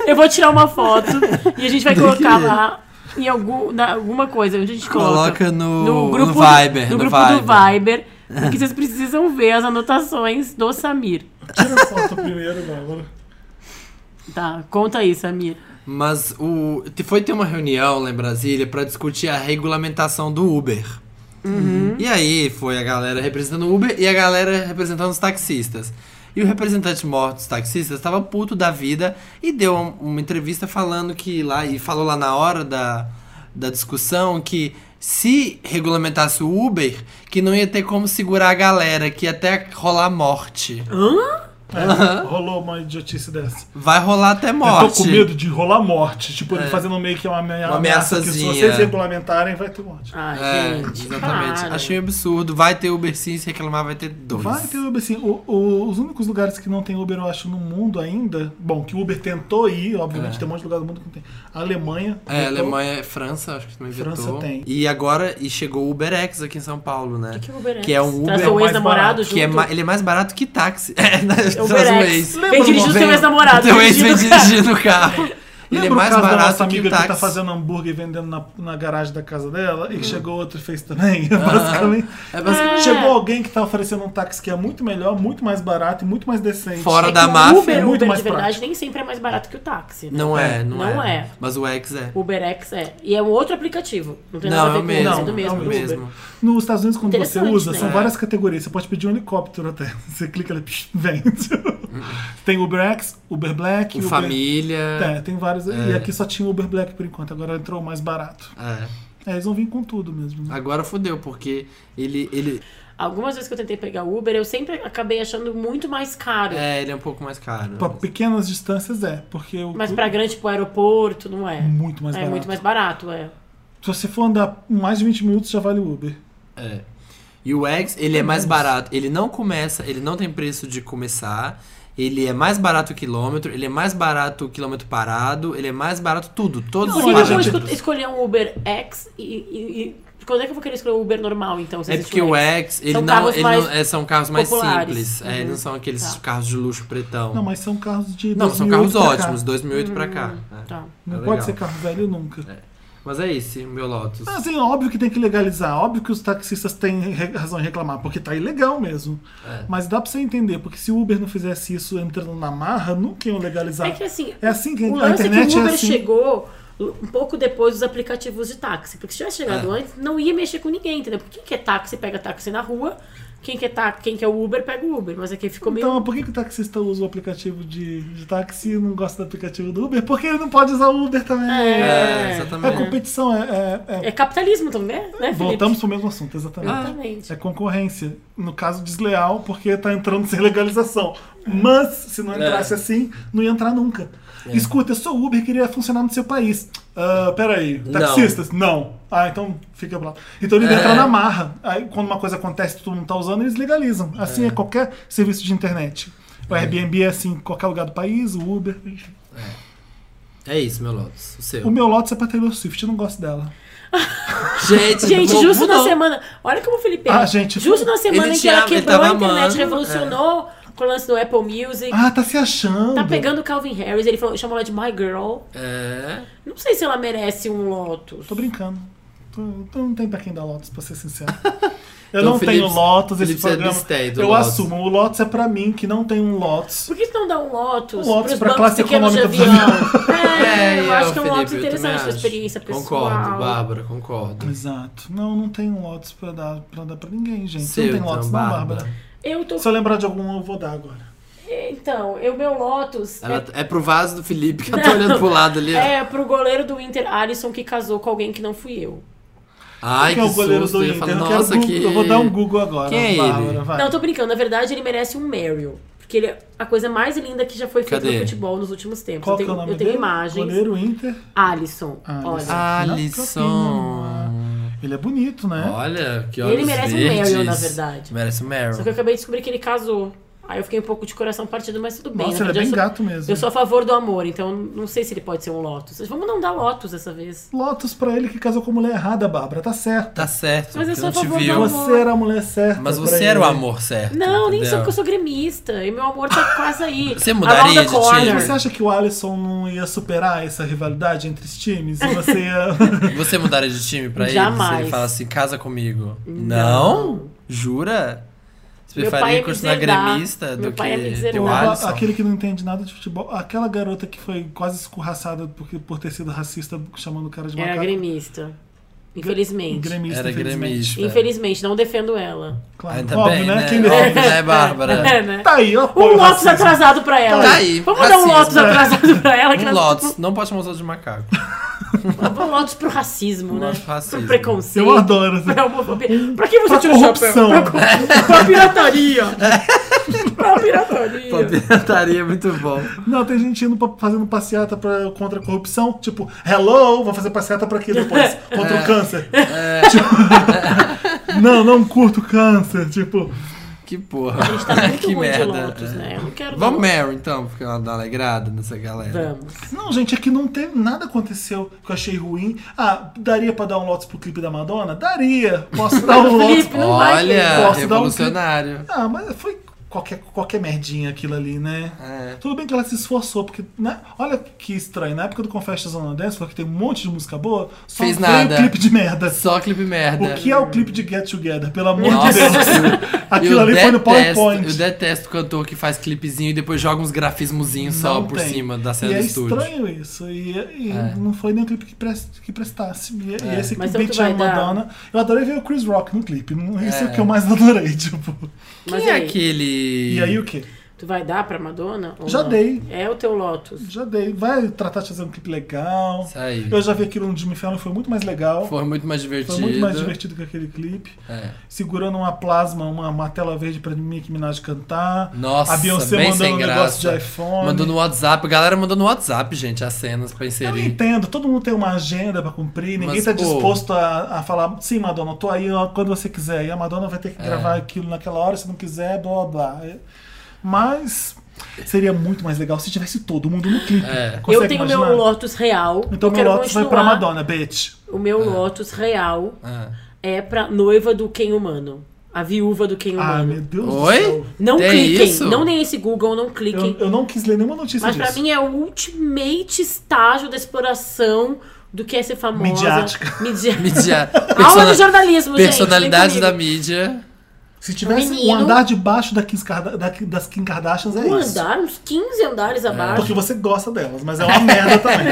Speaker 3: Eu vou tirar uma foto e a gente vai
Speaker 2: Do
Speaker 3: colocar
Speaker 2: quê?
Speaker 3: lá em algum, na- alguma coisa. Onde a gente coloca?
Speaker 2: Coloca no- no
Speaker 3: do-
Speaker 2: Viber, no
Speaker 3: No grupo do Viber. Porque vocês precisam ver as anotações do Samir.
Speaker 1: Tira a foto primeiro, Bárbara.
Speaker 3: Tá, conta aí, Samir.
Speaker 2: Mas o. te- Foi ter uma reunião lá em Brasília pra discutir a regulamentação do Uber. E aí foi a galera representando o Uber e a galera representando os taxistas. E o representante morto dos taxistas estava puto da vida e deu um- uma entrevista falando que lá. E falou lá na hora da, da discussão que se regulamentasse o Uber, que não ia ter como segurar a galera, que ia até rolar morte.
Speaker 1: É, rolou uma idiotice dessa.
Speaker 2: Vai rolar até morte. É.
Speaker 1: Eu tô com medo de rolar morte. Tipo, ele fazendo meio que uma, amea-
Speaker 2: Uma
Speaker 1: ameaça que se
Speaker 2: ameaçazinha.
Speaker 1: vocês regulamentarem, vai ter morte.
Speaker 3: Ah,
Speaker 2: É,
Speaker 3: gente.
Speaker 2: exatamente.
Speaker 3: para.
Speaker 2: Achei um absurdo. Vai ter Uber sim, se reclamar vai ter dois.
Speaker 1: Vai ter Uber, sim. O- o- os únicos lugares que não tem Uber, eu acho, no mundo ainda. Bom, que o Uber tentou ir, obviamente,
Speaker 2: É.
Speaker 1: tem um monte de lugar do mundo que não tem. A Alemanha.
Speaker 2: É,
Speaker 1: tentou.
Speaker 2: Alemanha, França, acho que também vetou.
Speaker 1: França tem.
Speaker 2: E agora, e chegou o UberX aqui em São Paulo, né?
Speaker 3: Que que é o UberX?
Speaker 2: Que é um Uber
Speaker 3: Traz seu
Speaker 1: mais
Speaker 3: ex-namorado
Speaker 1: barato,
Speaker 3: junto.
Speaker 2: que é ma- ele é mais barato que táxi. <laughs> É, né?
Speaker 3: É o
Speaker 2: Traz o
Speaker 3: Berex.
Speaker 2: um ex.
Speaker 3: Vem dirigir o
Speaker 1: Vem,
Speaker 3: seu ex-namorado.
Speaker 2: Teu ex vem
Speaker 3: dirigindo o carro.
Speaker 2: dirigindo o carro. Ele
Speaker 1: Lembra
Speaker 2: é
Speaker 1: o
Speaker 2: mais
Speaker 1: caso da nossa
Speaker 2: barato que
Speaker 1: amiga que,
Speaker 2: táxi. Hum.
Speaker 1: tá fazendo hambúrguer e vendendo na, na garagem da casa dela e que chegou outro e fez também? <laughs> Basicamente.
Speaker 2: É basicamente-
Speaker 1: Chegou alguém que tá oferecendo um táxi que é muito melhor, muito mais barato e muito mais decente.
Speaker 2: Fora
Speaker 3: É
Speaker 2: da
Speaker 3: que
Speaker 2: máfia,
Speaker 3: O Uber,
Speaker 1: é muito
Speaker 3: Uber
Speaker 1: mais
Speaker 3: de verdade,
Speaker 1: prático.
Speaker 3: nem sempre é mais barato que o táxi. né?
Speaker 2: Não é, não,
Speaker 3: Não
Speaker 2: é.
Speaker 3: é.
Speaker 2: Mas o X é.
Speaker 3: O UberX é. E é um outro aplicativo. Não tem
Speaker 2: Não,
Speaker 3: nada
Speaker 2: é
Speaker 3: a ver
Speaker 2: o
Speaker 3: com
Speaker 2: mesmo.
Speaker 3: esse,
Speaker 1: Não,
Speaker 3: é do mesmo.
Speaker 1: é o
Speaker 2: mesmo.
Speaker 1: Nos Estados Unidos, quando você
Speaker 3: Interessante,
Speaker 1: usa,
Speaker 3: né?
Speaker 1: são
Speaker 3: É.
Speaker 1: várias categorias. Você pode pedir um helicóptero até. <laughs> Você clica ali, psh, vem. <laughs> Tem Uber X, Uber Black,
Speaker 2: O
Speaker 1: Uber-
Speaker 2: família.
Speaker 1: É, tem vários. E aqui só tinha Uber Black por enquanto, agora entrou o mais barato.
Speaker 2: É.
Speaker 1: É, eles vão vir com tudo mesmo. né?
Speaker 2: Agora fodeu, porque ele, ele.
Speaker 3: Algumas vezes que eu tentei pegar o Uber, eu sempre acabei achando muito mais caro.
Speaker 2: É, ele é um pouco mais caro.
Speaker 1: Pra pequenas distâncias é, porque o.
Speaker 3: Mas pra grande, tipo, aeroporto, não é.
Speaker 1: Muito mais
Speaker 3: é
Speaker 1: barato.
Speaker 3: muito mais barato, é.
Speaker 1: Se você for andar mais de 20 minutos, já vale o Uber.
Speaker 2: É. E o X, ele é mais barato. Ele não começa, ele não tem preço de começar. Ele é mais barato o quilômetro, ele é mais barato o quilômetrio parado, ele é mais barato tudo. Todos os
Speaker 3: Por que que eu vou esco-
Speaker 2: parâmetros.
Speaker 3: escolher um Uber X e, e- e- Quando é que eu vou querer escolher o Uber normal, então? se
Speaker 2: É
Speaker 3: existe
Speaker 2: porque
Speaker 3: um
Speaker 2: o X, ele
Speaker 3: São
Speaker 2: não,
Speaker 3: carros
Speaker 2: ele não-
Speaker 3: mais
Speaker 2: é, são carros mais
Speaker 3: populares.
Speaker 2: simples. É, não são aqueles
Speaker 3: Tá.
Speaker 2: carros de luxo pretão.
Speaker 1: Não, mas são carros de.
Speaker 2: Não, são
Speaker 1: 2008
Speaker 2: carros
Speaker 1: pra cá.
Speaker 2: ótimos, 2008 pra cá. né?
Speaker 3: Tá.
Speaker 1: Não
Speaker 2: É
Speaker 1: pode
Speaker 2: legal.
Speaker 1: ser carro velho nunca.
Speaker 2: Mas é esse, meu Lotus.
Speaker 1: Mas, Assim, óbvio que tem que legalizar, óbvio que os taxistas têm re- razão em reclamar, porque tá ilegal mesmo.
Speaker 2: É.
Speaker 1: Mas dá pra você entender, porque se o Uber não fizesse isso entrando na marra, nunca iam legalizar.
Speaker 3: É que assim,
Speaker 1: É assim que
Speaker 3: o
Speaker 1: a
Speaker 3: lance é
Speaker 1: internet
Speaker 3: que o
Speaker 1: é
Speaker 3: Uber
Speaker 1: assim.
Speaker 3: chegou um pouco depois dos aplicativos de táxi. Porque se tivesse chegado
Speaker 2: É.
Speaker 3: antes, não ia mexer com ninguém, entendeu? Porque quem quer táxi, pega táxi na rua. Quem quer, tá, quem quer Uber, pega o Uber. Mas aqui ficou meio...
Speaker 1: Então, mas por que, que o taxista usa o aplicativo de, de táxi e não gosta do aplicativo do Uber? Porque ele não pode usar o Uber também.
Speaker 2: É,
Speaker 1: A
Speaker 2: exatamente.
Speaker 1: competição é. é- é-
Speaker 3: né? É Ah, capitalismo também, né, Felipe?
Speaker 1: Voltamos pro mesmo assunto,
Speaker 2: Ah.
Speaker 1: exatamente.
Speaker 3: Exatamente.
Speaker 1: É concorrência. No caso, desleal, porque tá entrando sem legalização. Mas, se não entrasse
Speaker 2: É.
Speaker 1: assim, não ia entrar nunca. Escuta, eu sou Uber e queria funcionar no seu país. Ah, peraí, taxistas? Não. Ah, então fica lá. Então ele entra na marra. Aí, quando uma coisa acontece que todo mundo tá usando, eles legalizam. Assim é, qualquer serviço de internet. O Airbnb é Então. assim, em qualquer lugar do país, o Uber. enfim.
Speaker 2: É isso, meu Lotus. O seu.
Speaker 1: O meu lote é pra Taylor Swift, eu não gosto dela.
Speaker 2: Gente,
Speaker 3: Gente,
Speaker 2: mudou-
Speaker 3: justo na
Speaker 2: mudou.
Speaker 3: semana. Olha como o Felipe é.
Speaker 1: É. Ah, gente,
Speaker 3: Justo na semana
Speaker 2: ele
Speaker 3: em que
Speaker 2: tinha-
Speaker 3: ela
Speaker 2: ele
Speaker 3: quebrou a
Speaker 2: tava
Speaker 3: internet,
Speaker 2: amando, é.
Speaker 3: revolucionou com o lance do Apple Music.
Speaker 1: Ah, tá se achando.
Speaker 3: Tá pegando o Calvin Harris, ele falou, chamou ela de My Girl.
Speaker 2: É.
Speaker 3: Não sei se ela merece um Lotus.
Speaker 1: Tô brincando. Tô- tô- não tem pra quem dar Lotus, pra ser
Speaker 2: <laughs>
Speaker 1: sincero. Eu
Speaker 2: Então,
Speaker 1: não
Speaker 2: Felipe-
Speaker 1: tenho Lotus, esse
Speaker 2: Felipe, você
Speaker 1: programa.
Speaker 2: abstém do
Speaker 1: eu
Speaker 2: Lotus.
Speaker 1: assumo, o Lotus é pra mim, que não tem um Lotus.
Speaker 3: Por que não dá um Lotus,
Speaker 1: Um Lotus
Speaker 3: pros
Speaker 1: pra
Speaker 3: bancos
Speaker 1: classe
Speaker 3: pequenos de
Speaker 1: econômica
Speaker 3: avião?
Speaker 1: dos
Speaker 3: É, eu acho que é um
Speaker 2: Felipe, eu
Speaker 3: Lotus
Speaker 2: também
Speaker 3: interessante pra
Speaker 2: acho.
Speaker 3: experiência pessoal.
Speaker 2: Concordo, Bárbara, concordo.
Speaker 1: Exato. Não, não tem um Lotus pra dar pra, dar pra ninguém, gente.
Speaker 2: Seu,
Speaker 1: não tem
Speaker 2: então,
Speaker 1: Lotus, não,
Speaker 2: Bárbara.
Speaker 1: Bárbara.
Speaker 3: Eu tô...
Speaker 1: Se eu lembrar de algum, eu vou dar agora.
Speaker 3: Então, o meu Lotus
Speaker 2: Ela- é pro vaso
Speaker 3: <laughs>
Speaker 2: do Felipe que eu tô olhando pro lado ali. ó.
Speaker 3: é, é pro goleiro do Inter, Alisson, que casou com alguém que não fui eu.
Speaker 2: Ai,
Speaker 1: Quem
Speaker 2: que
Speaker 1: é o goleiro
Speaker 2: susto.
Speaker 1: do
Speaker 2: Eu ia
Speaker 1: Inter?
Speaker 2: falar,
Speaker 1: eu, quero
Speaker 2: nossa,
Speaker 1: Google-
Speaker 2: que-
Speaker 1: eu vou dar um Google agora.
Speaker 2: Quem é
Speaker 1: Bárbara,
Speaker 2: ele?
Speaker 1: vai.
Speaker 3: Não, tô brincando. Na verdade, ele merece um Meryl. Porque ele é a coisa mais linda que já foi feita
Speaker 2: Cadê?
Speaker 3: no futebol nos últimos tempos.
Speaker 1: Qual
Speaker 3: eu tenho,
Speaker 1: que é o nome
Speaker 3: eu tenho
Speaker 1: dele?
Speaker 3: imagens.
Speaker 1: Goleiro Inter.
Speaker 3: Alisson.
Speaker 1: Alisson.
Speaker 3: Olha.
Speaker 2: Ah, Alisson.
Speaker 1: Ele é bonito, né?
Speaker 2: Olha, que olhos
Speaker 3: Ele merece um
Speaker 2: verdes.
Speaker 3: Meryl, na verdade.
Speaker 2: Merece um Meryl.
Speaker 3: Só que eu acabei de descobrir que ele casou. Aí eu fiquei um pouco de coração partido, mas tudo bem. né?
Speaker 1: Nossa,
Speaker 3: Na
Speaker 1: ele é bem
Speaker 3: verdade, eu sou-
Speaker 1: gato mesmo.
Speaker 3: Eu sou a favor do amor, então não sei se ele pode ser um Lotus. Vamos não dar Lotus dessa vez.
Speaker 1: Lotus pra ele que casou com a mulher errada, Bárbara. Tá certo.
Speaker 2: Tá certo,
Speaker 3: Mas eu
Speaker 2: porque
Speaker 3: sou a
Speaker 2: não te
Speaker 3: favor do
Speaker 2: viu.
Speaker 3: amor.
Speaker 1: Você era a mulher certa.
Speaker 2: Mas
Speaker 1: pra
Speaker 2: você
Speaker 1: ele.
Speaker 2: era o amor certo.
Speaker 3: Não, nem
Speaker 2: entendeu?
Speaker 3: sou porque eu sou gremista. E meu amor tá quase
Speaker 2: <laughs>
Speaker 3: aí.
Speaker 2: Você mudaria
Speaker 3: Around the
Speaker 2: de time?
Speaker 3: corner.
Speaker 1: Você acha que o Alisson não ia superar essa rivalidade entre os times? E você
Speaker 3: <laughs>
Speaker 1: ia.
Speaker 2: Você mudaria de time pra ele?
Speaker 3: Jamais.
Speaker 2: Ele fala assim, casa comigo. Não? Jura? Você
Speaker 3: Meu pai
Speaker 2: preferia
Speaker 3: ia me
Speaker 2: continuar
Speaker 3: deserdar.
Speaker 2: gremista
Speaker 3: Meu
Speaker 2: do
Speaker 3: pai ia me
Speaker 2: que
Speaker 1: <laughs>
Speaker 3: deserdar.
Speaker 2: o
Speaker 1: Ou a-
Speaker 2: Alisson?
Speaker 1: aquele que não entende nada de futebol. Aquela garota que foi quase escorraçada por, por ter sido racista, chamando o cara de
Speaker 3: Era
Speaker 1: macaco.
Speaker 3: é gremista. Infelizmente.
Speaker 1: Gremista,
Speaker 2: Era
Speaker 1: infelizmente.
Speaker 2: gremista.
Speaker 3: Infelizmente, não defendo ela.
Speaker 1: Claro.
Speaker 2: Ainda
Speaker 1: Óbvio,
Speaker 2: bem,
Speaker 1: né?
Speaker 2: né?
Speaker 1: Quem
Speaker 2: Óbvio,
Speaker 1: defende?
Speaker 2: né, Bárbara?
Speaker 3: <laughs> É, né?
Speaker 1: Tá aí, ó.
Speaker 3: Um Lotus atrasado pra ela.
Speaker 2: Tá aí,
Speaker 3: Vamos dar um
Speaker 2: racismo.
Speaker 3: Lotus atrasado pra ela. que
Speaker 2: Um
Speaker 3: nós-
Speaker 2: Lotus. Não pode chamar os outros de
Speaker 1: <laughs>
Speaker 2: macaco.
Speaker 3: Um Lotus pro racismo,
Speaker 2: Um
Speaker 3: né?
Speaker 2: Lotus pro racismo.
Speaker 3: Pro preconceito.
Speaker 1: Eu adoro assim. essa-
Speaker 3: Pra homofobia. Pra que você
Speaker 1: Pra
Speaker 3: tira o chapéu?
Speaker 1: corrupção.
Speaker 3: Pra, corrupção. pra
Speaker 2: <laughs>
Speaker 3: pirataria.
Speaker 2: É.
Speaker 3: pra pirataria.
Speaker 2: Papinataria é muito bom.
Speaker 1: Não, tem gente indo pra- fazendo passeata pra, contra a corrupção. Tipo, hello, vou fazer passeata pra
Speaker 2: <laughs>
Speaker 1: quê depois? Contra
Speaker 2: É.
Speaker 1: o câncer. <laughs> Tipo, <laughs> não, não curto câncer. Tipo,
Speaker 2: Que porra.
Speaker 3: A
Speaker 2: <laughs>
Speaker 3: gente tá muito
Speaker 2: Ah, que
Speaker 3: ruim
Speaker 2: merda.
Speaker 3: de Lotus, né? Eu não quero dar
Speaker 2: Vamos
Speaker 3: Lotus.
Speaker 2: Meryl, então, porque ela dá uma alegrada nessa galera.
Speaker 3: Vamos.
Speaker 1: não, gente, aqui não teve nada aconteceu que eu achei ruim. Ah, daria pra dar um lotus pro clipe da Madonna? Daria. Posso dar um lotus.
Speaker 3: Felipe, não vai querer.
Speaker 2: Olha,
Speaker 1: Posso dar um
Speaker 2: revolucionário.
Speaker 1: Ah, mas foi qualquer, qualquer merdinha aquilo ali, né?
Speaker 2: É.
Speaker 1: Tudo bem que ela se esforçou, porque, né? Olha que estranho. Na época do Confessions on a Dance Floor, que tem um monte de música boa, só
Speaker 2: Fez
Speaker 1: veio
Speaker 2: nada.
Speaker 1: clipe de merda.
Speaker 2: Só clipe merda.
Speaker 1: O que é o clipe de Get Together? Pelo amor de Deus.
Speaker 2: Nossa,
Speaker 1: Aquilo
Speaker 2: <laughs> eu
Speaker 1: ali foi no
Speaker 2: detesto-
Speaker 1: PowerPoint.
Speaker 2: Eu detesto o cantor que faz clipezinho e depois joga uns grafismozinhos só
Speaker 1: Não
Speaker 2: por
Speaker 1: tem.
Speaker 2: cima da
Speaker 1: e
Speaker 2: cena
Speaker 1: é
Speaker 2: do estúdio.
Speaker 1: estranho isso. E, e
Speaker 2: É.
Speaker 1: não foi nem um clipe que, pres- que prestasse. E, e esse
Speaker 3: Mas
Speaker 1: clipe
Speaker 3: então tu
Speaker 1: tinha
Speaker 3: vai dar-
Speaker 1: Madonna. Eu adorei ver o Chris Rock no clipe. Não- Isso é.
Speaker 2: É.
Speaker 1: o que eu mais <laughs> adorei, tipo.
Speaker 2: Quem
Speaker 3: Mas
Speaker 2: é
Speaker 3: aí,
Speaker 2: aquele.
Speaker 1: E aí o quê?
Speaker 3: tu vai dar pra Madonna? ou
Speaker 1: Já
Speaker 3: não?
Speaker 1: dei.
Speaker 3: É o teu Lotus.
Speaker 1: Já dei. Vai tratar de fazer um clipe legal.
Speaker 2: Isso aí.
Speaker 1: Eu já vi aquilo no Jimmy Fallon, foi muito mais legal. Foi,
Speaker 2: Foi muito mais divertido.
Speaker 1: muito mais divertido que aquele clipe.
Speaker 2: É.
Speaker 1: Segurando uma plasma, uma, uma tela verde pra Nicki Minaj cantar.
Speaker 2: Nossa,
Speaker 1: a Beyoncé
Speaker 2: bem
Speaker 1: mandando
Speaker 2: sem
Speaker 1: um
Speaker 2: graça.
Speaker 1: negócio de iPhone.
Speaker 2: Mandou no WhatsApp. A galera mandou no WhatsApp, gente, as cenas pra
Speaker 1: Eu
Speaker 2: inserir.
Speaker 1: entendo, todo mundo tem uma agenda pra cumprir, ninguém
Speaker 2: Mas,
Speaker 1: tá
Speaker 2: pô.
Speaker 1: disposto a, a falar, sim, Madonna, eu tô aí ó, quando você quiser. E a Madonna vai
Speaker 2: É.
Speaker 1: ter que gravar aquilo naquela hora, se não quiser, blá blá. blá. Mas seria muito mais legal se tivesse todo mundo no clipe.
Speaker 2: É.
Speaker 1: Consegue
Speaker 3: eu tenho
Speaker 1: imaginar?
Speaker 3: meu Lotus real.
Speaker 1: Então meu
Speaker 3: eu quero
Speaker 1: Lotus vai pra
Speaker 3: continuar.
Speaker 1: Madonna, Ah. bitch.
Speaker 3: O meu Lotus real
Speaker 2: Ah.
Speaker 3: é pra noiva do quem humano. A viúva do quem
Speaker 1: Ah,
Speaker 3: humano.
Speaker 1: meu Deus do
Speaker 2: Oi?
Speaker 1: céu.
Speaker 3: não
Speaker 2: Tem
Speaker 3: cliquem.
Speaker 2: é isso?
Speaker 3: Não nem esse Google, não cliquem.
Speaker 1: Eu, eu não quis ler nenhuma notícia
Speaker 3: Mas
Speaker 1: disso.
Speaker 3: pra mim é o ultimate estágio da exploração do que é ser famosa.
Speaker 1: Midiática.
Speaker 2: <laughs>
Speaker 3: Midi...
Speaker 2: Mídia.
Speaker 3: <laughs> Aula
Speaker 2: persona-
Speaker 3: de jornalismo,
Speaker 2: Personalidade
Speaker 3: gente.
Speaker 2: da
Speaker 3: vem comigo.
Speaker 2: mídia.
Speaker 1: Se tivesse um
Speaker 3: Menino.
Speaker 1: andar debaixo da Kim Karda- da- das Kim Kardashians, é
Speaker 3: Um
Speaker 1: isso.
Speaker 3: andar, uns 15
Speaker 1: É.
Speaker 3: andares abaixo.
Speaker 1: Porque você gosta delas, mas é uma merda
Speaker 3: <laughs>
Speaker 1: também.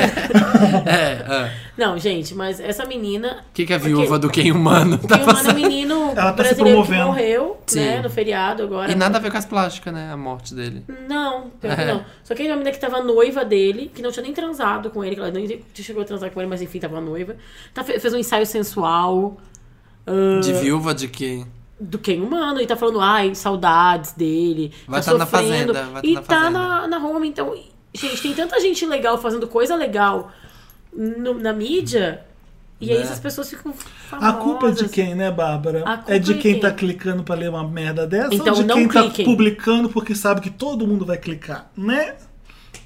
Speaker 2: É. ah.
Speaker 3: Não, gente, mas essa menina.
Speaker 2: O que, que a viúva do quem humano tá
Speaker 3: Tem um
Speaker 2: fazendo?
Speaker 3: mano menino
Speaker 1: <laughs> Ela tá se
Speaker 3: brasileiro que
Speaker 1: promovendo.
Speaker 3: morreu, né?
Speaker 2: Sim.
Speaker 3: No feriado agora.
Speaker 2: E nada a ver com as plásticas, né? A morte dele.
Speaker 3: Não, pior que
Speaker 2: É.
Speaker 3: não. Só que a menina que tava noiva dele, que não tinha nem transado com ele, que ela nem chegou a transar com ele, mas enfim, tava noiva. Tá, fe- fez um ensaio sensual. ah,
Speaker 2: De viúva de quem?
Speaker 3: do quem humano e tá falando, ai, saudades dele.
Speaker 2: Vai
Speaker 3: tá
Speaker 2: tá na fazenda,
Speaker 3: sofrendo,
Speaker 2: vai tá
Speaker 3: e
Speaker 2: na
Speaker 3: tá
Speaker 2: fazenda.
Speaker 3: na, na home. Então, gente, tem tanta gente legal fazendo coisa legal no- na mídia. E aí
Speaker 2: Né?
Speaker 3: essas pessoas ficam
Speaker 1: A
Speaker 3: famosas.
Speaker 1: culpa é de quem, né, Bárbara?
Speaker 3: A culpa
Speaker 1: É de
Speaker 3: é
Speaker 1: quem
Speaker 3: quem?
Speaker 1: tá clicando pra ler uma merda dessa
Speaker 3: Então,
Speaker 1: ou de
Speaker 3: não
Speaker 1: quem tá
Speaker 3: cliquem.
Speaker 1: publicando porque sabe que todo mundo vai clicar, né?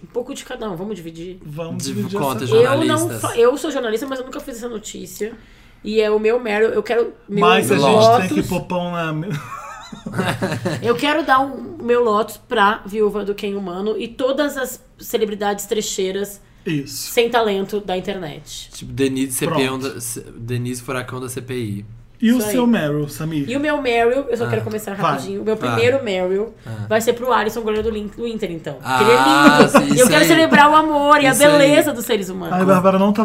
Speaker 3: Um pouco de cada um, vamos dividir.
Speaker 1: Vamos
Speaker 2: De-
Speaker 1: dividir
Speaker 2: conta,
Speaker 1: essa...
Speaker 2: gente.
Speaker 3: Eu, não,
Speaker 2: Jornalistas.
Speaker 3: fa- eu sou jornalista, mas eu nunca fiz essa notícia. E é o meu mero, eu quero meu
Speaker 1: Mas a gente tem
Speaker 3: Lotus,
Speaker 1: que pôr pão na...
Speaker 3: Eu quero dar um- o meu Lotus pra viúva do quem humano e todas as celebridades trecheiras
Speaker 1: <laughs> Isso.
Speaker 3: sem talento da internet.
Speaker 2: Tipo, Denise,
Speaker 1: Pronto.
Speaker 2: CPI da, C- Denise Furacão da CPI.
Speaker 1: E o
Speaker 3: Isso aí.
Speaker 1: seu Meryl, Samir?
Speaker 3: E o meu Meryl, eu só quero começar
Speaker 1: vai.
Speaker 3: rapidinho. O meu
Speaker 2: Ah, Vai. Ah.
Speaker 3: primeiro Meryl vai ser pro Alisson, goleiro do, Lin- do Inter, então.
Speaker 2: Ah,
Speaker 3: Porque ele é
Speaker 2: sim,
Speaker 3: lindo. E eu
Speaker 2: isso
Speaker 3: quero
Speaker 2: aí.
Speaker 3: celebrar o amor e a
Speaker 2: Isso aí.
Speaker 3: beleza dos seres humanos.
Speaker 1: Ai, Bárbara não tá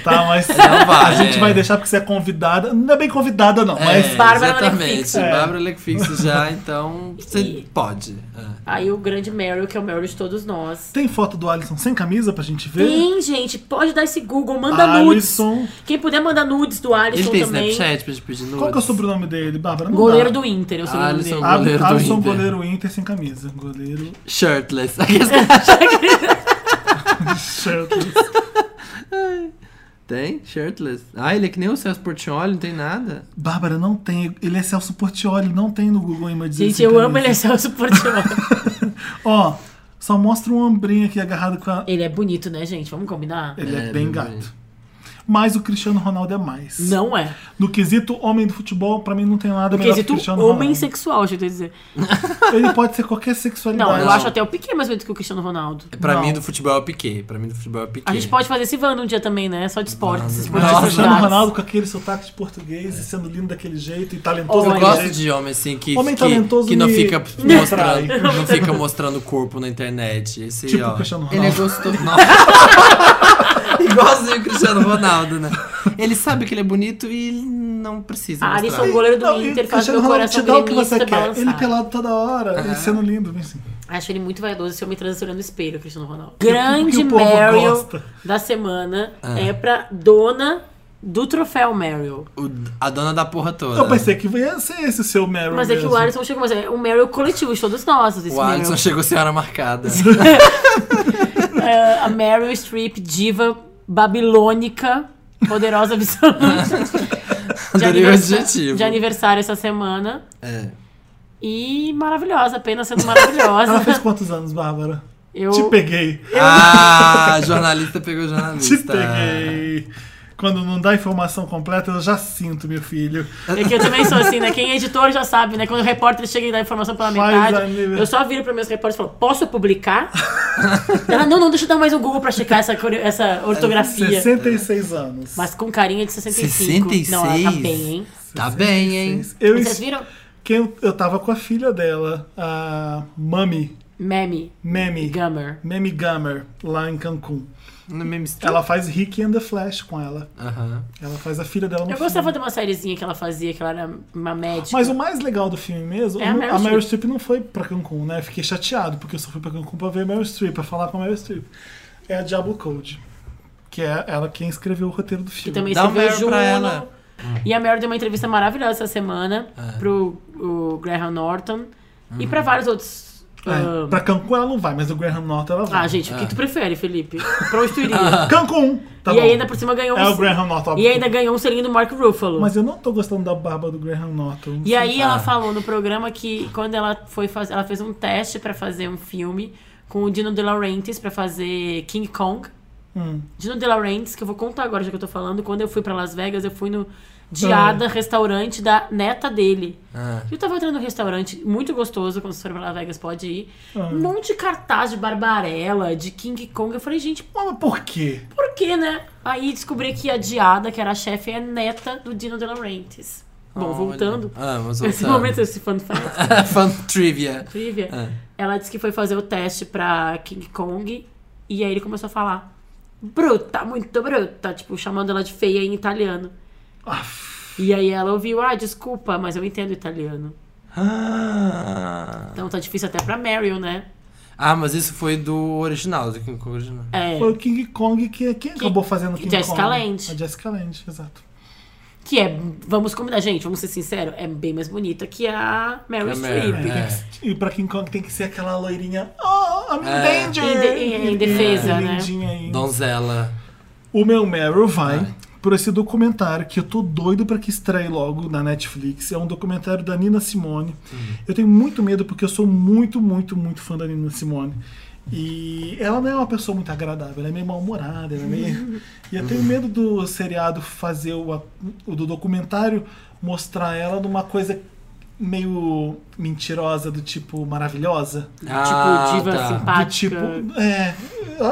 Speaker 2: <laughs>
Speaker 1: tá? Mas
Speaker 2: Não vai,
Speaker 1: a gente
Speaker 2: é.
Speaker 1: vai deixar porque você é convidada. Não é bem convidada, não,
Speaker 2: É,
Speaker 1: mas.
Speaker 3: Bárbara
Speaker 2: exatamente.
Speaker 3: Lecfix.
Speaker 1: É.
Speaker 2: Bárbara Lecfix já, então você
Speaker 3: <laughs> E-
Speaker 2: pode. É.
Speaker 3: Aí o grande Meryl, que é o Meryl de todos nós.
Speaker 1: Tem foto do Alisson sem camisa pra gente ver?
Speaker 3: Tem, gente, pode dar esse Google, manda nudes.
Speaker 1: Alisson.
Speaker 3: Quem puder mandar nudes do Alisson
Speaker 2: Ele tem
Speaker 3: também.
Speaker 2: Snapchat pra gente pedir nudes.
Speaker 1: Qual que é o sobrenome dele, Bárbara? Não
Speaker 3: Goleiro
Speaker 1: dá.
Speaker 3: do Inter, eu sou o nome
Speaker 2: Alisson
Speaker 3: dele.
Speaker 1: Al-
Speaker 2: Goleiro do
Speaker 1: Alisson,
Speaker 2: Inter.
Speaker 1: goleiro Inter sem camisa.
Speaker 3: <laughs>
Speaker 1: Goleiro. <laughs>
Speaker 2: Shirtless. <laughs>
Speaker 1: Shirtless.
Speaker 2: tem? Shirtless. Ah, ele é que nem o Celso Portioli, não tem nada.
Speaker 1: Bárbara não tem. Ele é Celso Portioli, não tem no Google Images.
Speaker 3: Gente,
Speaker 1: sem
Speaker 3: eu amo
Speaker 1: camisa.
Speaker 3: ele, é Celso
Speaker 1: <laughs>
Speaker 3: Portiolli.
Speaker 1: Ó, só mostra um ombrinho aqui agarrado com a.
Speaker 3: ele é bonito, né, gente? Vamos combinar?
Speaker 1: Ele é,
Speaker 2: É,
Speaker 1: bem
Speaker 2: meu
Speaker 1: gato.
Speaker 2: bem.
Speaker 1: Mas o Cristiano Ronaldo é mais.
Speaker 3: Não é.
Speaker 1: No quesito homem do futebol, pra mim não tem nada melhor que
Speaker 3: Quesito
Speaker 1: o Cristiano
Speaker 3: homem
Speaker 1: Ronaldo.
Speaker 3: sexual, deixa eu dizer.
Speaker 1: Ele pode ser qualquer
Speaker 3: Não,
Speaker 1: sexualidade.
Speaker 3: eu acho até o Piquet mais bonito que o Cristiano Ronaldo.
Speaker 2: Pra
Speaker 1: Não.
Speaker 2: mim, do futebol é o Piquet. Pra mim, do futebol é o Piquet.
Speaker 3: A gente pode fazer esse Wanda um dia também, né? Só de esporte. esses
Speaker 1: Mas
Speaker 3: esportes
Speaker 1: o Cristiano
Speaker 3: atividades.
Speaker 1: Ronaldo com aquele sotaque de português e sendo lindo daquele jeito e talentoso
Speaker 3: Eu
Speaker 2: Eu
Speaker 1: daquele
Speaker 2: gosto
Speaker 1: jeito.
Speaker 2: de homem assim que,
Speaker 1: Homem
Speaker 2: que,
Speaker 1: talentoso
Speaker 2: que não
Speaker 1: me-
Speaker 2: fica
Speaker 1: me atrai.
Speaker 2: mostrando, <laughs> não fica mostrando o corpo na internet. Esse,
Speaker 1: Tipo
Speaker 2: ó,
Speaker 1: o Cristiano Ronaldo.
Speaker 2: Ele é <laughs> gostoso. Nossa. <laughs> Igualzinho o Cristiano Ronaldo, né? Ele sabe que ele é bonito e ele não precisa
Speaker 3: Ah,
Speaker 2: mostrar.
Speaker 3: Alisson- O goleiro do
Speaker 1: Não, e
Speaker 3: Inter
Speaker 1: o
Speaker 3: faz
Speaker 1: Cristiano
Speaker 3: meu
Speaker 1: Ronaldo te
Speaker 3: coração
Speaker 1: dá o que
Speaker 3: gremista
Speaker 1: você quer.
Speaker 3: balançar.
Speaker 1: Ele é pelado toda hora, ele sendo lindo, assim.
Speaker 3: Acho ele muito vaidoso se eu me transformando no espelho, Cristiano Ronaldo.
Speaker 1: o
Speaker 3: Grande
Speaker 1: que o povo
Speaker 3: Meryl
Speaker 1: gosta.
Speaker 3: da semana é pra dona do troféu Meryl.
Speaker 2: O- a dona da porra toda. né?
Speaker 1: Eu pensei que ia ser esse o seu Meryl.
Speaker 3: Mas é que
Speaker 1: mesmo.
Speaker 3: o Alisson chegou, mas é um Meryl coletivo de todos nós. assim, Esse
Speaker 2: O Alisson chegou sem hora
Speaker 1: <laughs>
Speaker 2: marcada.
Speaker 3: Meryl. É, a Meryl Streep, diva babilônica,
Speaker 1: <laughs>
Speaker 3: poderosa absoluta. de,
Speaker 2: Adorei o
Speaker 3: aniversa-
Speaker 2: adjetivo.
Speaker 3: de aniversário essa semana.
Speaker 2: É.
Speaker 3: E maravilhosa, apenas sendo
Speaker 1: Ela fez
Speaker 3: maravilhosa.
Speaker 1: quantos anos, Bárbara?
Speaker 3: Eu...
Speaker 1: Te peguei.
Speaker 2: Ah, jornalista pegou jornalista.
Speaker 1: <laughs> Te peguei. Quando não dá informação completa, eu já sinto, meu filho.
Speaker 3: É que eu também sou assim, né? Quem é editor já sabe, né? Quando o repórter chega e dá informação pela
Speaker 1: Faz a
Speaker 3: metade,
Speaker 1: nível-
Speaker 3: eu só viro para meus repórteres e falo, posso publicar? Ela, não, não, deixa eu dar mais um Google pra checar essa, core- essa ortografia.
Speaker 1: 66 anos.
Speaker 3: Mas com carinha de 65.
Speaker 2: 66?
Speaker 3: Não, ela tá bem, hein?
Speaker 2: Tá bem, hein?
Speaker 1: Eu,
Speaker 3: Mas Vocês viram?
Speaker 1: que eu, eu tava com a filha dela, a Mami,
Speaker 3: Meme,
Speaker 1: Memi,
Speaker 3: Gummer.
Speaker 1: Memi Gamer, lá em Cancún.
Speaker 2: No mesmo estilo.
Speaker 1: Ela faz Rick and the Flash com ela.
Speaker 2: Aham.
Speaker 1: Ela faz a filha dela no
Speaker 3: Eu
Speaker 1: filme.
Speaker 3: gostava de uma sériezinha que ela fazia, que ela era uma médica.
Speaker 1: Mas o mais legal do filme mesmo,
Speaker 3: É a Meryl
Speaker 1: a Meryl
Speaker 3: Streep.
Speaker 1: Streep não foi pra Cancún, né? Fiquei chateado, porque eu só fui pra Cancún pra ver a Meryl Streep, pra falar com a Meryl Streep. É a Diablo Code, que é ela quem escreveu o roteiro do
Speaker 3: que
Speaker 1: filme.
Speaker 3: também
Speaker 2: Dá um Meryl
Speaker 3: escreveu
Speaker 2: pra
Speaker 3: Juno.
Speaker 2: ela.
Speaker 3: E a Meryl deu uma entrevista maravilhosa essa semana
Speaker 2: É.
Speaker 3: pro o Graham Norton e pra vários outros.
Speaker 1: Uhum. É,
Speaker 3: ah,
Speaker 1: pra Cancún ela não vai, mas o Graham Norton ela vai.
Speaker 3: Ah, gente, o que tu prefere, Felipe? Pra onde tu iria?
Speaker 1: Cancún! <laughs> Tá
Speaker 3: e
Speaker 1: bom.
Speaker 3: aí ainda por cima ganhou um...
Speaker 1: É o Graham Norton.
Speaker 3: E
Speaker 1: óbvio.
Speaker 3: ainda ganhou um selinho do Mark Ruffalo.
Speaker 1: Mas eu não tô gostando da barba do Graham Norton.
Speaker 3: E aí ela
Speaker 2: Ah.
Speaker 3: falou no programa que quando ela foi fazer... Ela fez um teste pra fazer um filme com o Dino De Laurentiis pra fazer King Kong.
Speaker 1: Hum.
Speaker 3: Dino De Laurentiis, que eu vou contar agora já que eu tô falando. Quando eu fui pra Las Vegas, eu fui no Diada Restaurante da neta dele.
Speaker 2: Hum. Ah.
Speaker 3: Eu tava entrando num restaurante muito gostoso, quando você for pra Las Vegas pode ir.
Speaker 2: Ah.
Speaker 3: Um monte de cartaz de Barbarella, de King Kong. Eu falei, gente,
Speaker 1: Mas por quê?
Speaker 3: Por quê, né? Aí descobri que a Diada, que era a chefe, é neta do Dino De Laurentiis. Bom,
Speaker 2: Olha.
Speaker 3: voltando.
Speaker 2: Ah, mas
Speaker 3: Nesse
Speaker 2: voltando. <laughs>
Speaker 3: momento, é esse fun fact,
Speaker 2: Fan trivia.
Speaker 3: trivia,
Speaker 2: Ah.
Speaker 3: ela disse que foi fazer o teste pra King Kong e aí ele começou a falar bruta, muito bruta, tipo, chamando ela de feia em italiano. E aí ela ouviu, ah, desculpa, mas eu entendo italiano.
Speaker 2: Ah.
Speaker 3: Então tá difícil até pra Meryl, né?
Speaker 2: Ah, mas isso foi do original, do King Kong original.
Speaker 3: É,
Speaker 1: Foi o King Kong que. Quem acabou fazendo King
Speaker 3: Jessica
Speaker 1: Kong?
Speaker 3: Lange.
Speaker 1: A Jessica Lange, exato.
Speaker 3: que é, vamos combinar, gente, vamos ser sinceros, é bem mais bonita que a Meryl
Speaker 2: Que a Meryl,
Speaker 3: Streep.
Speaker 2: é.
Speaker 1: E pra King Kong tem que ser aquela loirinha. Oh, I'm in
Speaker 2: É.
Speaker 1: danger!
Speaker 3: Em de- em- em defesa,
Speaker 1: E- e
Speaker 3: né?
Speaker 1: lindinha aí.
Speaker 2: Donzela.
Speaker 1: O meu Meryl vai por esse documentário que eu tô doido pra que estreie logo na Netflix. É um documentário da Nina Simone. Eu tenho muito medo porque eu sou muito, muito, muito fã da Nina Simone. E ela não é uma pessoa muito agradável, ela é meio mal-humorada, ela é meio. E eu tenho medo do seriado fazer o, o do documentário mostrar ela numa coisa meio mentirosa, do tipo maravilhosa.
Speaker 2: Ah,
Speaker 3: tipo, diva
Speaker 2: tá.
Speaker 3: simpática.
Speaker 1: Do tipo, é,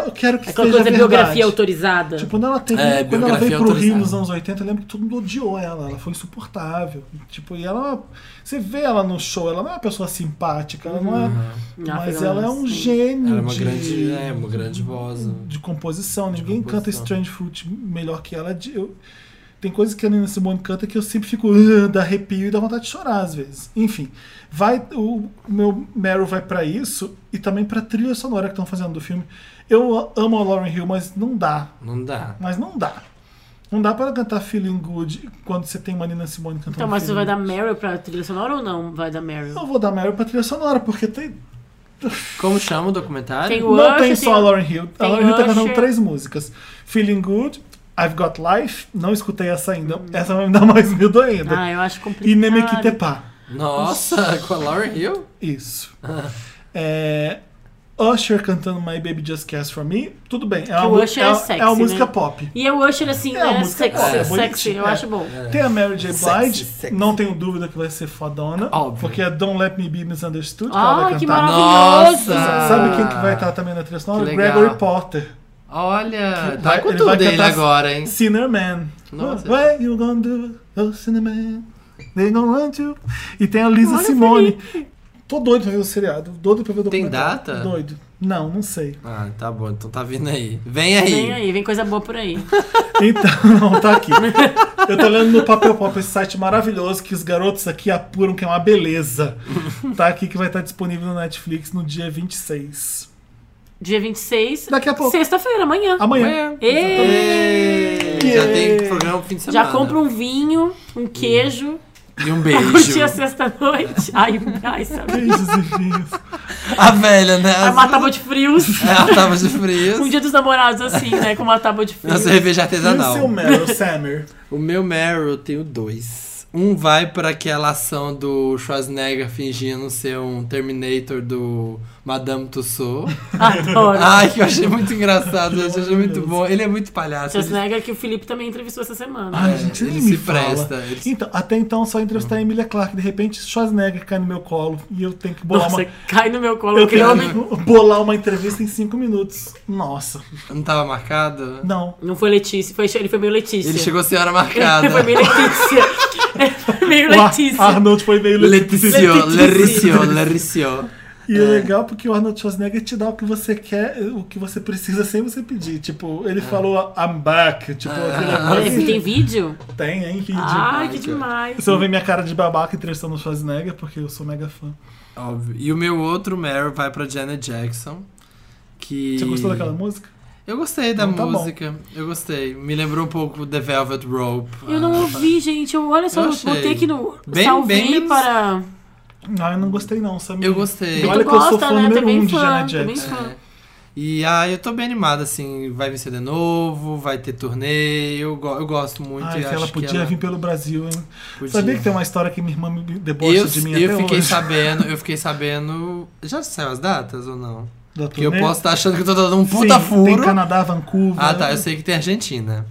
Speaker 1: eu quero que seja
Speaker 3: Aquela coisa,
Speaker 1: é verdade.
Speaker 3: biografia autorizada.
Speaker 1: Tipo, quando ela, teve,
Speaker 2: É,
Speaker 1: quando ela
Speaker 2: biografia
Speaker 1: veio pro Rio
Speaker 2: autorizada.
Speaker 1: nos anos 80, eu lembro que todo mundo odiou ela. Ela foi insuportável. Tipo, e ela. Você vê ela no show, ela não é uma pessoa simpática, ela não é.
Speaker 3: Ah,
Speaker 1: Mas
Speaker 3: pelo
Speaker 1: ela é
Speaker 3: menos,
Speaker 1: um
Speaker 3: sim.
Speaker 1: gênio
Speaker 2: Uhum. Ela é uma
Speaker 1: de,
Speaker 2: grande, é, uma grande voz. né?
Speaker 1: de composição. Ninguém canta
Speaker 2: composição.
Speaker 1: Strange Fruit melhor que ela. De- eu- tem coisas que a Nina Simone canta que eu sempre fico. "Ugh", dá arrepio e dá vontade de chorar às vezes. Enfim, vai, o meu Meryl vai pra isso e também pra trilha sonora que estão fazendo do filme. Eu amo a Lauren Hill, mas não dá.
Speaker 2: Não dá.
Speaker 1: Mas não dá. Não dá para cantar Feeling Good quando você tem uma Nina Simone cantando.
Speaker 3: Então, mas você
Speaker 1: Feeling
Speaker 3: vai dar
Speaker 1: Good.
Speaker 3: Meryl pra trilha sonora ou não vai dar Meryl?
Speaker 1: Eu vou dar Meryl pra trilha sonora, porque tem,
Speaker 2: Como chama o documentário?
Speaker 3: Tem o-
Speaker 1: não
Speaker 3: Usher,
Speaker 1: tem
Speaker 3: tem
Speaker 1: só a
Speaker 3: o-
Speaker 1: Lauren Hill. A
Speaker 3: tem
Speaker 1: Lauren Hill tá
Speaker 3: Usher.
Speaker 1: cantando três músicas: Feeling Good, I've Got Life. Não escutei essa ainda.
Speaker 3: Hum.
Speaker 1: Essa vai me dar <laughs> mais medo ainda.
Speaker 3: Ah, eu acho complicado.
Speaker 1: e Nemequitepá.
Speaker 2: Nossa, <laughs> com a Lauren Hill?
Speaker 1: Isso.
Speaker 3: Ah.
Speaker 1: É, Usher cantando My Baby Just Cast for Me. Tudo bem. É
Speaker 3: Que
Speaker 1: uma,
Speaker 3: o
Speaker 1: mu-
Speaker 3: Usher
Speaker 1: é,
Speaker 3: é
Speaker 1: uma-
Speaker 3: sexy,
Speaker 1: é uma
Speaker 3: né?
Speaker 1: música pop.
Speaker 3: E eu acho ele assim,
Speaker 1: É, a
Speaker 3: é,
Speaker 1: música
Speaker 3: sexy,
Speaker 1: é
Speaker 3: sexy,
Speaker 1: bonitinha,
Speaker 3: eu
Speaker 1: é.
Speaker 3: acho bom.
Speaker 1: Tem a Mary J.
Speaker 2: Sexy,
Speaker 1: Blige,
Speaker 2: sexy.
Speaker 1: não tenho dúvida que vai ser fodona,
Speaker 2: Óbvio.
Speaker 1: porque é Don't Let Me Be Misunderstood que ela
Speaker 3: Ah,
Speaker 1: vai
Speaker 3: que
Speaker 1: cantar.
Speaker 3: maravilhoso!
Speaker 2: Nossa!
Speaker 1: Sabe quem que vai estar também na trilha sonora?
Speaker 2: Que legal.
Speaker 1: Gregory Potter,
Speaker 2: Olha,
Speaker 1: Que
Speaker 2: tá
Speaker 1: vai-
Speaker 2: com
Speaker 1: ele
Speaker 2: tudo
Speaker 1: vai
Speaker 2: ele
Speaker 1: cantar-
Speaker 2: agora, hein?
Speaker 1: Sinner Man.
Speaker 2: Nossa.
Speaker 1: What you gonna do, oh Sinner Man? They don't want you. E tem a Lisa Simone. Tô doido pra ver o seriado, doido pra ver o
Speaker 2: Tem
Speaker 1: documentário.
Speaker 2: data?
Speaker 1: Doido. Não, não sei.
Speaker 2: Ah, tá bom, então tá vindo aí.
Speaker 1: É.
Speaker 2: Vem aí.
Speaker 3: Vem aí, vem coisa boa por aí.
Speaker 1: Então, <laughs> não tá aqui. Eu tô lendo no Papel Pop, esse site maravilhoso que os garotos aqui apuram, que é uma beleza. Tá aqui que vai estar disponível no Netflix no dia 26.
Speaker 3: Dia 26,
Speaker 1: Daqui a pouco.
Speaker 3: sexta-feira, amanhã.
Speaker 1: Amanhã.
Speaker 3: Ê!
Speaker 2: Ei, Já tem
Speaker 1: Yeah.
Speaker 2: programa pro fim de semana.
Speaker 3: Já compra um vinho, um
Speaker 1: Hum.
Speaker 3: queijo,
Speaker 2: E
Speaker 3: <laughs>
Speaker 2: um
Speaker 3: curtir
Speaker 2: beijo.
Speaker 3: a sexta-noite.
Speaker 1: <laughs>
Speaker 3: Ai, ai, sabe?
Speaker 1: Beijos e vinhos.
Speaker 2: A velha, né? <laughs>
Speaker 3: Vai uma tábua
Speaker 1: <laughs>
Speaker 3: de frios.
Speaker 2: É, a tábua de frios.
Speaker 3: Um dia dos namorados, assim, né? Com uma tábua de
Speaker 2: Na
Speaker 3: frios.
Speaker 2: cerveja
Speaker 1: E é o seu
Speaker 2: artesanal.
Speaker 1: Meryl, Samir?
Speaker 2: O meu Meryl eu tenho dois. Um vai pra aquela ação do Schwarzenegger fingindo ser um Terminator do Madame Tussauds.
Speaker 3: Adoro.
Speaker 2: Ai, que eu achei muito engraçado, eu achei muito bom. Ele é muito palhaço. ele-
Speaker 3: Schwarzenegger, que o Felipe também entrevistou essa semana.
Speaker 1: Ai,
Speaker 2: É,
Speaker 1: gente, nem
Speaker 2: ele
Speaker 1: me
Speaker 2: se
Speaker 1: fala.
Speaker 2: presta, ele se-
Speaker 1: Então, até então só entrevistar a Emilia Clarke. De repente, Schwarzenegger cai no meu colo e eu tenho que bolar
Speaker 3: Nossa,
Speaker 1: uma...
Speaker 3: cai no meu colo
Speaker 1: Eu
Speaker 3: aquele
Speaker 1: tenho
Speaker 3: homem.
Speaker 1: que bolar uma entrevista em cinco minutos. Nossa.
Speaker 2: Não tava marcado?
Speaker 1: Não.
Speaker 3: Não foi Letícia, foi, ele foi meio Letícia.
Speaker 2: Ele chegou sem hora
Speaker 3: <laughs> Ele
Speaker 2: marcada.
Speaker 3: foi meio
Speaker 1: <laughs>
Speaker 3: Letícia. Ele foi meio
Speaker 1: O Ar-
Speaker 3: Letícia.
Speaker 1: Arnold foi meio Letícia.
Speaker 2: Leticio,
Speaker 3: Letícia.
Speaker 2: Lericio, Lericio.
Speaker 1: E é legal porque o Arnold Schwarzenegger te dá o que você quer, o que você precisa sem você pedir. Tipo,
Speaker 2: É.
Speaker 1: ele falou I'm back. Tipo,
Speaker 2: <laughs>
Speaker 3: Olha,
Speaker 1: aquele
Speaker 3: esse tem Ah. vídeo?
Speaker 1: Tem, hein, vídeo.
Speaker 3: Ai, que
Speaker 2: Ai, que-
Speaker 3: demais.
Speaker 1: Você vai ver minha cara de babaca entrevistando o Schwarzenegger, porque eu sou mega fã.
Speaker 2: Óbvio. E o meu outro Meryl vai pra Janet Jackson. Que...
Speaker 1: Você gostou daquela música?
Speaker 2: Eu gostei da
Speaker 1: Então tá bom.
Speaker 2: música. Eu gostei. Me lembrou um pouco The Velvet Rope. Ah.
Speaker 3: Eu não ouvi, gente. Eu, olha só,
Speaker 2: Eu
Speaker 3: eu
Speaker 2: achei.
Speaker 3: botei aqui no.
Speaker 2: Bem-
Speaker 3: salvei
Speaker 2: bem menos-
Speaker 3: para.
Speaker 1: Ah, eu não gostei não, Samir.
Speaker 2: Eu gostei.
Speaker 1: Olha
Speaker 3: tu
Speaker 1: que eu sou
Speaker 3: gosta,
Speaker 1: fã
Speaker 3: né?
Speaker 1: número
Speaker 3: Também
Speaker 1: um de
Speaker 3: fã,
Speaker 1: Janet
Speaker 3: também
Speaker 1: Jackson.
Speaker 3: fã.
Speaker 2: E ah, eu tô bem animado, assim, vai vencer de novo, vai ter turnê, eu, go- eu gosto muito.
Speaker 1: Ai,
Speaker 2: e
Speaker 1: que
Speaker 2: acho
Speaker 1: Ah, ela podia
Speaker 2: que ela
Speaker 1: vir pelo Brasil, hein?
Speaker 2: podia.
Speaker 1: Sabia que tem uma história que minha irmã me debocha
Speaker 2: eu,
Speaker 1: de mim
Speaker 2: eu
Speaker 1: até
Speaker 2: fiquei
Speaker 1: hoje?
Speaker 2: sabendo, eu fiquei sabendo. Já saiu as datas ou não?
Speaker 1: Da
Speaker 2: Porque eu
Speaker 1: turnê?
Speaker 2: posso estar achando que eu tô dando um puta
Speaker 1: Sim, Tem
Speaker 2: furo.
Speaker 1: Canadá, Vancouver.
Speaker 2: Ah, tá, eu sei que tem Argentina.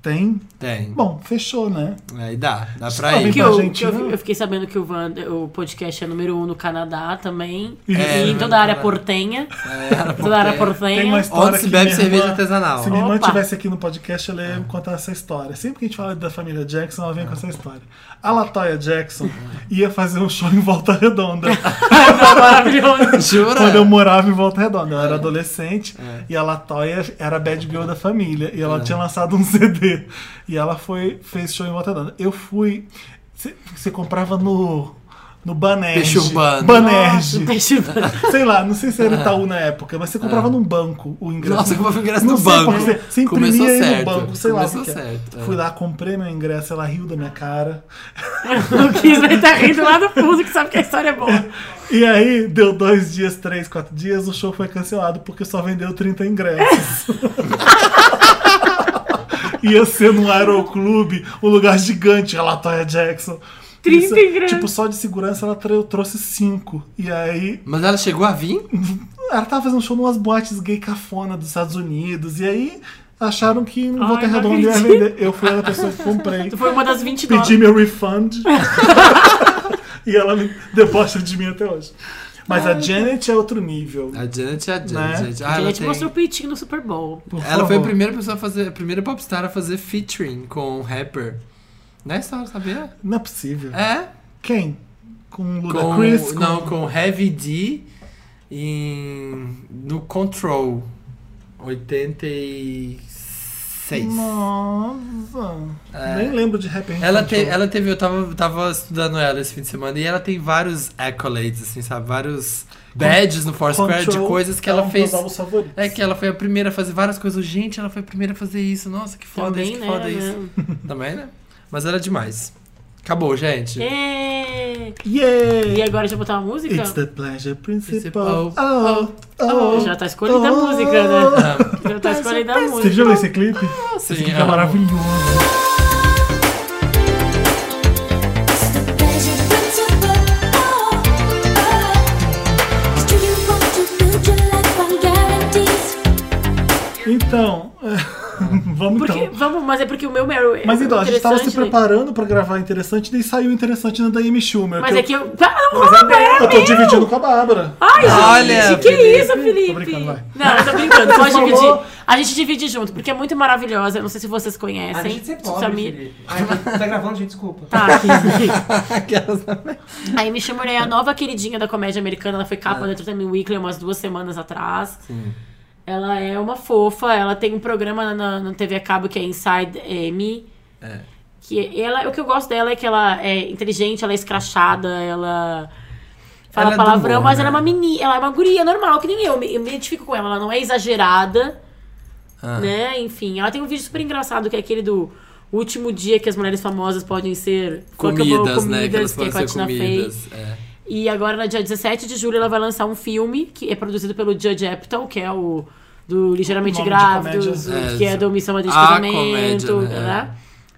Speaker 1: Tem.
Speaker 2: Tem.
Speaker 1: Bom, fechou, né?
Speaker 2: Aí dá, dá
Speaker 1: Só
Speaker 2: pra ir.
Speaker 1: vem
Speaker 3: Que
Speaker 1: pra
Speaker 3: eu,
Speaker 1: gente,
Speaker 3: que eu,
Speaker 1: né?
Speaker 3: eu fiquei sabendo que o, Wanda- o podcast é número um no Canadá também.
Speaker 2: É,
Speaker 3: e em
Speaker 2: no
Speaker 3: toda a área
Speaker 2: Canadá.
Speaker 3: portenha.
Speaker 2: É,
Speaker 3: <laughs>
Speaker 2: era
Speaker 3: Toda a área
Speaker 2: porque-
Speaker 3: portenha.
Speaker 1: Tem uma
Speaker 2: Onde
Speaker 1: história
Speaker 2: se
Speaker 1: que
Speaker 2: bebe
Speaker 1: minha
Speaker 2: cerveja
Speaker 1: irmã-
Speaker 2: artesanal.
Speaker 1: Se minha irmã
Speaker 3: Opa.
Speaker 1: estivesse aqui no podcast, ela ia me contar essa história. Sempre que a gente fala da família Jackson, ela vem com essa história. A Latoya Jackson
Speaker 2: <laughs>
Speaker 1: ia fazer um show em Volta Redonda.
Speaker 2: É. <laughs>
Speaker 3: Maravilhoso.
Speaker 2: Jura?
Speaker 1: quando eu morava em Volta Redonda.
Speaker 2: É.
Speaker 1: Eu era adolescente e a Latoya era a bad girl da família. E ela
Speaker 2: É.
Speaker 1: tinha lançado um <laughs> CD. E ela foi, fez show em Volta Redonda. Eu fui. você- Você comprava no. No Banerj.
Speaker 2: Peixe Urbano. É.
Speaker 1: Banerj.
Speaker 3: Peixe Urbano.
Speaker 1: Sei lá, não sei se era Itaú na época, mas você comprava num banco o ingresso.
Speaker 2: Nossa, como foi o ingresso
Speaker 1: assim, Não
Speaker 2: no
Speaker 1: sei
Speaker 2: banco.
Speaker 1: porque Você, você imprimia
Speaker 2: Começou
Speaker 1: aí
Speaker 2: certo.
Speaker 1: no banco, sei lá. o
Speaker 2: Começou
Speaker 1: que que é.
Speaker 2: certo, é.
Speaker 1: Fui lá, comprei meu ingresso, ela riu da minha cara.
Speaker 3: Não quis, mas tá rindo lá do fundo que sabe que a história é boa.
Speaker 1: E aí, deu dois dias, três, quatro dias, o show foi cancelado porque só vendeu 30 ingressos. <laughs> Ia ser num aeroclube, um lugar gigante, a Latoya Jackson.
Speaker 3: 30
Speaker 1: Isso,
Speaker 3: ingressos.
Speaker 1: Tipo, só de segurança ela tra- trouxe cinco. E aí,
Speaker 2: Mas ela chegou a vir?
Speaker 1: Ela tava fazendo show numas boates gay cafona dos Estados Unidos. E aí acharam que em Volta
Speaker 3: não
Speaker 1: Redonda ia
Speaker 3: acredito. <laughs>
Speaker 1: vender. Eu fui a pessoa que comprei.
Speaker 3: Tu foi uma das 20
Speaker 1: Pedi
Speaker 3: dólares.
Speaker 1: meu refund. <laughs> E ela me debocha de mim até hoje. Mas a Janet é outro nível.
Speaker 2: A Janet é a Janet.
Speaker 1: Né?
Speaker 2: gente. Ah,
Speaker 3: a
Speaker 2: ela
Speaker 3: gente
Speaker 2: tem-
Speaker 3: mostrou o peitinho no Super Bowl.
Speaker 1: Por
Speaker 2: Ela foi a
Speaker 1: favor.
Speaker 2: primeira pessoa a fazer, a primeira popstar a fazer featuring com um rapper. Na história, sabia?
Speaker 1: Não é possível.
Speaker 2: É.
Speaker 1: Quem? Com Luda
Speaker 2: Com,
Speaker 1: Chris?
Speaker 2: Não, com Heavy D em, no Control 86.
Speaker 1: Nossa.
Speaker 2: É.
Speaker 1: Nem lembro de rapper.
Speaker 2: Ela, te,
Speaker 1: tem
Speaker 2: ela teve, eu tava, tava estudando ela esse fim de semana e ela tem vários accolades, assim, sabe? Vários badges no Foursquare de coisas
Speaker 1: um
Speaker 2: que ela fez. É que ela foi a primeira a fazer várias coisas. Gente, ela foi a primeira a fazer isso. Nossa, que foda
Speaker 3: Também,
Speaker 2: isso, que
Speaker 3: né?
Speaker 2: foda isso. Também, né? Mas era demais. Acabou, gente.
Speaker 3: É. Ê! E
Speaker 1: Yeah!
Speaker 3: agora já botar uma música?
Speaker 1: It's the pleasure
Speaker 2: Principal.
Speaker 1: principal. Oh, oh.
Speaker 3: Já tá escolhendo a
Speaker 2: <laughs>
Speaker 3: música, né?
Speaker 2: Ah,
Speaker 3: Já tá escolhendo a
Speaker 1: Você já
Speaker 3: música.
Speaker 1: viu esse clipe?
Speaker 2: Sim,
Speaker 1: Esse clipe é
Speaker 2: amo.
Speaker 1: maravilhoso. Então, <laughs> vamos
Speaker 3: Porque,
Speaker 1: então.
Speaker 3: vamos, mas é porque o meu Meryl.
Speaker 1: Mas então, a gente tava se
Speaker 3: interessante, né?
Speaker 1: preparando pra gravar interessante, daí saiu interessante na da Amy Schumer.
Speaker 3: Mas
Speaker 1: que
Speaker 3: é
Speaker 1: eu-
Speaker 3: que eu. Ah, não, não, não,
Speaker 1: eu tô dividindo com a Bárbara.
Speaker 3: Ai,
Speaker 2: Olha,
Speaker 3: gente, que é
Speaker 2: Felipe.
Speaker 3: isso, Felipe?
Speaker 1: Tô brincando, vai.
Speaker 3: Não, eu tô
Speaker 1: <laughs>
Speaker 3: brincando, pode
Speaker 1: Por
Speaker 3: dividir.
Speaker 1: favor.
Speaker 3: A gente divide junto, porque é muito maravilhosa. Eu não sei se vocês conhecem.
Speaker 5: A gente é pobre,
Speaker 3: Samir.
Speaker 5: Felipe. Ai, mas tá gravando, gente, desculpa.
Speaker 3: Tá,
Speaker 1: <laughs>
Speaker 3: aqui.
Speaker 2: <laughs> Aquelas-
Speaker 3: A Amy Schumer é a nova queridinha da comédia americana. Ela foi
Speaker 2: É.
Speaker 3: capa da Entertainment Weekly umas duas semanas atrás. Ela é uma fofa. Ela tem um programa na, na TV a cabo que é Inside Amy.
Speaker 2: É.
Speaker 3: Que ela, o que eu gosto dela é que ela é inteligente, ela é escrachada, ela fala
Speaker 2: Ela é do
Speaker 3: palavrão,
Speaker 2: humor,
Speaker 3: mas
Speaker 2: né?
Speaker 3: ela é uma menina, ela é uma guria normal, que nem eu. me- Eu me identifico com ela, ela não é exagerada,
Speaker 2: Ah.
Speaker 3: né? Enfim, ela tem um vídeo super engraçado que é aquele do último dia que as mulheres famosas podem ser fuckable,
Speaker 2: Comidas, né? Que elas
Speaker 3: comidas, que
Speaker 2: podem
Speaker 3: é com a
Speaker 2: ser
Speaker 3: Tina Fey.
Speaker 2: comidas. É.
Speaker 3: E agora, no dia 17 de julho, ela vai lançar um filme que é produzido pelo Judge Apatow, que é o do Ligeiramente
Speaker 1: Nome de
Speaker 3: Grávidos,
Speaker 2: comédia.
Speaker 3: o- que
Speaker 2: É,
Speaker 3: é do Missão Madrid
Speaker 2: a
Speaker 3: Casamento,
Speaker 2: comédia, né?
Speaker 3: né?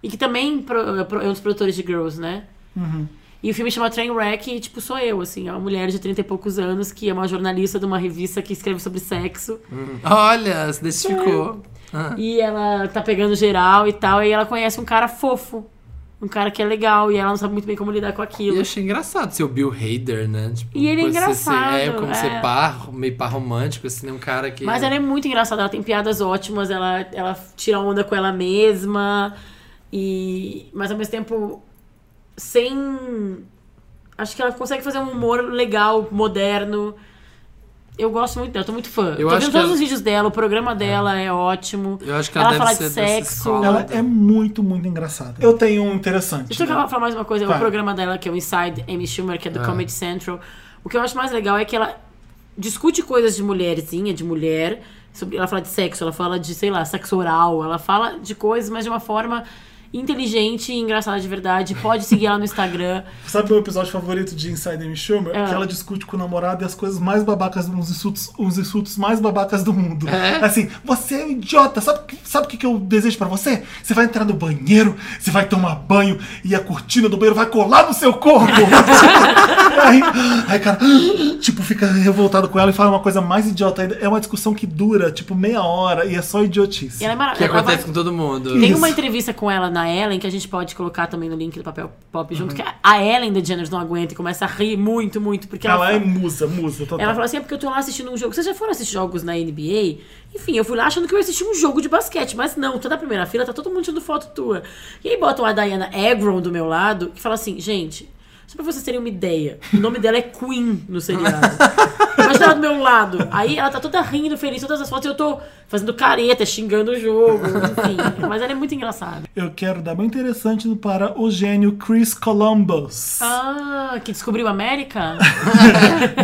Speaker 3: E que também pro- pro- é um dos produtores de Girls, né?
Speaker 1: Uhum.
Speaker 3: E o filme chama Trainwreck e, tipo, sou eu, assim. É uma mulher de 30 e poucos anos que é uma jornalista de uma revista que escreve sobre
Speaker 2: <laughs>
Speaker 3: sexo.
Speaker 2: Olha, se identificou. Ah.
Speaker 3: E ela tá pegando geral e tal. E ela conhece um cara fofo. Um cara que é legal. E ela não sabe muito bem como lidar com
Speaker 2: E
Speaker 3: aquilo.
Speaker 2: eu achei engraçado ser o Bill Hader, né? Tipo,
Speaker 3: E ele é
Speaker 2: você ser-
Speaker 3: engraçado,
Speaker 2: é, como
Speaker 3: é.
Speaker 2: ser par, meio par romântico, assim, né? Um cara que.
Speaker 3: Mas ela é muito engraçada, ela tem piadas ótimas, ela, ela tira onda com ela mesma. E. Mas ao mesmo tempo, sem. Acho que ela consegue fazer um humor legal, moderno. Eu gosto muito dela, tô muito fã.
Speaker 2: Eu
Speaker 3: tô
Speaker 2: acho
Speaker 3: vendo
Speaker 2: que
Speaker 3: todos
Speaker 2: ela-
Speaker 3: os vídeos dela, o programa dela é, ótimo.
Speaker 2: Eu acho que ela deve
Speaker 3: fala
Speaker 2: ser
Speaker 3: de
Speaker 2: dessa
Speaker 3: sexo.
Speaker 2: escola.
Speaker 1: Ela é muito, muito engraçada. Eu tenho um interessante.
Speaker 3: Deixa eu falar mais uma coisa.
Speaker 1: Vai.
Speaker 3: O programa dela, que é o Inside Amy Schumer, que é do
Speaker 2: Ah.
Speaker 3: Comedy Central. O que eu acho mais legal é que ela discute coisas de mulherzinha, de mulher. Sobre, ela fala de sexo, ela fala de, sei lá, sexo oral. Ela fala de coisas, mas de uma forma inteligente e engraçada de verdade. Pode seguir ela
Speaker 2: <laughs>
Speaker 3: no Instagram.
Speaker 1: Sabe meu episódio favorito de Inside Amy Schumer?
Speaker 3: Ah.
Speaker 1: Que ela discute com o namorado e as coisas mais babacas, uns insultos, uns insultos mais babacas do mundo.
Speaker 2: É?
Speaker 1: Assim, você é um idiota, sabe, sabe o que que eu desejo pra você? Você vai entrar no banheiro, você vai tomar banho e a cortina do banheiro vai colar no seu
Speaker 3: <laughs>
Speaker 1: corpo. aí, aí, cara, tipo, fica revoltado com ela e fala uma coisa mais idiota ainda. É uma discussão que dura, tipo, meia hora e é só idiotice.
Speaker 3: E ela é
Speaker 2: Que
Speaker 3: maravilhosa.
Speaker 2: acontece com todo mundo.
Speaker 3: Tem
Speaker 1: Isso.
Speaker 3: uma entrevista com ela na Ellen, que a gente pode colocar também no link do papel pop
Speaker 2: Uhum.
Speaker 3: junto, que a Ellen DeGeneres não aguenta e começa a rir muito, muito, porque ela,
Speaker 1: Ela
Speaker 3: fala-
Speaker 1: é musa, musa, total.
Speaker 3: Ela falou assim, é porque eu tô lá assistindo um jogo. Vocês já foram assistir jogos na NBA? Enfim, eu fui lá achando que eu ia assistir um jogo de basquete, mas não, tô na primeira fila, tá todo mundo tirando foto tua. E aí botam a Diana Agron do meu lado, que fala assim, gente, só pra vocês terem uma ideia, o nome dela é Queen no <laughs> seriado. Mas tá do meu lado. Aí ela tá toda rindo, feliz, todas as fotos, e eu tô fazendo careta, xingando o jogo, enfim. Mas ela é muito engraçada.
Speaker 1: Eu quero dar bem interessante para o gênio Chris Columbus.
Speaker 3: Ah, que descobriu a <laughs> América?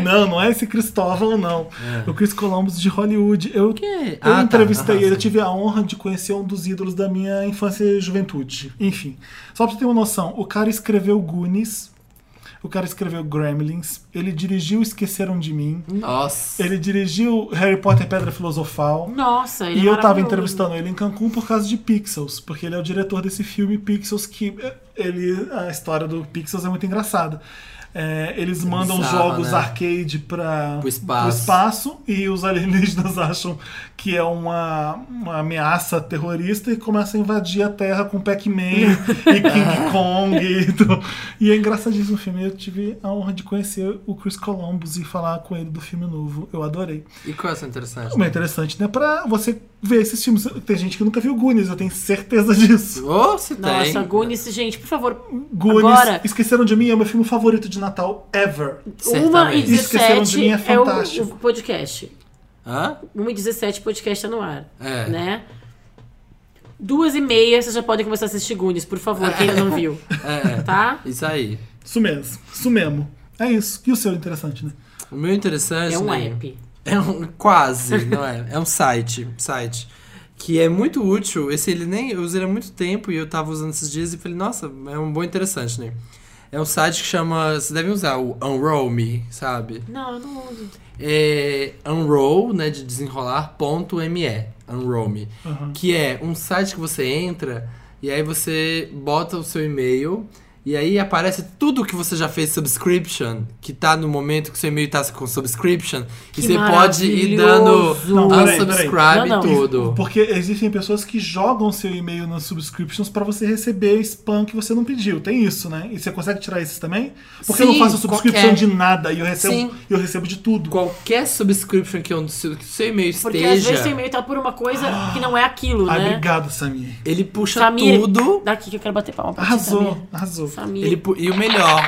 Speaker 1: Não, não é esse Cristóvão, não. O Chris Columbus de Hollywood. Eu, eu
Speaker 2: É. Ah, tá.
Speaker 1: entrevistei
Speaker 2: Aham,
Speaker 1: ele, eu
Speaker 2: sim.
Speaker 1: tive a honra de conhecer um dos ídolos da minha infância e juventude. Enfim, só pra você ter uma noção, o cara escreveu Goonies, o cara escreveu Gremlins, ele dirigiu Esqueceram de Mim,
Speaker 2: Nossa.
Speaker 1: ele dirigiu Harry Potter e Pedra Filosofal.
Speaker 3: Nossa, ele é
Speaker 1: E eu tava
Speaker 3: maravilhoso.
Speaker 1: entrevistando ele em Cancún por causa de Pixels, porque ele é o diretor desse filme Pixels, que eh, ele a história do Pixels é muito engraçada. É, eles mandam
Speaker 2: bizarro,
Speaker 1: jogos
Speaker 2: né?
Speaker 1: arcade para
Speaker 2: Pro espaço.
Speaker 1: e os alienígenas <laughs> acham que é uma, uma ameaça terrorista e começam a invadir a Terra
Speaker 2: <laughs>
Speaker 1: com Pac-Man e King Kong. E, tu- e é engraçadíssimo o filme. Eu tive a honra de conhecer o Chris Columbus e falar com ele do filme novo. Eu adorei.
Speaker 2: E qual é essa interessante?
Speaker 1: Mas é interessante, né? Pra você ver esses filmes. Tem gente que nunca viu Goonies, eu tenho certeza <laughs> disso.
Speaker 2: Ô, se tem.
Speaker 3: Nossa, Goonies, gente, por favor.
Speaker 1: Goonies,
Speaker 3: Agora-
Speaker 1: Esqueceram de Mim é o meu filme favorito de Natal ever.
Speaker 3: Uma e
Speaker 2: Certamente.
Speaker 1: Esqueceram de
Speaker 3: 17
Speaker 1: mim é
Speaker 3: é o,
Speaker 1: fantástico.
Speaker 3: o podcast.
Speaker 2: Hã?
Speaker 3: 1 e 17 podcast tá no ar.
Speaker 2: É.
Speaker 3: Né? Duas e meia, vocês já podem começar a assistir Goonies, por favor, quem
Speaker 2: <laughs>
Speaker 3: ainda não viu.
Speaker 2: É,
Speaker 3: Tá?
Speaker 2: é. Isso aí.
Speaker 1: Isso mesmo, isso mesmo. É isso. E o seu interessante, né?
Speaker 2: O meu interessante.
Speaker 3: É um
Speaker 2: né?
Speaker 3: app.
Speaker 2: É um quase, não é? É um site, site que é muito útil. Esse ele nem eu usei há muito tempo e eu tava usando esses dias e falei, nossa, é um bom interessante, né? É um site que chama, vocês devem usar o Unroll Me, sabe?
Speaker 3: Não, eu não uso.
Speaker 2: É unroll, né, de desenrolar.me, unroll me, que é um site que você entra e aí você bota o seu e-mail e aí aparece tudo que você já fez subscription, que tá no momento que seu e-mail tá com subscription, e você pode ir dando
Speaker 3: maravilhoso! Não,
Speaker 1: peraí,
Speaker 2: unsubscribe
Speaker 3: peraí. Não,
Speaker 2: e
Speaker 3: não.
Speaker 2: tudo.
Speaker 1: Porque existem pessoas que jogam seu e-mail nas subscriptions pra você receber spam que você não pediu. Tem isso, né? E você consegue tirar esses também? Porque eu não
Speaker 2: Sim,
Speaker 1: faço subscription
Speaker 2: qualquer.
Speaker 1: de nada e eu recebo,
Speaker 2: Sim.
Speaker 1: eu recebo de tudo.
Speaker 2: Qualquer subscription que, o seu- que o seu e-mail esteja,
Speaker 3: Porque às vezes seu e-mail tá por uma coisa que não é aquilo,
Speaker 1: Ai,
Speaker 3: né?
Speaker 1: obrigado, Samir.
Speaker 2: ele puxa
Speaker 3: Samir,
Speaker 2: tudo.
Speaker 3: daqui que eu quero bater palma pra ti,
Speaker 1: Arrasou,
Speaker 3: Samir.
Speaker 1: arrasou.
Speaker 3: Samir.
Speaker 2: Ele, pu- e o melhor,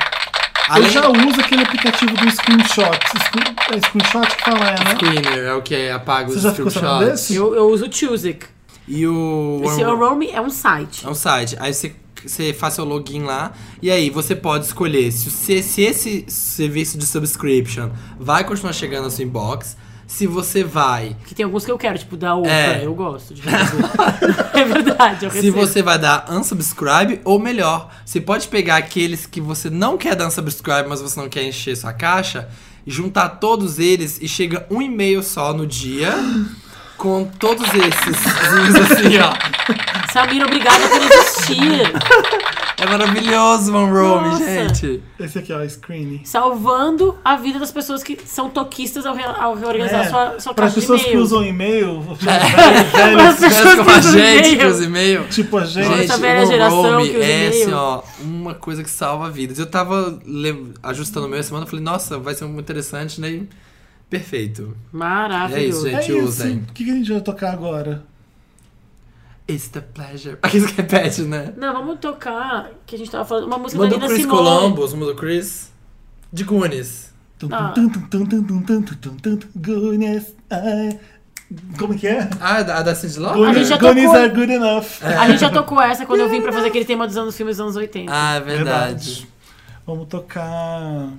Speaker 1: Eu
Speaker 2: além
Speaker 1: já uso aquele aplicativo do screenshot. Screen- é screenshot que fala, é, né?
Speaker 2: Cleaner é o que apaga
Speaker 1: Você
Speaker 2: os
Speaker 1: já ficou sabendo
Speaker 2: screenshots.
Speaker 1: desse?
Speaker 3: Eu, eu uso o Choosic.
Speaker 2: E o.
Speaker 3: Esse Unroll é um site.
Speaker 2: É um site. Aí você, você faz seu login lá. E aí você pode escolher se, você- se esse serviço de subscription vai continuar chegando na sua inbox. Se você vai.
Speaker 3: Que tem alguns que eu quero, tipo da Oprah,
Speaker 2: É.
Speaker 3: eu gosto de receber. <laughs> É verdade, eu
Speaker 2: Se
Speaker 3: recebo.
Speaker 2: você vai dar unsubscribe, ou melhor, você pode pegar aqueles que você não quer dar unsubscribe, mas você não quer encher sua caixa, juntar todos eles e chega um e-mail só no dia com todos
Speaker 3: <laughs>
Speaker 2: esses. assim, ó.
Speaker 3: Samir, obrigada por existir.
Speaker 2: É maravilhoso, Monroe,
Speaker 3: Nossa.
Speaker 2: gente.
Speaker 1: Esse aqui, ó, screen.
Speaker 3: Salvando a vida das pessoas que são toquistas ao, re- ao reorganizar
Speaker 1: É,
Speaker 3: sua, sua
Speaker 1: Para as
Speaker 3: caixa
Speaker 1: pessoas
Speaker 3: de
Speaker 1: que
Speaker 3: <laughs> e-mail.
Speaker 1: usam e-mail, velhos, velhos,
Speaker 3: As pessoas
Speaker 2: com a
Speaker 3: que usam
Speaker 2: gente,
Speaker 3: e-mail.
Speaker 2: com os e-mail.
Speaker 1: né? tipo a gente.
Speaker 3: Nossa,
Speaker 2: Gente,
Speaker 3: velha
Speaker 2: o
Speaker 3: geração
Speaker 2: Romy
Speaker 3: que usa
Speaker 2: é
Speaker 3: e-mail.
Speaker 2: assim, ó, uma coisa que salva vidas. Eu tava le- ajustando o meu essa semana, falei, nossa, vai ser muito interessante, né? Perfeito. É isso,
Speaker 3: Maravilhoso.
Speaker 2: gente,
Speaker 1: é isso.
Speaker 2: usem.
Speaker 1: O que que a gente vai tocar agora?
Speaker 2: It's the pleasure. <laughs> Aqueles que repete, né?
Speaker 3: Não, vamos tocar, que a gente tava falando, uma música
Speaker 2: Manda
Speaker 3: da
Speaker 2: o
Speaker 3: Nina
Speaker 2: Chris
Speaker 3: tá Simone.
Speaker 2: Columbus, manda o Chris. De Goonies.
Speaker 1: Tum,
Speaker 3: Ah.
Speaker 1: tum, tum, tum, tum, tum, tum, tum, tum, tum, Goodness, ai. Como que é?
Speaker 2: Ah, a da a da Cindy
Speaker 3: A É.
Speaker 2: Lauper?
Speaker 3: gente já
Speaker 1: Goonies
Speaker 3: tocou.
Speaker 1: are good enough.
Speaker 3: A gente já tocou essa quando eu vim pra fazer aquele tema dos anos filmes dos anos 80.
Speaker 2: Ah, é verdade.
Speaker 1: Vamos tocar.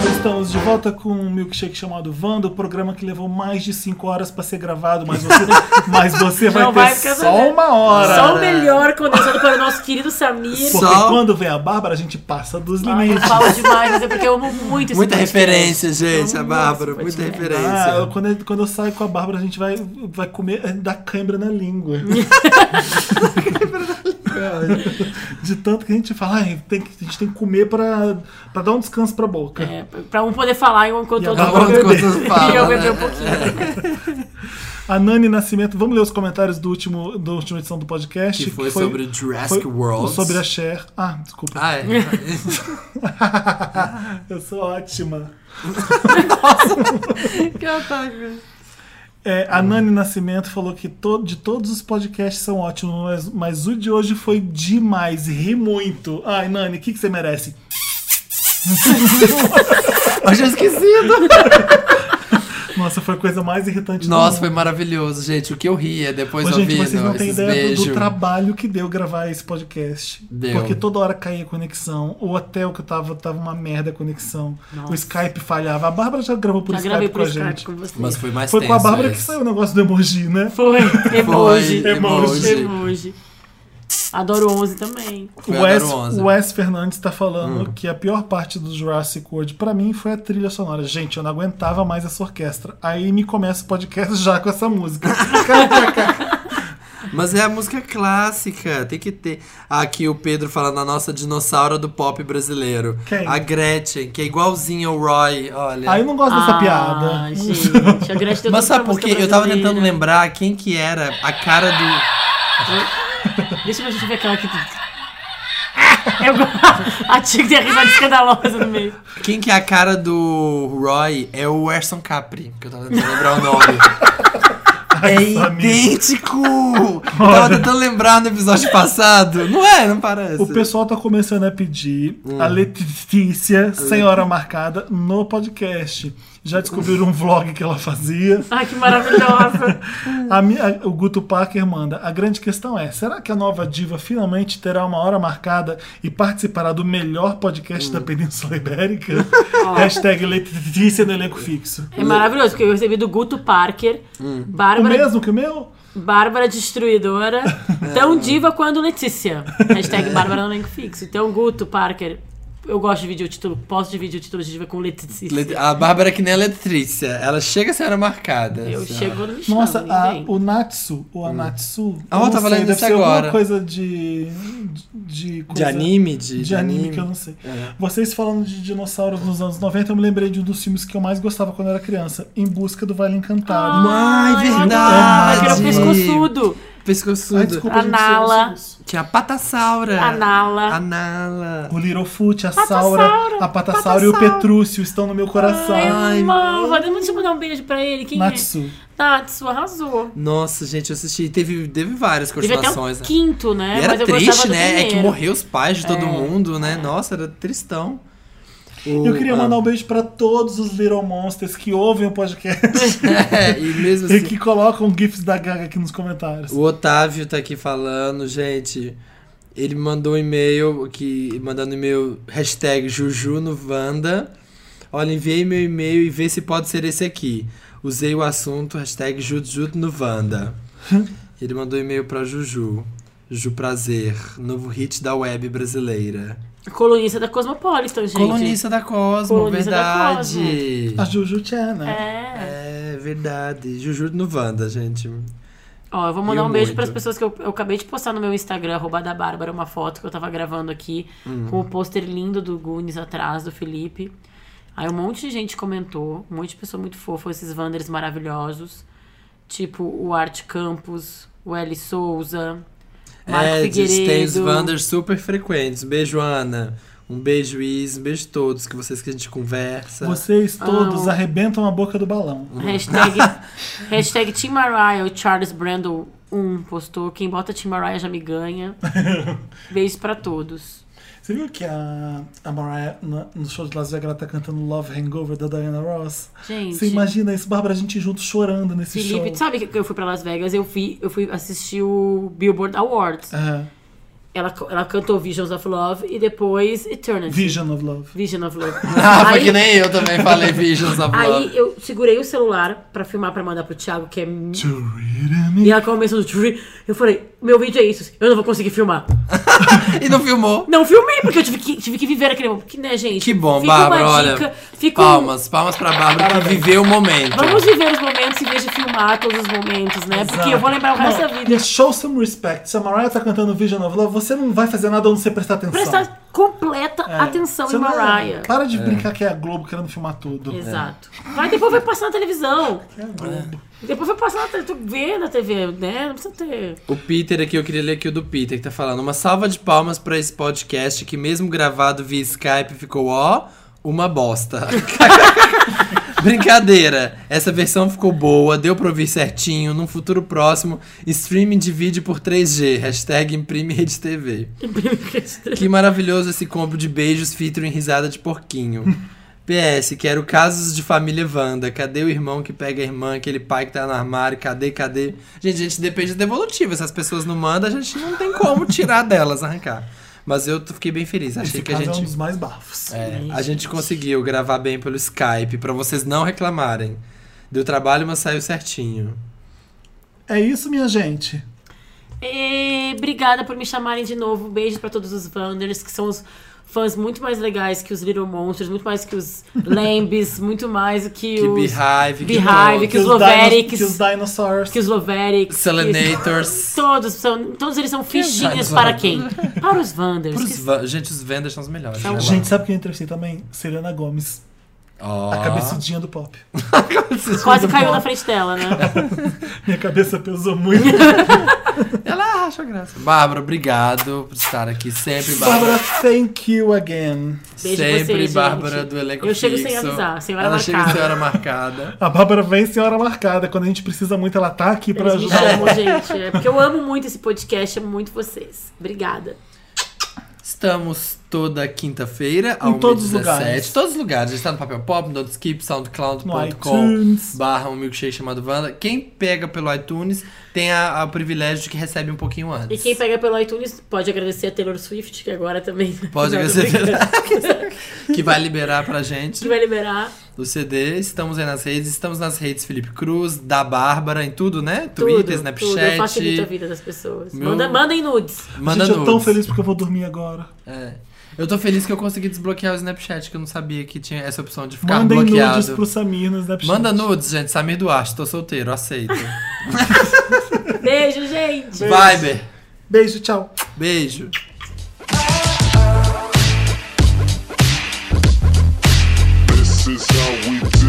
Speaker 1: Então Estamos de volta com um milkshake chamado Wanda, o programa que levou mais de 5 horas pra ser gravado, mas
Speaker 2: <laughs>
Speaker 1: você, mas você vai
Speaker 3: Não
Speaker 1: ter
Speaker 3: vai ficar
Speaker 1: só
Speaker 3: sabendo.
Speaker 1: uma hora.
Speaker 3: Só o melhor condensado para o nosso querido Samir.
Speaker 1: Porque
Speaker 2: Só-
Speaker 1: quando vem a Bárbara, a gente passa dos
Speaker 3: Ah, eu
Speaker 1: limites.
Speaker 3: falo demais, mas é porque eu amo muito esse
Speaker 2: Muita
Speaker 3: podcast.
Speaker 2: referência, gente, a
Speaker 3: Nossa,
Speaker 2: Bárbara,
Speaker 3: pode
Speaker 2: muita
Speaker 3: ser.
Speaker 1: Ah, eu-
Speaker 2: referência.
Speaker 1: quando, eu- quando eu saio com a Bárbara, a gente vai, vai comer é, da câimbra na
Speaker 3: <laughs>
Speaker 1: língua. De tanto que a gente fala, "Ai, tem que- a gente tem que comer pra, pra dar um descanso pra boca.
Speaker 3: É, pra um poder falar enquanto
Speaker 1: E
Speaker 3: o
Speaker 1: a
Speaker 3: outro
Speaker 1: Bárbara <laughs>
Speaker 3: fala.
Speaker 1: beber.
Speaker 2: Enquanto
Speaker 3: E eu
Speaker 2: fala,
Speaker 3: beber um
Speaker 2: né?
Speaker 3: pouquinho.
Speaker 1: A Nani Nascimento, vamos ler os comentários do último, da última edição do podcast.
Speaker 2: Que foi sobre Jurassic
Speaker 1: foi
Speaker 2: World.
Speaker 1: Sobre a Cher. Ah, desculpa.
Speaker 2: Ah,
Speaker 1: <laughs>
Speaker 2: é.
Speaker 1: Eu sou ótima. <laughs>
Speaker 2: que ataque.
Speaker 1: É, a Nani Nascimento falou que to- de todos os podcasts são ótimos, mas, mas o de hoje foi demais. Ri muito. Ai, Nani, o que, que você merece?
Speaker 2: Eu tinha esquecido.
Speaker 1: Nossa, foi a coisa mais irritante
Speaker 2: Nossa,
Speaker 1: do
Speaker 2: foi
Speaker 1: mundo.
Speaker 2: maravilhoso, gente. O que eu ria depois
Speaker 1: Mas, gente,
Speaker 2: ouvindo
Speaker 1: vocês não têm
Speaker 2: esses
Speaker 1: ideia
Speaker 2: beijos.
Speaker 1: do trabalho que deu gravar esse podcast.
Speaker 2: Deu.
Speaker 1: Porque toda hora caía a conexão. O hotel que eu tava, tava uma merda a conexão.
Speaker 3: Nossa.
Speaker 1: O Skype falhava. A Bárbara já gravou por
Speaker 3: Já
Speaker 1: Skype
Speaker 3: gravei
Speaker 1: com
Speaker 3: por
Speaker 1: a
Speaker 3: Skype
Speaker 1: gente.
Speaker 3: com você.
Speaker 2: Mas foi mais
Speaker 1: Foi com a
Speaker 2: tenso
Speaker 1: Bárbara que
Speaker 2: esse.
Speaker 1: saiu o negócio do emoji,
Speaker 2: <laughs>
Speaker 1: né?
Speaker 3: Foi. Emoji.
Speaker 2: emoji.
Speaker 3: Emoji. Adoro 11 também.
Speaker 2: Foi
Speaker 1: o
Speaker 2: a
Speaker 1: Wes,
Speaker 2: Dora Onze. Hum.
Speaker 1: o Wes Fernandes tá falando que a pior parte do Jurassic World pra mim foi a trilha sonora. Gente, eu não aguentava mais essa orquestra. Aí me começa o podcast já com
Speaker 2: <laughs>
Speaker 1: essa música.
Speaker 2: Mas é a música clássica, tem que ter. Aqui o Pedro falando a nossa dinossauro do pop brasileiro.
Speaker 1: Quem?
Speaker 2: A Gretchen, que é igualzinha ao Roy, olha.
Speaker 1: Aí eu não gosto dessa
Speaker 3: ah,
Speaker 1: piada.
Speaker 3: gente. A Gretchen deu
Speaker 2: Mas
Speaker 3: tudo
Speaker 2: sabe
Speaker 3: pra
Speaker 2: por
Speaker 3: música
Speaker 1: é
Speaker 2: quê? Eu tava
Speaker 3: brasileira.
Speaker 2: tentando lembrar quem que era a cara do.
Speaker 3: Deixa eu ver aquela que... <laughs> Eu... go- <laughs> a tia que tem a risada escandalosa no meio.
Speaker 2: Quem que é a cara do Roy é o Erson Capri, que eu tava tentando lembrar o
Speaker 1: <laughs>
Speaker 2: nome. É
Speaker 1: Samir.
Speaker 2: idêntico! Eu
Speaker 1: <laughs>
Speaker 2: tava tentando lembrar no episódio passado. Não é? Não parece.
Speaker 1: O pessoal tá começando a pedir
Speaker 2: Hum.
Speaker 1: a Letícia, senhora marcada, no podcast. Já descobriram um vlog que ela fazia.
Speaker 3: Ai, que maravilhosa.
Speaker 1: A mi- a- o Guto Parker manda. A grande questão é: será que a nova diva finalmente terá uma hora marcada e participará do melhor podcast
Speaker 2: Hum.
Speaker 1: da Península
Speaker 2: <laughs>
Speaker 1: Ibérica? <laughs> Hashtag Letícia no elenco fixo.
Speaker 3: É maravilhoso, porque eu recebi do Guto Parker,
Speaker 2: Hum.
Speaker 1: O
Speaker 3: Bárbara,
Speaker 1: mesmo que o meu?
Speaker 3: Bárbara
Speaker 2: <laughs>
Speaker 3: Destruidora,
Speaker 2: É.
Speaker 3: tão diva quanto Letícia. Hashtag Bárbara no elenco fixo. Então, Guto Parker, eu gosto de dividir o título, posso dividir o título de diva com Letícia.
Speaker 2: Let- A Bárbara é que nem a Letrícia. Ela chega a senhora marcada. assim,
Speaker 3: Eu chego no chão,
Speaker 1: Nossa, a-
Speaker 3: ninguém.
Speaker 1: o Natsu, ou a Natsu.
Speaker 2: Ah,
Speaker 1: eu
Speaker 2: eu
Speaker 1: não
Speaker 2: tava
Speaker 1: sei,
Speaker 2: lendo
Speaker 1: deve
Speaker 2: isso
Speaker 1: ser alguma
Speaker 2: agora.
Speaker 1: coisa de. De, de
Speaker 2: De
Speaker 1: coisa-
Speaker 2: anime? De,
Speaker 1: é. de anime, que eu não sei. Vocês falando de dinossauros nos anos 90, eu me lembrei de um dos filmes que eu mais gostava quando eu era criança, Em Busca do Vale Encantado.
Speaker 3: Ah,
Speaker 2: Ai,
Speaker 1: adoro.
Speaker 2: verdade!
Speaker 3: Aquele é o pescoçudo,
Speaker 1: Ai,
Speaker 2: Pescoçudo.
Speaker 1: desculpa, gente,
Speaker 3: Anala.
Speaker 1: eu sou-
Speaker 2: Tinha é a Patassaura.
Speaker 3: a Nala.
Speaker 2: Anala.
Speaker 1: é O Littlefoot, a Saura, a Patassaura e o Petrúcio estão no meu coração.
Speaker 2: Ai,
Speaker 3: Mano, deixa eu mandar um beijo pra ele. Quem é?
Speaker 1: Natsu.
Speaker 3: Natsu, arrasou.
Speaker 2: Nossa, gente, eu assisti. Teve, teve várias
Speaker 3: Teve até
Speaker 2: continuações.
Speaker 3: um
Speaker 2: né?
Speaker 3: quinto, né?
Speaker 2: E era
Speaker 3: Mas eu
Speaker 2: triste,
Speaker 3: gostava do
Speaker 2: né? É que
Speaker 3: primeiro. É.
Speaker 2: morreu os pais de todo mundo, né? Nossa, era tristão. O-
Speaker 1: Eu queria
Speaker 2: ah,
Speaker 1: mandar um beijo pra todos os Little Monsters que ouvem o podcast
Speaker 2: <laughs> É, e mesmo
Speaker 1: e
Speaker 2: assim.
Speaker 1: que colocam GIFs da Gaga aqui nos comentários.
Speaker 2: O Otávio tá aqui falando, gente. Ele mandou um e-mail que mandando e-mail hashtag Juju no Wanda. Olha, enviei meu e-mail e vê se pode ser esse aqui. Usei o assunto hashtag Juju no <laughs> Wanda. Ele mandou e-mail pra Juju. Ju Prazer, novo hit da web brasileira.
Speaker 3: Colunista da Cosmopolitan, gente.
Speaker 2: Colunista da Cosmo,
Speaker 3: Colunista da
Speaker 2: verdade.
Speaker 1: A Juju Chan, né?
Speaker 3: É.
Speaker 2: É verdade. Juju no Wanda, gente.
Speaker 3: Ó, eu vou mandar
Speaker 2: Eu
Speaker 3: um beijo
Speaker 2: muito.
Speaker 3: para as pessoas que eu, eu acabei de postar no meu Instagram, arroba da Bárbara, uma foto que eu tava gravando aqui,
Speaker 2: Uhum.
Speaker 3: com o pôster lindo do Gunis atrás, do Felipe. Aí um monte de gente comentou, um monte de pessoa muito fofa, esses Wanders maravilhosos, tipo o Art Campos, o Eli Souza, Marco
Speaker 2: é, diz, tem os
Speaker 3: Figueiredo.
Speaker 2: Wanders super frequentes. Beijo, Ana. Um beijo, Is. Um beijo a todos que vocês que a gente conversa.
Speaker 1: Vocês todos
Speaker 3: Ah, o-
Speaker 1: arrebentam a boca do balão.
Speaker 3: Hashtag, hashtag Tim Mariah, o Charles Brando 1 postou. Quem bota Tim Mariah já
Speaker 2: <laughs>
Speaker 3: me ganha. Beijo pra todos.
Speaker 1: Você viu que a, a Mariah, na- no show de Las Vegas, ela tá cantando Love Hangover da Diana Ross?
Speaker 3: Gente.
Speaker 1: Você imagina isso, Bárbara, a gente junto chorando nesse
Speaker 3: Felipe,
Speaker 1: show.
Speaker 3: sabe que eu fui pra Las Vegas, eu fui, eu fui assistir o Billboard Awards.
Speaker 1: É,
Speaker 3: Ela, ela cantou Visions of Love e depois Eternity.
Speaker 1: Vision of Love.
Speaker 3: Vision of
Speaker 2: <laughs>
Speaker 3: Love.
Speaker 2: <laughs> Ah, foi
Speaker 3: Aí-
Speaker 2: que nem eu também falei
Speaker 3: <laughs>
Speaker 2: Visions of Love.
Speaker 3: Aí eu segurei o celular pra filmar, pra mandar pro Thiago, que é.
Speaker 1: To read me.
Speaker 3: E ela começou do Tree. Eu falei, meu vídeo é isso, eu não vou conseguir filmar.
Speaker 2: E não filmou.
Speaker 3: Não filmei, porque eu tive que, tive que viver aquele momento. Que, né, gente?
Speaker 2: Que bom,
Speaker 3: Fica
Speaker 2: Bárbara,
Speaker 3: uma
Speaker 2: olha.
Speaker 3: dica, fica um-
Speaker 2: Palmas, palmas pra Bárbara que viveu o momento.
Speaker 3: Vamos viver os momentos em vez de filmar todos os momentos, né? Porque eu vou lembrar o resto da vida.
Speaker 1: E é show some respect. Se a Mariah tá cantando Vision of Love, você não vai fazer nada a não ser prestar atenção.
Speaker 3: Prestar completa
Speaker 1: É.
Speaker 3: atenção
Speaker 1: Você
Speaker 3: em
Speaker 1: não é-
Speaker 3: Mariah.
Speaker 1: Para de brincar que é a Globo querendo filmar tudo.
Speaker 3: Exato. Mas depois vai passar na televisão.
Speaker 1: É a Globo.
Speaker 3: Depois vai passar na televisão. Tu vê na TV, né? Não precisa ter. <laughs>
Speaker 2: O Peter aqui, eu queria ler aqui o do Peter, que tá falando. Uma salva de palmas pra esse podcast que, mesmo gravado via Skype, ficou ó, uma bosta. <laughs> Brincadeira, essa versão ficou boa, deu pra ouvir certinho. Num futuro próximo, streaming de vídeo por 3G. Hashtag imprime rede
Speaker 1: <laughs>
Speaker 2: TV. Que maravilhoso esse combo de beijos featuring risada de porquinho. PS, quero casos de família Wanda. Cadê o irmão que pega a irmã, aquele pai que tá no armário? Cadê, cadê? Gente, a gente depende da evolutiva. Se as pessoas não mandam, a gente não tem como tirar delas, arrancar. Mas eu t- fiquei bem feliz. Achei
Speaker 1: Esse
Speaker 2: que a
Speaker 1: caso é um
Speaker 2: gente.
Speaker 1: dos mais bafos.
Speaker 2: É, a gente conseguiu gravar bem pelo Skype, pra vocês não reclamarem. Deu trabalho, mas saiu certinho.
Speaker 1: É isso, minha gente.
Speaker 3: E obrigada por me chamarem de novo. Beijo pra todos os Wanders, que são os fãs muito mais legais que os Little Monsters, muito mais que os Lambis, <laughs> muito mais do que,
Speaker 2: Que
Speaker 3: os
Speaker 2: Beehive, que
Speaker 3: Beehive, que os
Speaker 1: dinos-
Speaker 3: Loverics,
Speaker 1: que os Dinosaurs.
Speaker 3: que os Loverics.
Speaker 2: Selenators.
Speaker 3: Todos, são, todos eles são
Speaker 2: Wanders?
Speaker 3: fichinhas para quem? Para os Wanders.
Speaker 2: Pros va- Gente, os vendas são os melhores.
Speaker 3: São-
Speaker 2: né?
Speaker 1: Gente, sabe quem eu entrevistei também? Selena Gomes,
Speaker 2: Ó.
Speaker 1: a cabeçudinha do pop.
Speaker 3: que Quase caiu na frente dela, né?
Speaker 1: Minha cabeça
Speaker 2: <laughs>
Speaker 1: pesou muito.
Speaker 2: Ela acha graça. Bárbara, obrigado por estar aqui sempre,
Speaker 1: Bárbara,
Speaker 2: Bárbara.
Speaker 1: thank you again.
Speaker 3: Beijo em
Speaker 2: sempre,
Speaker 3: vocês,
Speaker 2: Bárbara
Speaker 3: gente.
Speaker 2: do elenco
Speaker 3: Eu chego
Speaker 2: fixo.
Speaker 3: sem avisar, sem hora
Speaker 2: Ela
Speaker 3: marcada.
Speaker 2: chega sem hora marcada.
Speaker 1: A Bárbara vem sem hora marcada. Quando a gente precisa muito, ela tá aqui pra
Speaker 3: Eles me
Speaker 1: ajudar.
Speaker 3: chamam, gente. É porque eu amo muito esse podcast, amo muito vocês. Obrigada.
Speaker 2: Estamos toda quinta-feira, ao
Speaker 1: todos os
Speaker 2: 17.
Speaker 1: lugares.
Speaker 2: Todos os lugares. A gente tá no Papel Pop, no Skip,
Speaker 1: No
Speaker 2: soundcloud.com
Speaker 1: iTunes.
Speaker 2: barra um milkshake chamado Wanda. Quem pega pelo iTunes tem a, a- o privilégio de que recebe um pouquinho
Speaker 3: E
Speaker 2: antes.
Speaker 3: quem pega pelo iTunes pode agradecer a Taylor Swift, que agora também. <laughs>
Speaker 2: Pode
Speaker 3: Não, tô
Speaker 2: agradecer.
Speaker 3: brincando.
Speaker 2: <laughs> que vai liberar pra
Speaker 3: Que
Speaker 2: gente
Speaker 3: vai liberar
Speaker 2: o CD. Estamos aí nas redes. Estamos nas redes Felipe Cruz, da Bárbara, em tudo, né?
Speaker 3: tudo.
Speaker 2: Twitter,
Speaker 3: tudo. Eu facilito a
Speaker 2: Snapchat.
Speaker 3: vida das pessoas.
Speaker 2: Meu-
Speaker 3: Manda, mandem nudes.
Speaker 2: Manda
Speaker 1: gente, eu tô tão
Speaker 2: nudes.
Speaker 1: feliz porque eu vou dormir agora.
Speaker 2: É. Eu tô feliz que eu consegui desbloquear o Snapchat, que eu não sabia que tinha essa opção de ficar
Speaker 1: Mandem
Speaker 2: bloqueado.
Speaker 1: nudes pro Samir no Snapchat.
Speaker 2: Manda nudes, gente. Samir Duarte, tô solteiro,
Speaker 1: <laughs>
Speaker 2: aceito.
Speaker 3: Beijo, gente.
Speaker 2: Viber,
Speaker 1: Beijo, tchau.
Speaker 2: beijo.
Speaker 6: This is how we do